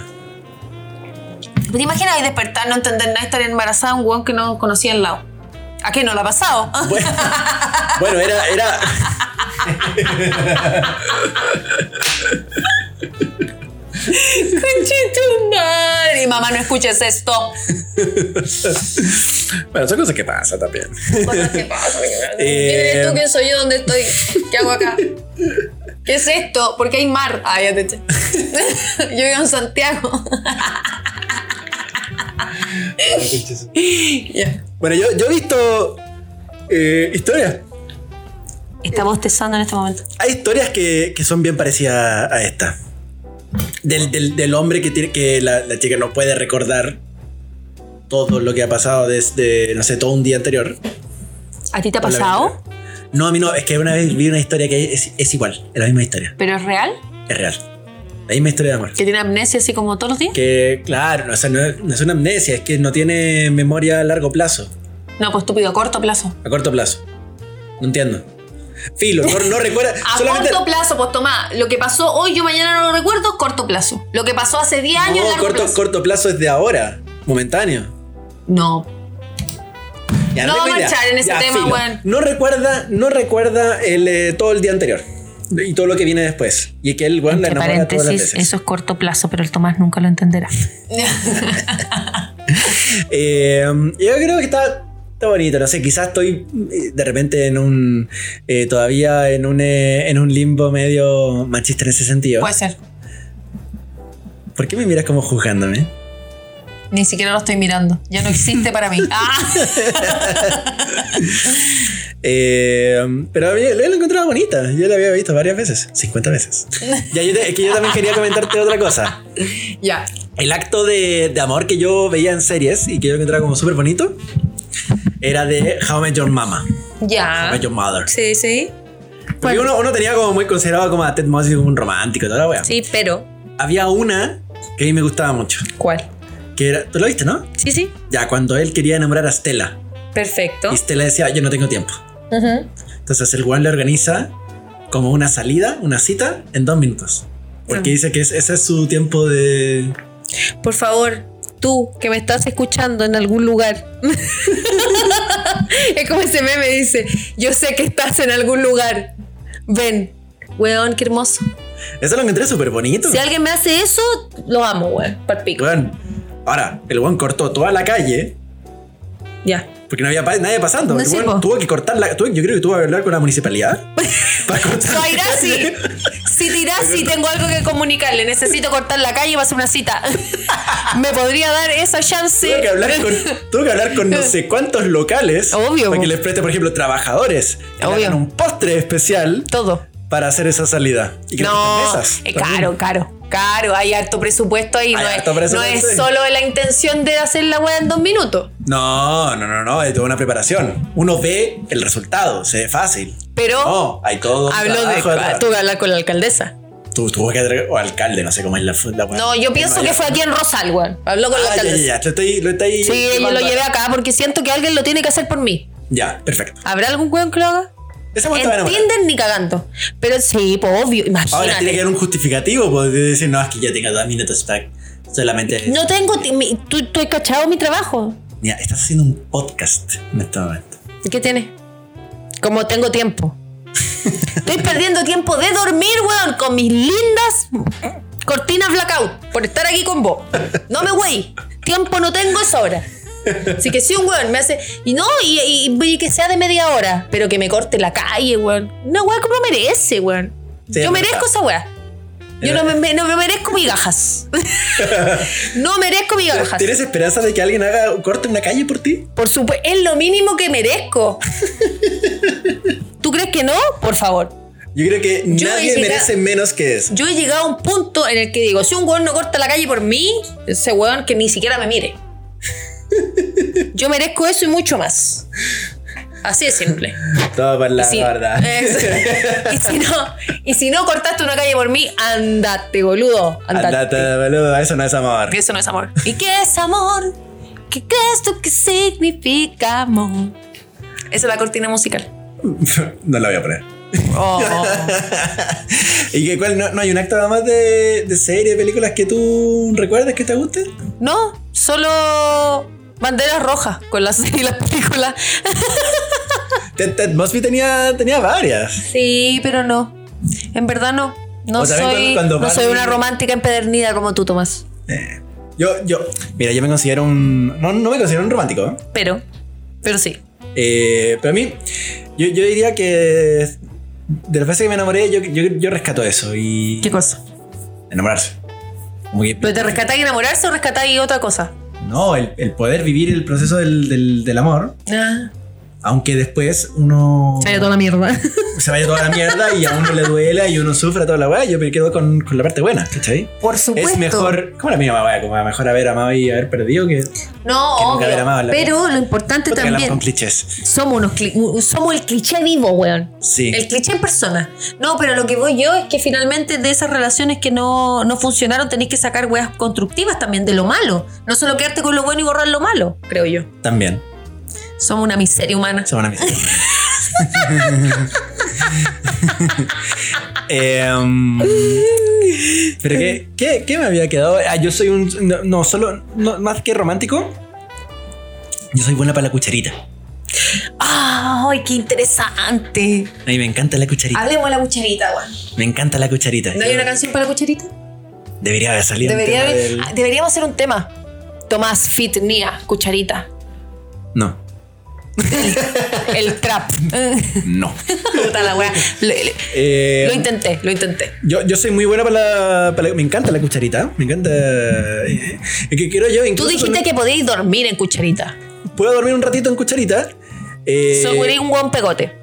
¿Te imaginas ahí despertar, no entender nada, estar embarazada de un weón que no conocía al lado? ¿A qué no la ha pasado? Bueno, bueno, era, era. Conchetumare. Y mamá, no escuches esto. Bueno, son cosas que pasan también. ¿Qué pasa? ¿Quién Eh, eres tú? ¿Quién soy yo? ¿Dónde estoy? ¿Qué hago acá? ¿Qué es esto? ¿Por qué hay mar? Ah, ya te eché. Yo vivo en Santiago. Ya. Bueno, yo, yo he visto eh, historias. Está bostezando en este momento. Hay historias que, que son bien parecidas a esta. Del, del- del hombre que, tiene, que la, la chica no puede recordar todo lo que ha pasado desde, no sé, todo un día anterior. ¿A ti te ha Hola, pasado? No, a mí no, es que una vez vi una historia que es, es igual, es la misma historia, ¿Pero es real? es real. La misma historia de amor. ¿Que tiene amnesia así como todos los días? Que, claro, no, o sea, no es- no es una amnesia, es que no tiene memoria a largo plazo. No, pues estúpido, a corto plazo. A corto plazo. No entiendo. Filo, no, no recuerda. A solamente. corto plazo, pues tomá, lo que pasó hoy yo mañana no lo recuerdo, corto plazo. Lo que pasó hace 10 años, no, largo corto, plazo. corto plazo es de ahora. Momentáneo. No, Ya, No tengo vamos a idea. entrar en ese tema, filo. weón. No recuerda, no recuerda el, eh, todo el día anterior. Y todo lo que viene después. Y que el weón la entre enamora todas las paréntesis, veces. eso es corto plazo, pero el Tomás nunca lo entenderá. Eh, yo creo que está, está bonito, no sé, quizás estoy eh, de repente en un, eh, todavía en un, eh, en un limbo medio machista en ese sentido. Puede ser. ¿Por qué me miras como juzgándome? Ni siquiera lo estoy mirando. Ya no existe para mí. Ah, Eh, pero a mí yo la encontraba bonita, yo la había visto varias veces, 50 veces. Ya, yo te- es que yo también quería comentarte otra cosa. ya. El acto de, de amor que yo veía en series y que yo encontraba como súper bonito era de How I Met Your Mama, How I Ya. Met Your Mother. Sí, sí. Porque uno, uno tenía como muy considerado como a Ted Mosby como un romántico y toda la wea. Sí, pero. había una que a mí me gustaba mucho. ¿Cuál? Que era, ¿Tú lo viste, no? Sí, sí. Ya, cuando él quería enamorar a Stella. Perfecto. Oh. Y Stella decía, yo no tengo tiempo. Entonces el one le organiza como una salida, una cita, en dos minutos. Porque dice que es- ese es su tiempo de... Por favor, tú que me estás escuchando en algún lugar. es como ese meme dice, yo sé que estás en algún lugar. Ven. Weón, qué hermoso. Eso lo encontré súper bonito. Si alguien me hace eso, lo amo, weón. Palpico. Weón. Ahora, el one cortó toda la calle Ya. Porque no había pa- nadie pasando. No El weón sirvo. tuvo que cortar la. tuvo- yo creo que tuvo que hablar con la municipalidad. para cortar. Soy Irasi. Si Tirasi, tengo algo que comunicarle. Necesito cortar la calle para hacer una cita. ¿Me podría dar esa chance? Tuvo que hablar con, tuvo que hablar con no sé cuántos locales. Obvio, Para po. que les preste, por ejemplo, trabajadores. que le Obvio. hagan un postre especial Todo. para hacer esa salida. Y que les No, eh, pongan es mesas también. caro, caro. Caro, hay harto presupuesto ahí. Hay no, harto es, presupuesto, no es sí. solo Solo la intención de hacer la weá en dos minutos. No, no, no, no, hay toda una preparación. Uno ve el resultado, se ve fácil. Pero No, hay todo. un habló de. trabajo detrás. Tuve que hablar con la alcaldesa. Tú, tuvo que atre- o alcalde, no sé cómo es la, la weá. No, yo pienso que fue aquí en Rosal, weón. Habló con la Ah, ya, ya, alcaldesa. ya, te estoy- lo estoy Sí, yo llevando lo a- llevé acá porque siento que alguien lo tiene que hacer por mí. Ya, perfecto. ¿Habrá algún weón que lo haga? Esa weá te va a En enamorar. Tinder ni cagando. Pero sí, pues obvio, Ahora tiene que imagínate. haber un justificativo, pues, de decir, no, es que yo tengo dos minutos para solamente. No tengo. ti- mi- ¿Tú, tú has cachado mi trabajo? Mira, estás haciendo un podcast en este momento. ¿Qué tiene? Como tengo tiempo. Estoy perdiendo tiempo de dormir, weón, con mis lindas cortinas blackout por estar aquí con vos. No me wey. Tiempo no tengo es hora. Así que si un weón me hace. Y no, y, y- y que sea de media hora, pero que me corte la calle, weón. Una weá como merece, weón. Sí, Yo es merezco verdad. esa weá. Yo no me, me- no me merezco migajas. no merezco migajas. ¿Tienes esperanza de que alguien haga corte una calle por ti? Por supuesto, es lo mínimo que merezco. ¿Tú crees que no? Por favor. Yo creo que Yo nadie hice la- merece menos que eso. Yo he llegado a un punto en el que digo, si un weón no corta la calle por mí, ese weón que ni siquiera me mire. Yo merezco eso y mucho más. Así de simple. Todo por la Sí. eh, verdad. Es- y, si no, y si no cortaste una calle por mí, andate, boludo. Andate. Andate, boludo, eso no es amor. Que eso no es amor. ¿Y qué es amor? ¿Qué crees tú que significa amor? Esa es la cortina musical. no la voy a poner. Oh. ¿Y que cuál? ¿No, no hay un acto más de, de serie, películas que tú recuerdes que te guste? No, solo banderas rojas con las y las películas. Ted, Ted Mosby tenía, tenía varias. Sí, pero no. En verdad no. No O también soy, cuando- cuando no soy Barbie- una romántica empedernida como tú, Tomás. Yo, yo, mira, yo me considero un. No, no me considero un romántico, ¿eh? Pero, pero sí. Eh, pero a mí, yo, yo diría que de las veces que me enamoré, yo, yo, yo rescato eso y. ¿Qué Pues- cosa? Enamorarse. Como que- ¿Pero te rescatáis enamorarse o rescatáis otra cosa? no, el, el poder vivir el proceso del, del- del amor, Ah, aunque después uno toda la mierda. se vaya toda la mierda y a uno le duela y uno sufra toda la weá, yo me quedo con, con la parte buena, ¿cachai? Por supuesto. Es mejor, como la misma weá, como mejor haber amado y haber perdido que. No, que nunca obvio. haber amado, la Pero lo importante Puta, que hablamos también, con clichés. somos, unos cli- somos el cliché vivo, weón. Sí. El cliché en persona. No, pero lo que voy yo es que finalmente de esas relaciones que no, no funcionaron tenéis que sacar weas constructivas también de lo malo. No solo quedarte con lo bueno y borrar lo malo, creo yo. También. Somos una miseria humana. Son una miseria. Em, pero qué, qué, qué me había quedado. Ah, yo soy un. No, no, solo. no, más que romántico. Yo soy buena para la cucharita. ¡Ay, qué interesante! A mí me encanta la cucharita. Hablemos de la cucharita, weón. Me encanta la cucharita. Ah. ¿No hay una canción para la cucharita? Debería haber salido. un Debería tema haber- del- ah, Deberíamos hacer un tema. Tomás, fit, Nia, cucharita. No, El trap. no. Puta la wea. Lo, Eh, lo intenté, lo intenté. yo, yo soy muy buena para la, para la- Me encanta la cucharita. Me encanta. eh, Es que quiero yo. Tú incluso dijiste con- que podíais dormir en cucharita. Puedo dormir un ratito en cucharita. eh, Soy un buen pegote.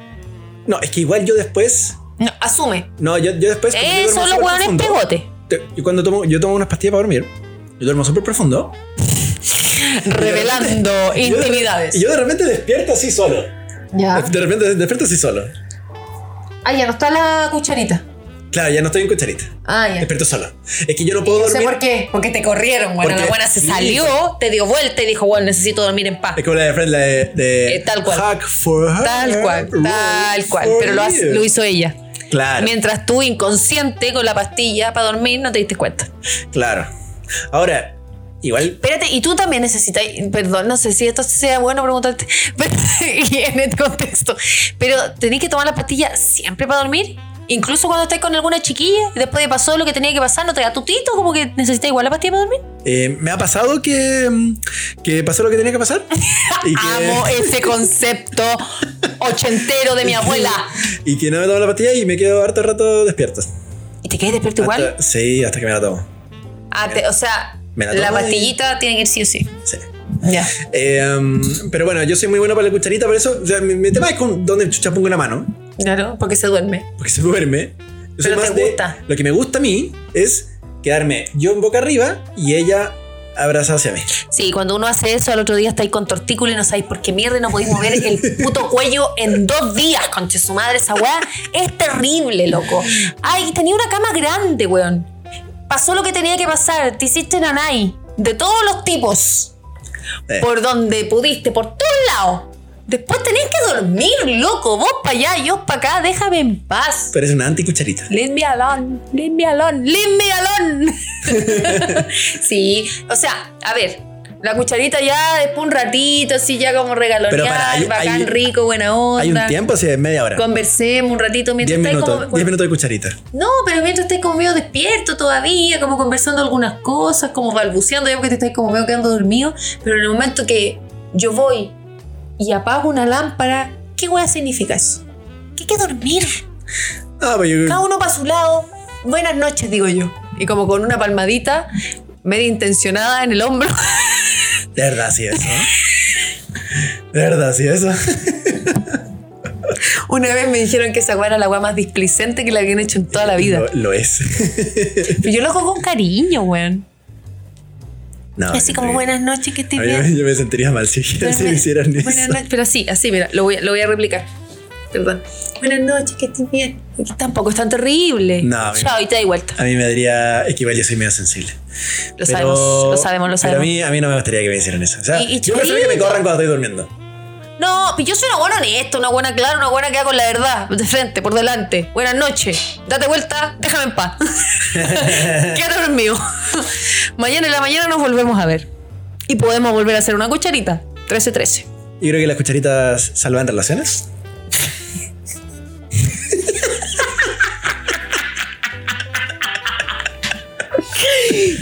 no, es que igual yo después. No, asume. No, yo, yo después. como yo duermo Eso los súper Eh, hueones profundo, pegote. te- yo cuando tomo, yo tomo unas pastillas para dormir, yo duermo súper profundo. Revelando y yo de- intimidades. Y yo de repente despierto así solo. Ya. De repente despierto así solo. Ah, ya no está la cucharita. Claro, ya no estoy en cucharita. Ah, ya. Despierto solo. Es que yo no puedo No sé dormir. por qué. Porque te corrieron, bueno. Porque- La buena se sí. salió, te dio vuelta y dijo, bueno, necesito dormir en paz. Es como la de Fred, la de. de Eh, tal cual. Hack for her, Tal cual, roll tal cual. for Pero lo, hace- you. lo hizo ella. Claro, Mientras tú, inconsciente, con la pastilla para dormir, no te diste cuenta. claro. Ahora, igual. Espérate, y tú también necesitas, perdón, no sé si esto sea bueno preguntarte, este pero- y en el contexto, pero ¿tenés que tomar la pastilla siempre para dormir? Incluso cuando estáis con alguna chiquilla y después de pasó lo que tenía que pasar, no te da tutito, como que necesitas igual la pastilla para dormir. Eh, me ha pasado que, mm, que pasó lo que tenía que pasar. y, Amo que, ese concepto ochentero de mi abuela. y que no me tomo la pastilla y me quedo harto rato despierto. ¿Y te quedas despierto igual? Hasta- sí, hasta que me la tomo. Ah, te- o sea, Me la la, tomo y- pastillita tiene que ir sí o sí. Sí. Ya. Eh, mm, pero bueno, yo soy muy bueno para la cucharita, por eso o sea, mi, mi tema es con dónde chucha pongo la mano, Claro, porque se duerme. porque se duerme. Yo soy Pero te más de- gusta. Lo que me gusta a mí es quedarme yo en boca arriba y ella abrazada hacia mí. Sí, cuando uno hace eso, al otro día estáis con tortículo y no sabéis por qué mierda y no podéis mover el puto cuello en dos días, conche su madre. Esa weá es terrible, loco. Ay, tenía una cama grande, weón. Pasó lo que tenía que pasar. Te hiciste nanay. De todos los tipos. Eh. Por donde pudiste, por todos lados. Después tenés que dormir, loco. Vos para allá, yo para acá. Déjame en paz. Tú eres una anticucharita. Leave me alone, leave me alone, leave me alone. sí, o sea, a ver, la cucharita ya después un ratito, así ya como Pero para, regalonear, hay- bacán, hay- rico, buena onda. Hay un tiempo, así de media hora. Conversemos un ratito mientras 10 estáis minutos, como. 10 minutos de cucharita. No, pero mientras estáis como medio despierto todavía, como conversando algunas cosas, como balbuceando, ya porque te estáis como medio quedando dormido. Pero en el momento que yo voy y apago una lámpara, ¿qué hueá significa eso? ¿Qué hay que dormir? Ah, pues yo- Cada uno para su lado. Buenas noches, digo yo. Y como con una palmadita media intencionada en el hombro. De verdad, sí, eso. De verdad, sí, eso. Una vez me dijeron que esa weá era la weá más displicente que le habían hecho en toda la vida. Lo, lo es. Pero yo lo hago con cariño, weón. No, Así como buenas noches, que estés a mí bien. me- yo me sentiría mal si, si me Duerme. hicieran Buenas eso. noches. Pero así, así, mira, lo voy, a- lo voy a replicar. Perdón. Buenas noches, que estés bien. Tampoco es tan terrible. No, a mí- Chao, y te da vuelta. A mí me daría es que igual yo soy medio sensible. Lo sabemos, lo sabemos, Pero lo a sabemos. mí, a mí no me gustaría que me hicieran eso. O sea, Y- y yo prefiero que me chorrito. corran cuando estoy durmiendo. No, pues yo soy una buena honesta, una buena clara, una buena que hago la verdad, de frente, por delante. Buenas noches, date vuelta, déjame en paz. Quédate dormido. mañana en la mañana nos volvemos a ver. Y podemos volver a hacer una cucharita. 13-13. Yo creo que las cucharitas salvan relaciones.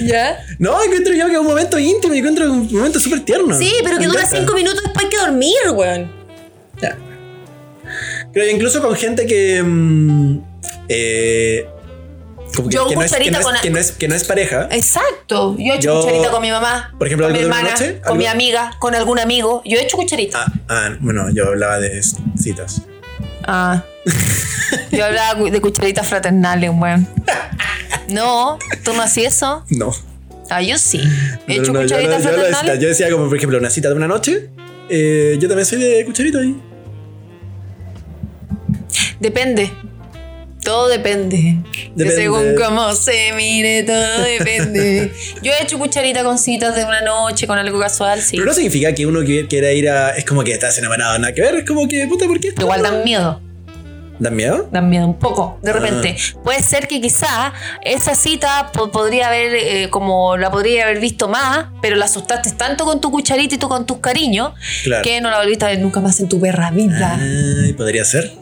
¿Ya? No, encuentro yo que es un momento íntimo, yo encuentro un momento súper tierno. Sí, pero que Me dura encanta. 5 minutos después hay que dormir, weón. Ya. Creo que incluso con gente que. mm, eh, como que, Yo hago que no es, que, no cucharita es, con- que no es- que no es pareja. Exacto. Yo he hecho Yo- cucharita con mi mamá, por ejemplo, con mi algo de una hermana, noche, con mi algo- amiga, con algún amigo. Yo he hecho cucharita. Ah, ah, bueno, yo hablaba de citas. Ah. Yo hablaba cu- de cucharitas fraternales, weón. No, tú no hacías eso. No. Ah, yo sí. He No, hecho no, no, yo hablaba- cucharitas yo hablaba de citas. fraternales. Yo decía, como por ejemplo, una cita de una noche. eh, yo también soy de cucharito ahí. Depende. Todo depende. De Depende. según cómo se mire, todo depende. Yo he hecho cucharita con citas de una noche, con algo casual, sí. Pero no significa que uno que- quiera ir a. Es como que estás enamorado, nada que ver. Es como que, puta, ¿por qué? Igual dan miedo, ¿Dan miedo? dan miedo un poco, de repente. Puede ser que quizá esa cita po- podría haber, eh, como la podría haber visto más, pero la asustaste tanto con tu cucharita y tú con tus cariños, Claro. que no la volviste a ver nunca más en tu perra vida. Ay, podría ser.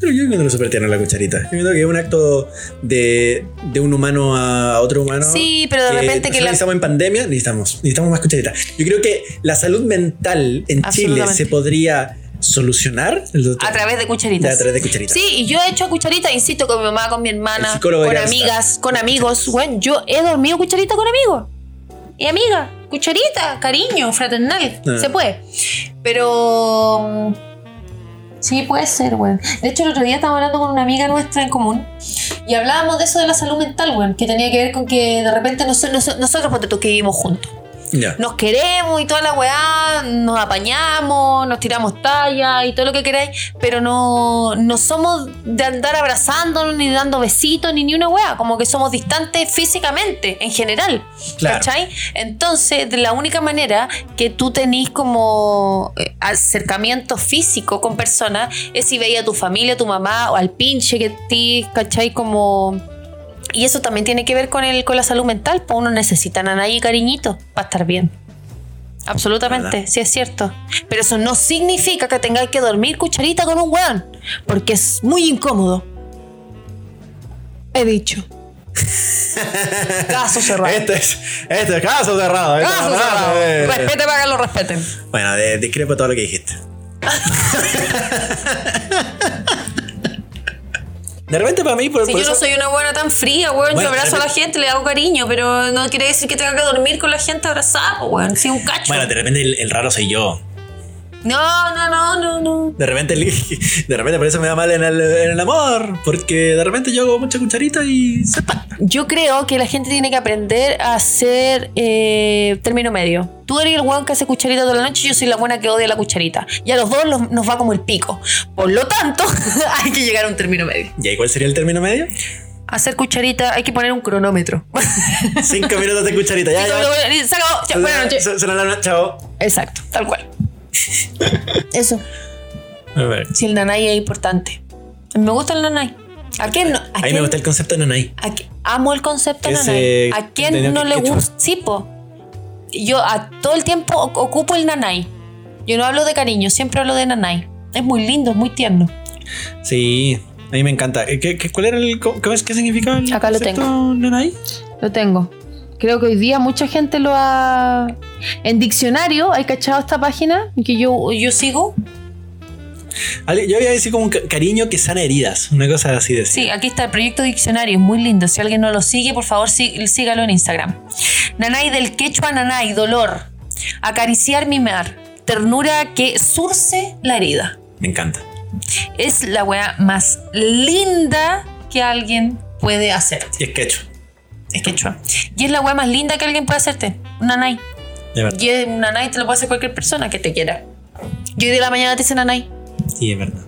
Pero yo encuentro súper tierno la cucharita. Yo creo que es un acto de, de un humano a otro humano. Sí, pero de repente que nosotros la- Estamos en pandemia, necesitamos, necesitamos más cucharita. Yo creo que la salud mental en Chile Absolutamente. se podría solucionar A través de de, Ah, a cucharitas. través de cucharita. Sí, y yo he hecho cucharita, insisto, con mi mamá, con mi El hermana, con psicólogo ya amigas, con amigos. Bueno, yo he dormido cucharita con amigos. Y amiga, cucharita, cariño, fraternal, Ah. se puede. Pero... mm, Sí, puede ser, weón. De hecho, el otro día estábamos hablando con una amiga nuestra en común y hablábamos de eso de la salud mental, weón, que tenía que ver con que de repente nos- nos- nosotros, ponte tú, que vivimos juntos Ya. nos queremos y toda la weá, nos apañamos, nos tiramos talla y todo lo que queráis, pero no, no somos de andar abrazándonos, ni dando besitos, ni ni una weá, como que somos distantes físicamente en general. Claro. ¿Cachai? Entonces, de la única manera que tú tenís como eh, acercamiento físico con personas es si veía a tu familia, a tu mamá o al pinche que ti, ¿cachai? Como y eso también tiene que ver con, el, con la salud mental, pues uno necesita a nadie cariñito para estar bien. Absolutamente, sí es cierto. Pero eso no significa que tengáis que dormir cucharita con un weón, porque es muy incómodo. He dicho. Caso cerrado. Este es, este es caso cerrado. este Caso es- cerrado. eh. Respete para que lo respeten. Bueno, de- discrepo todo lo que dijiste. De repente para mí, por, Si por yo no Pues eso- soy una buena tan fría, weón, Bueno, yo abrazo a de la gente, le hago cariño, pero no quiere decir que tenga que dormir con la gente abrazada, po, weón. Sí, un cacho. Bueno, de repente el, el raro soy yo. No, no, no, no, no. de repente, el- de repente por eso me da mal en el, en el amor, porque de repente yo hago mucha cucharita y se pa- Yo creo que la gente tiene que aprender a hacer eh, término medio. Tú eres el weón que hace cucharita toda la noche y yo soy la buena que odia la cucharita. Y a los dos los- nos va como el pico. Por lo tanto, hay que llegar a un término medio. ¿Y ahí cuál sería el término medio? Hacer cucharita, hay que poner un cronómetro. Cinco minutos de cucharita, ya, ya. Se acabó. Ya, buenas noches. Se- se la- la- Chao. Exacto, tal cual. Eso. Si el nanay es importante. Me gusta el nanay. ¿A quién no? ¿A, A mí quién- me gusta el concepto de Nanay. a qui- amo el concepto Que nanay. se- ¿A de- quién no que- le que chupa. gusta? Sí, po. Yo a, todo el tiempo o- ocupo el nanay. Yo no hablo de cariño, siempre hablo de nanay. Es muy lindo, es muy tierno. Sí, a mí me encanta. Eh, ¿Qué, qué- cuál era el, co- cómo es- ¿Qué significa el Acá lo concepto Nanay? Lo tengo. Creo que hoy día mucha gente lo ha. En diccionario, ¿hay cachado esta página? Que yo. Yo sigo. Ale- Yo había decir como un ca- cariño que sana heridas, una cosa así de Sí, aquí está el proyecto diccionario, es muy lindo. Si alguien no lo sigue, por favor sí- sígalo en Instagram. Nanay del quechua, nanay, dolor. Acariciar, mimar. Ternura que surce la herida. Me encanta. Es la weá más linda que alguien puede hacerte. Y es quecho. Es quechua. Y es la weá más linda que alguien puede hacerte. Un nanay. De verdad. Y es- un nanay te lo puede hacer cualquier persona que te quiera. Y hoy de la mañana te hice nanay. Sí, es verdad.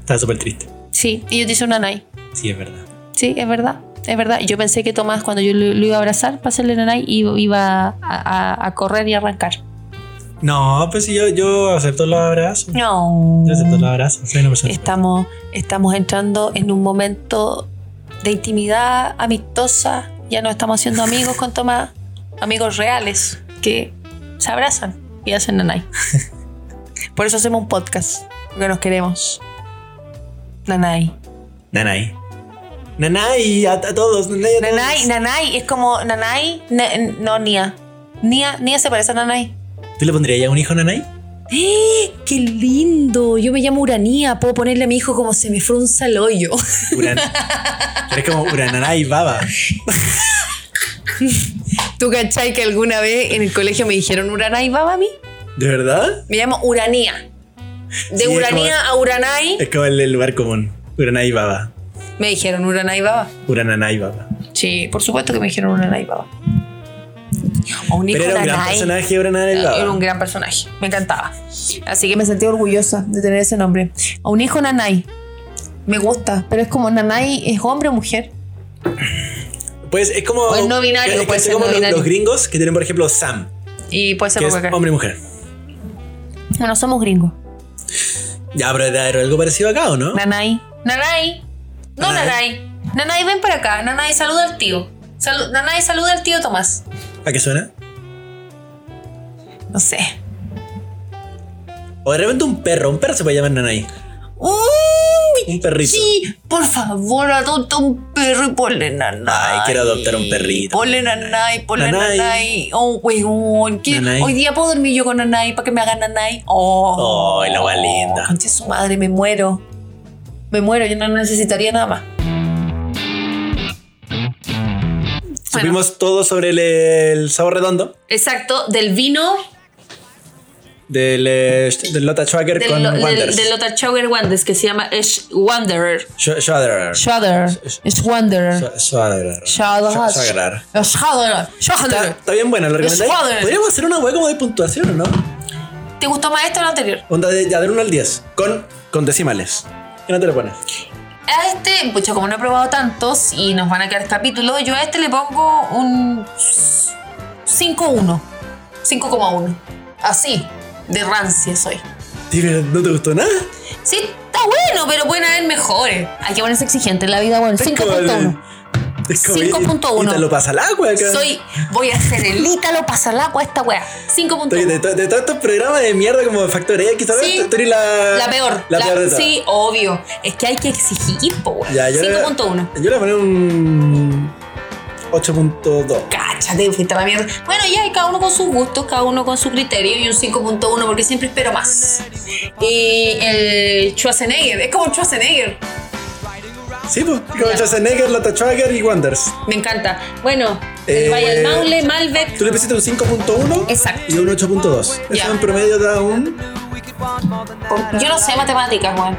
Estaba súper triste. Sí, y yo te hice un nanay. Sí, es verdad. Sí, es verdad. Es verdad. Yo pensé que Tomás, cuando yo lo, lo iba a abrazar para hacerle nanay, iba, iba a, a- a correr y arrancar. No, pues sí, yo, yo acepto los abrazos. No. Yo acepto los abrazos. Soy una persona. Estamos, estamos entrando en un momento de intimidad amistosa. Ya nos estamos haciendo amigos con Tomás. Amigos reales que se abrazan y hacen nanay. Por eso hacemos un podcast. Porque nos queremos. Nanay. Nanay. Nanay, a, a todos. Nanay, a todos. Nanay, Nanay, es como Nanay, na- no, Nia. Nia, Nia se parece a Nanay. ¿Tú le pondrías ya un hijo a Nanay? ¡Eh! ¡Qué lindo! Yo me llamo Uranía, puedo ponerle a mi hijo como se me frunza el hoyo. Uran... Eres como Urananay Baba. ¿Tú cachai que alguna vez en el colegio me dijeron Uranay baba a mí? ¿De verdad? Me llamo Uranía. De Sí, es Uranía a Uranay Es como el, el lugar común. Uranay Baba. me dijeron Uranay baba. Urananay Baba. Sí, por supuesto que me dijeron una Nanay, baba. O un hijo Pero era un gran Nanay. personaje Urananay Baba. Era un gran personaje, me encantaba. Así que me sentí orgullosa de tener ese nombre. A un hijo Nanay. Me gusta, pero es como Nanay, ¿es hombre o mujer? Pues es como. O el no binario, es que puede es ser como no los, binario. los gringos que tienen, por ejemplo, Sam, Y puede ser que es mujer. hombre y mujer. Bueno, somos gringos. Ya, pero era algo parecido acá, ¿o no? Nanay. Nanay. No, Nanay. Nanay, ven para acá. Nanay, saluda al tío. Salu- Nanay, saluda al tío Tomás. ¿A qué suena? No sé. O de repente un perro. Un perro se puede llamar Nanay. ¡Uy! Un perrito. Sí, por favor, adopta un perro y ponle nanay. Ay, quiero adoptar un perrito. Ponle nanay, ponle Nanay. nanay. Oh, weón. ¿qué? Nanay. Hoy día puedo dormir yo con nanay para que me haga nanay. Oh, Ay, la wea linda. Conche su madre, me muero. Me muero, yo no necesitaría nada más. Bueno. Supimos todo sobre el, el sabor redondo Exacto, del vino del, eh, sh- del Lotta Schwager Del, con lo- del- Wonders. del Lothar Schauer Wanders que se llama Esh Wanderer. Sch- Schwager. Shudder. It's Wanderer. Sch- Schwager. Shudder. Sch- Schwager. Shudder. Está, Shudder. está bien buena, lo recomendáis. Schwager. Podríamos hacer una wea como de puntuación, ¿o no? ¿Te gustó más esto o lo anterior? Onda de, ya del 1 al 10. Con, con decimales. ¿Qué no te lo pones? A este, pucha, como no he probado tantos y nos van a quedar capítulos, yo a este le pongo un 5-1. 5,1. Así, de rancia soy. Sí, pero ¿No te gustó nada? Sí, está bueno, pero pueden haber mejores. Hay que ponerse exigente en la vida, bueno. Es como el- 5.1. 5.1. Y te lo pasa al agua acá. Soy, voy a ser el Ítalo Pasalagua esta wea. Estoy 5.1. de, to- de todos estos programas de mierda como Factor X, ¿sabes? Sí. Tú eres la, La peor. La, peor de todas. Sí, obvio. Es que hay que exigir, po, weón. Ya, yo le- 5.1. Yo le voy a poner un 8.2. Cáchate, fuiste a la mierda. Bueno, ya, y cada uno con sus gustos, cada uno con su criterio y un 5.1 porque siempre espero más. Y el Schwarzenegger, es como Schwarzenegger, Sí, pues. Con Schwarzenegger, Lata Schwager y Wonders. me encanta. Bueno, Eh, el Royal Maule, Malbec, Tú le pusiste un 5.1 Exacto. y un 8.2. Ya. Eso en promedio da un. yo no sé matemáticas, weón.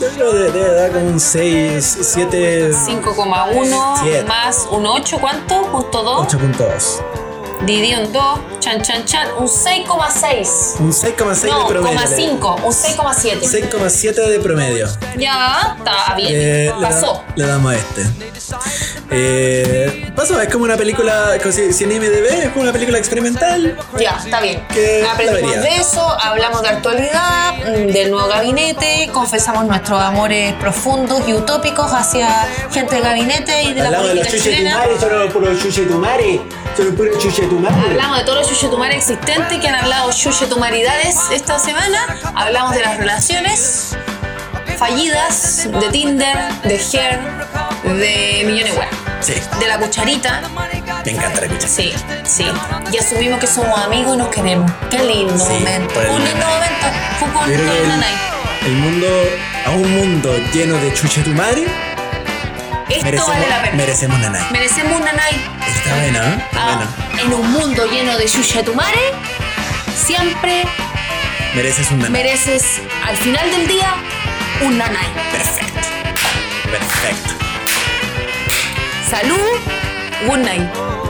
Yo creo que debe dar como un 6, 7, 5,1 Siete. más un 8, ¿cuánto? Punto 2, 8.2. dividido en 2, chan, chan, chan, un 6,6. Un 6,6 No, de promedio. coma 5, un 6,7. 6,7 de promedio. Ya, está bien. Eh, le Pasó. da- Le, damos a este. Eh, pasó, es como una película, como si, si en IMDB es como una película experimental. Ya, está bien. Que Aprendimos la vería. de eso, hablamos de actualidad, mm, del nuevo gabinete, confesamos nuestros amores profundos y utópicos hacia gente del gabinete y de la Hablamos de los política chilena. chuchetumari, son los puros chuchetumari. Son los puros chuchetumari. Hablamos de todos los yuyetumares existentes que han hablado yuyetumaridades esta semana. Hablamos de las relaciones fallidas, de Tinder, de Her, de Millones Web, Sí, de la cucharita. me encanta la cuchara. Sí, sí. Y asumimos que somos amigos y nos queremos. Qué lindo Sí, momento. por el Fue un lindo momento. Fue con Yo creo que Nanay. el, el mundo, a un mundo lleno de chuchetumari, Esto merecemos, vale la pena. merecemos nanay. Merecemos un nanay. Está bueno, ¿eh? Está Ah, bueno. en un mundo lleno de yuyetumares, siempre Mereces un nanay. mereces al final del día un nanay. Perfecto. Perfecto. Salud, good night.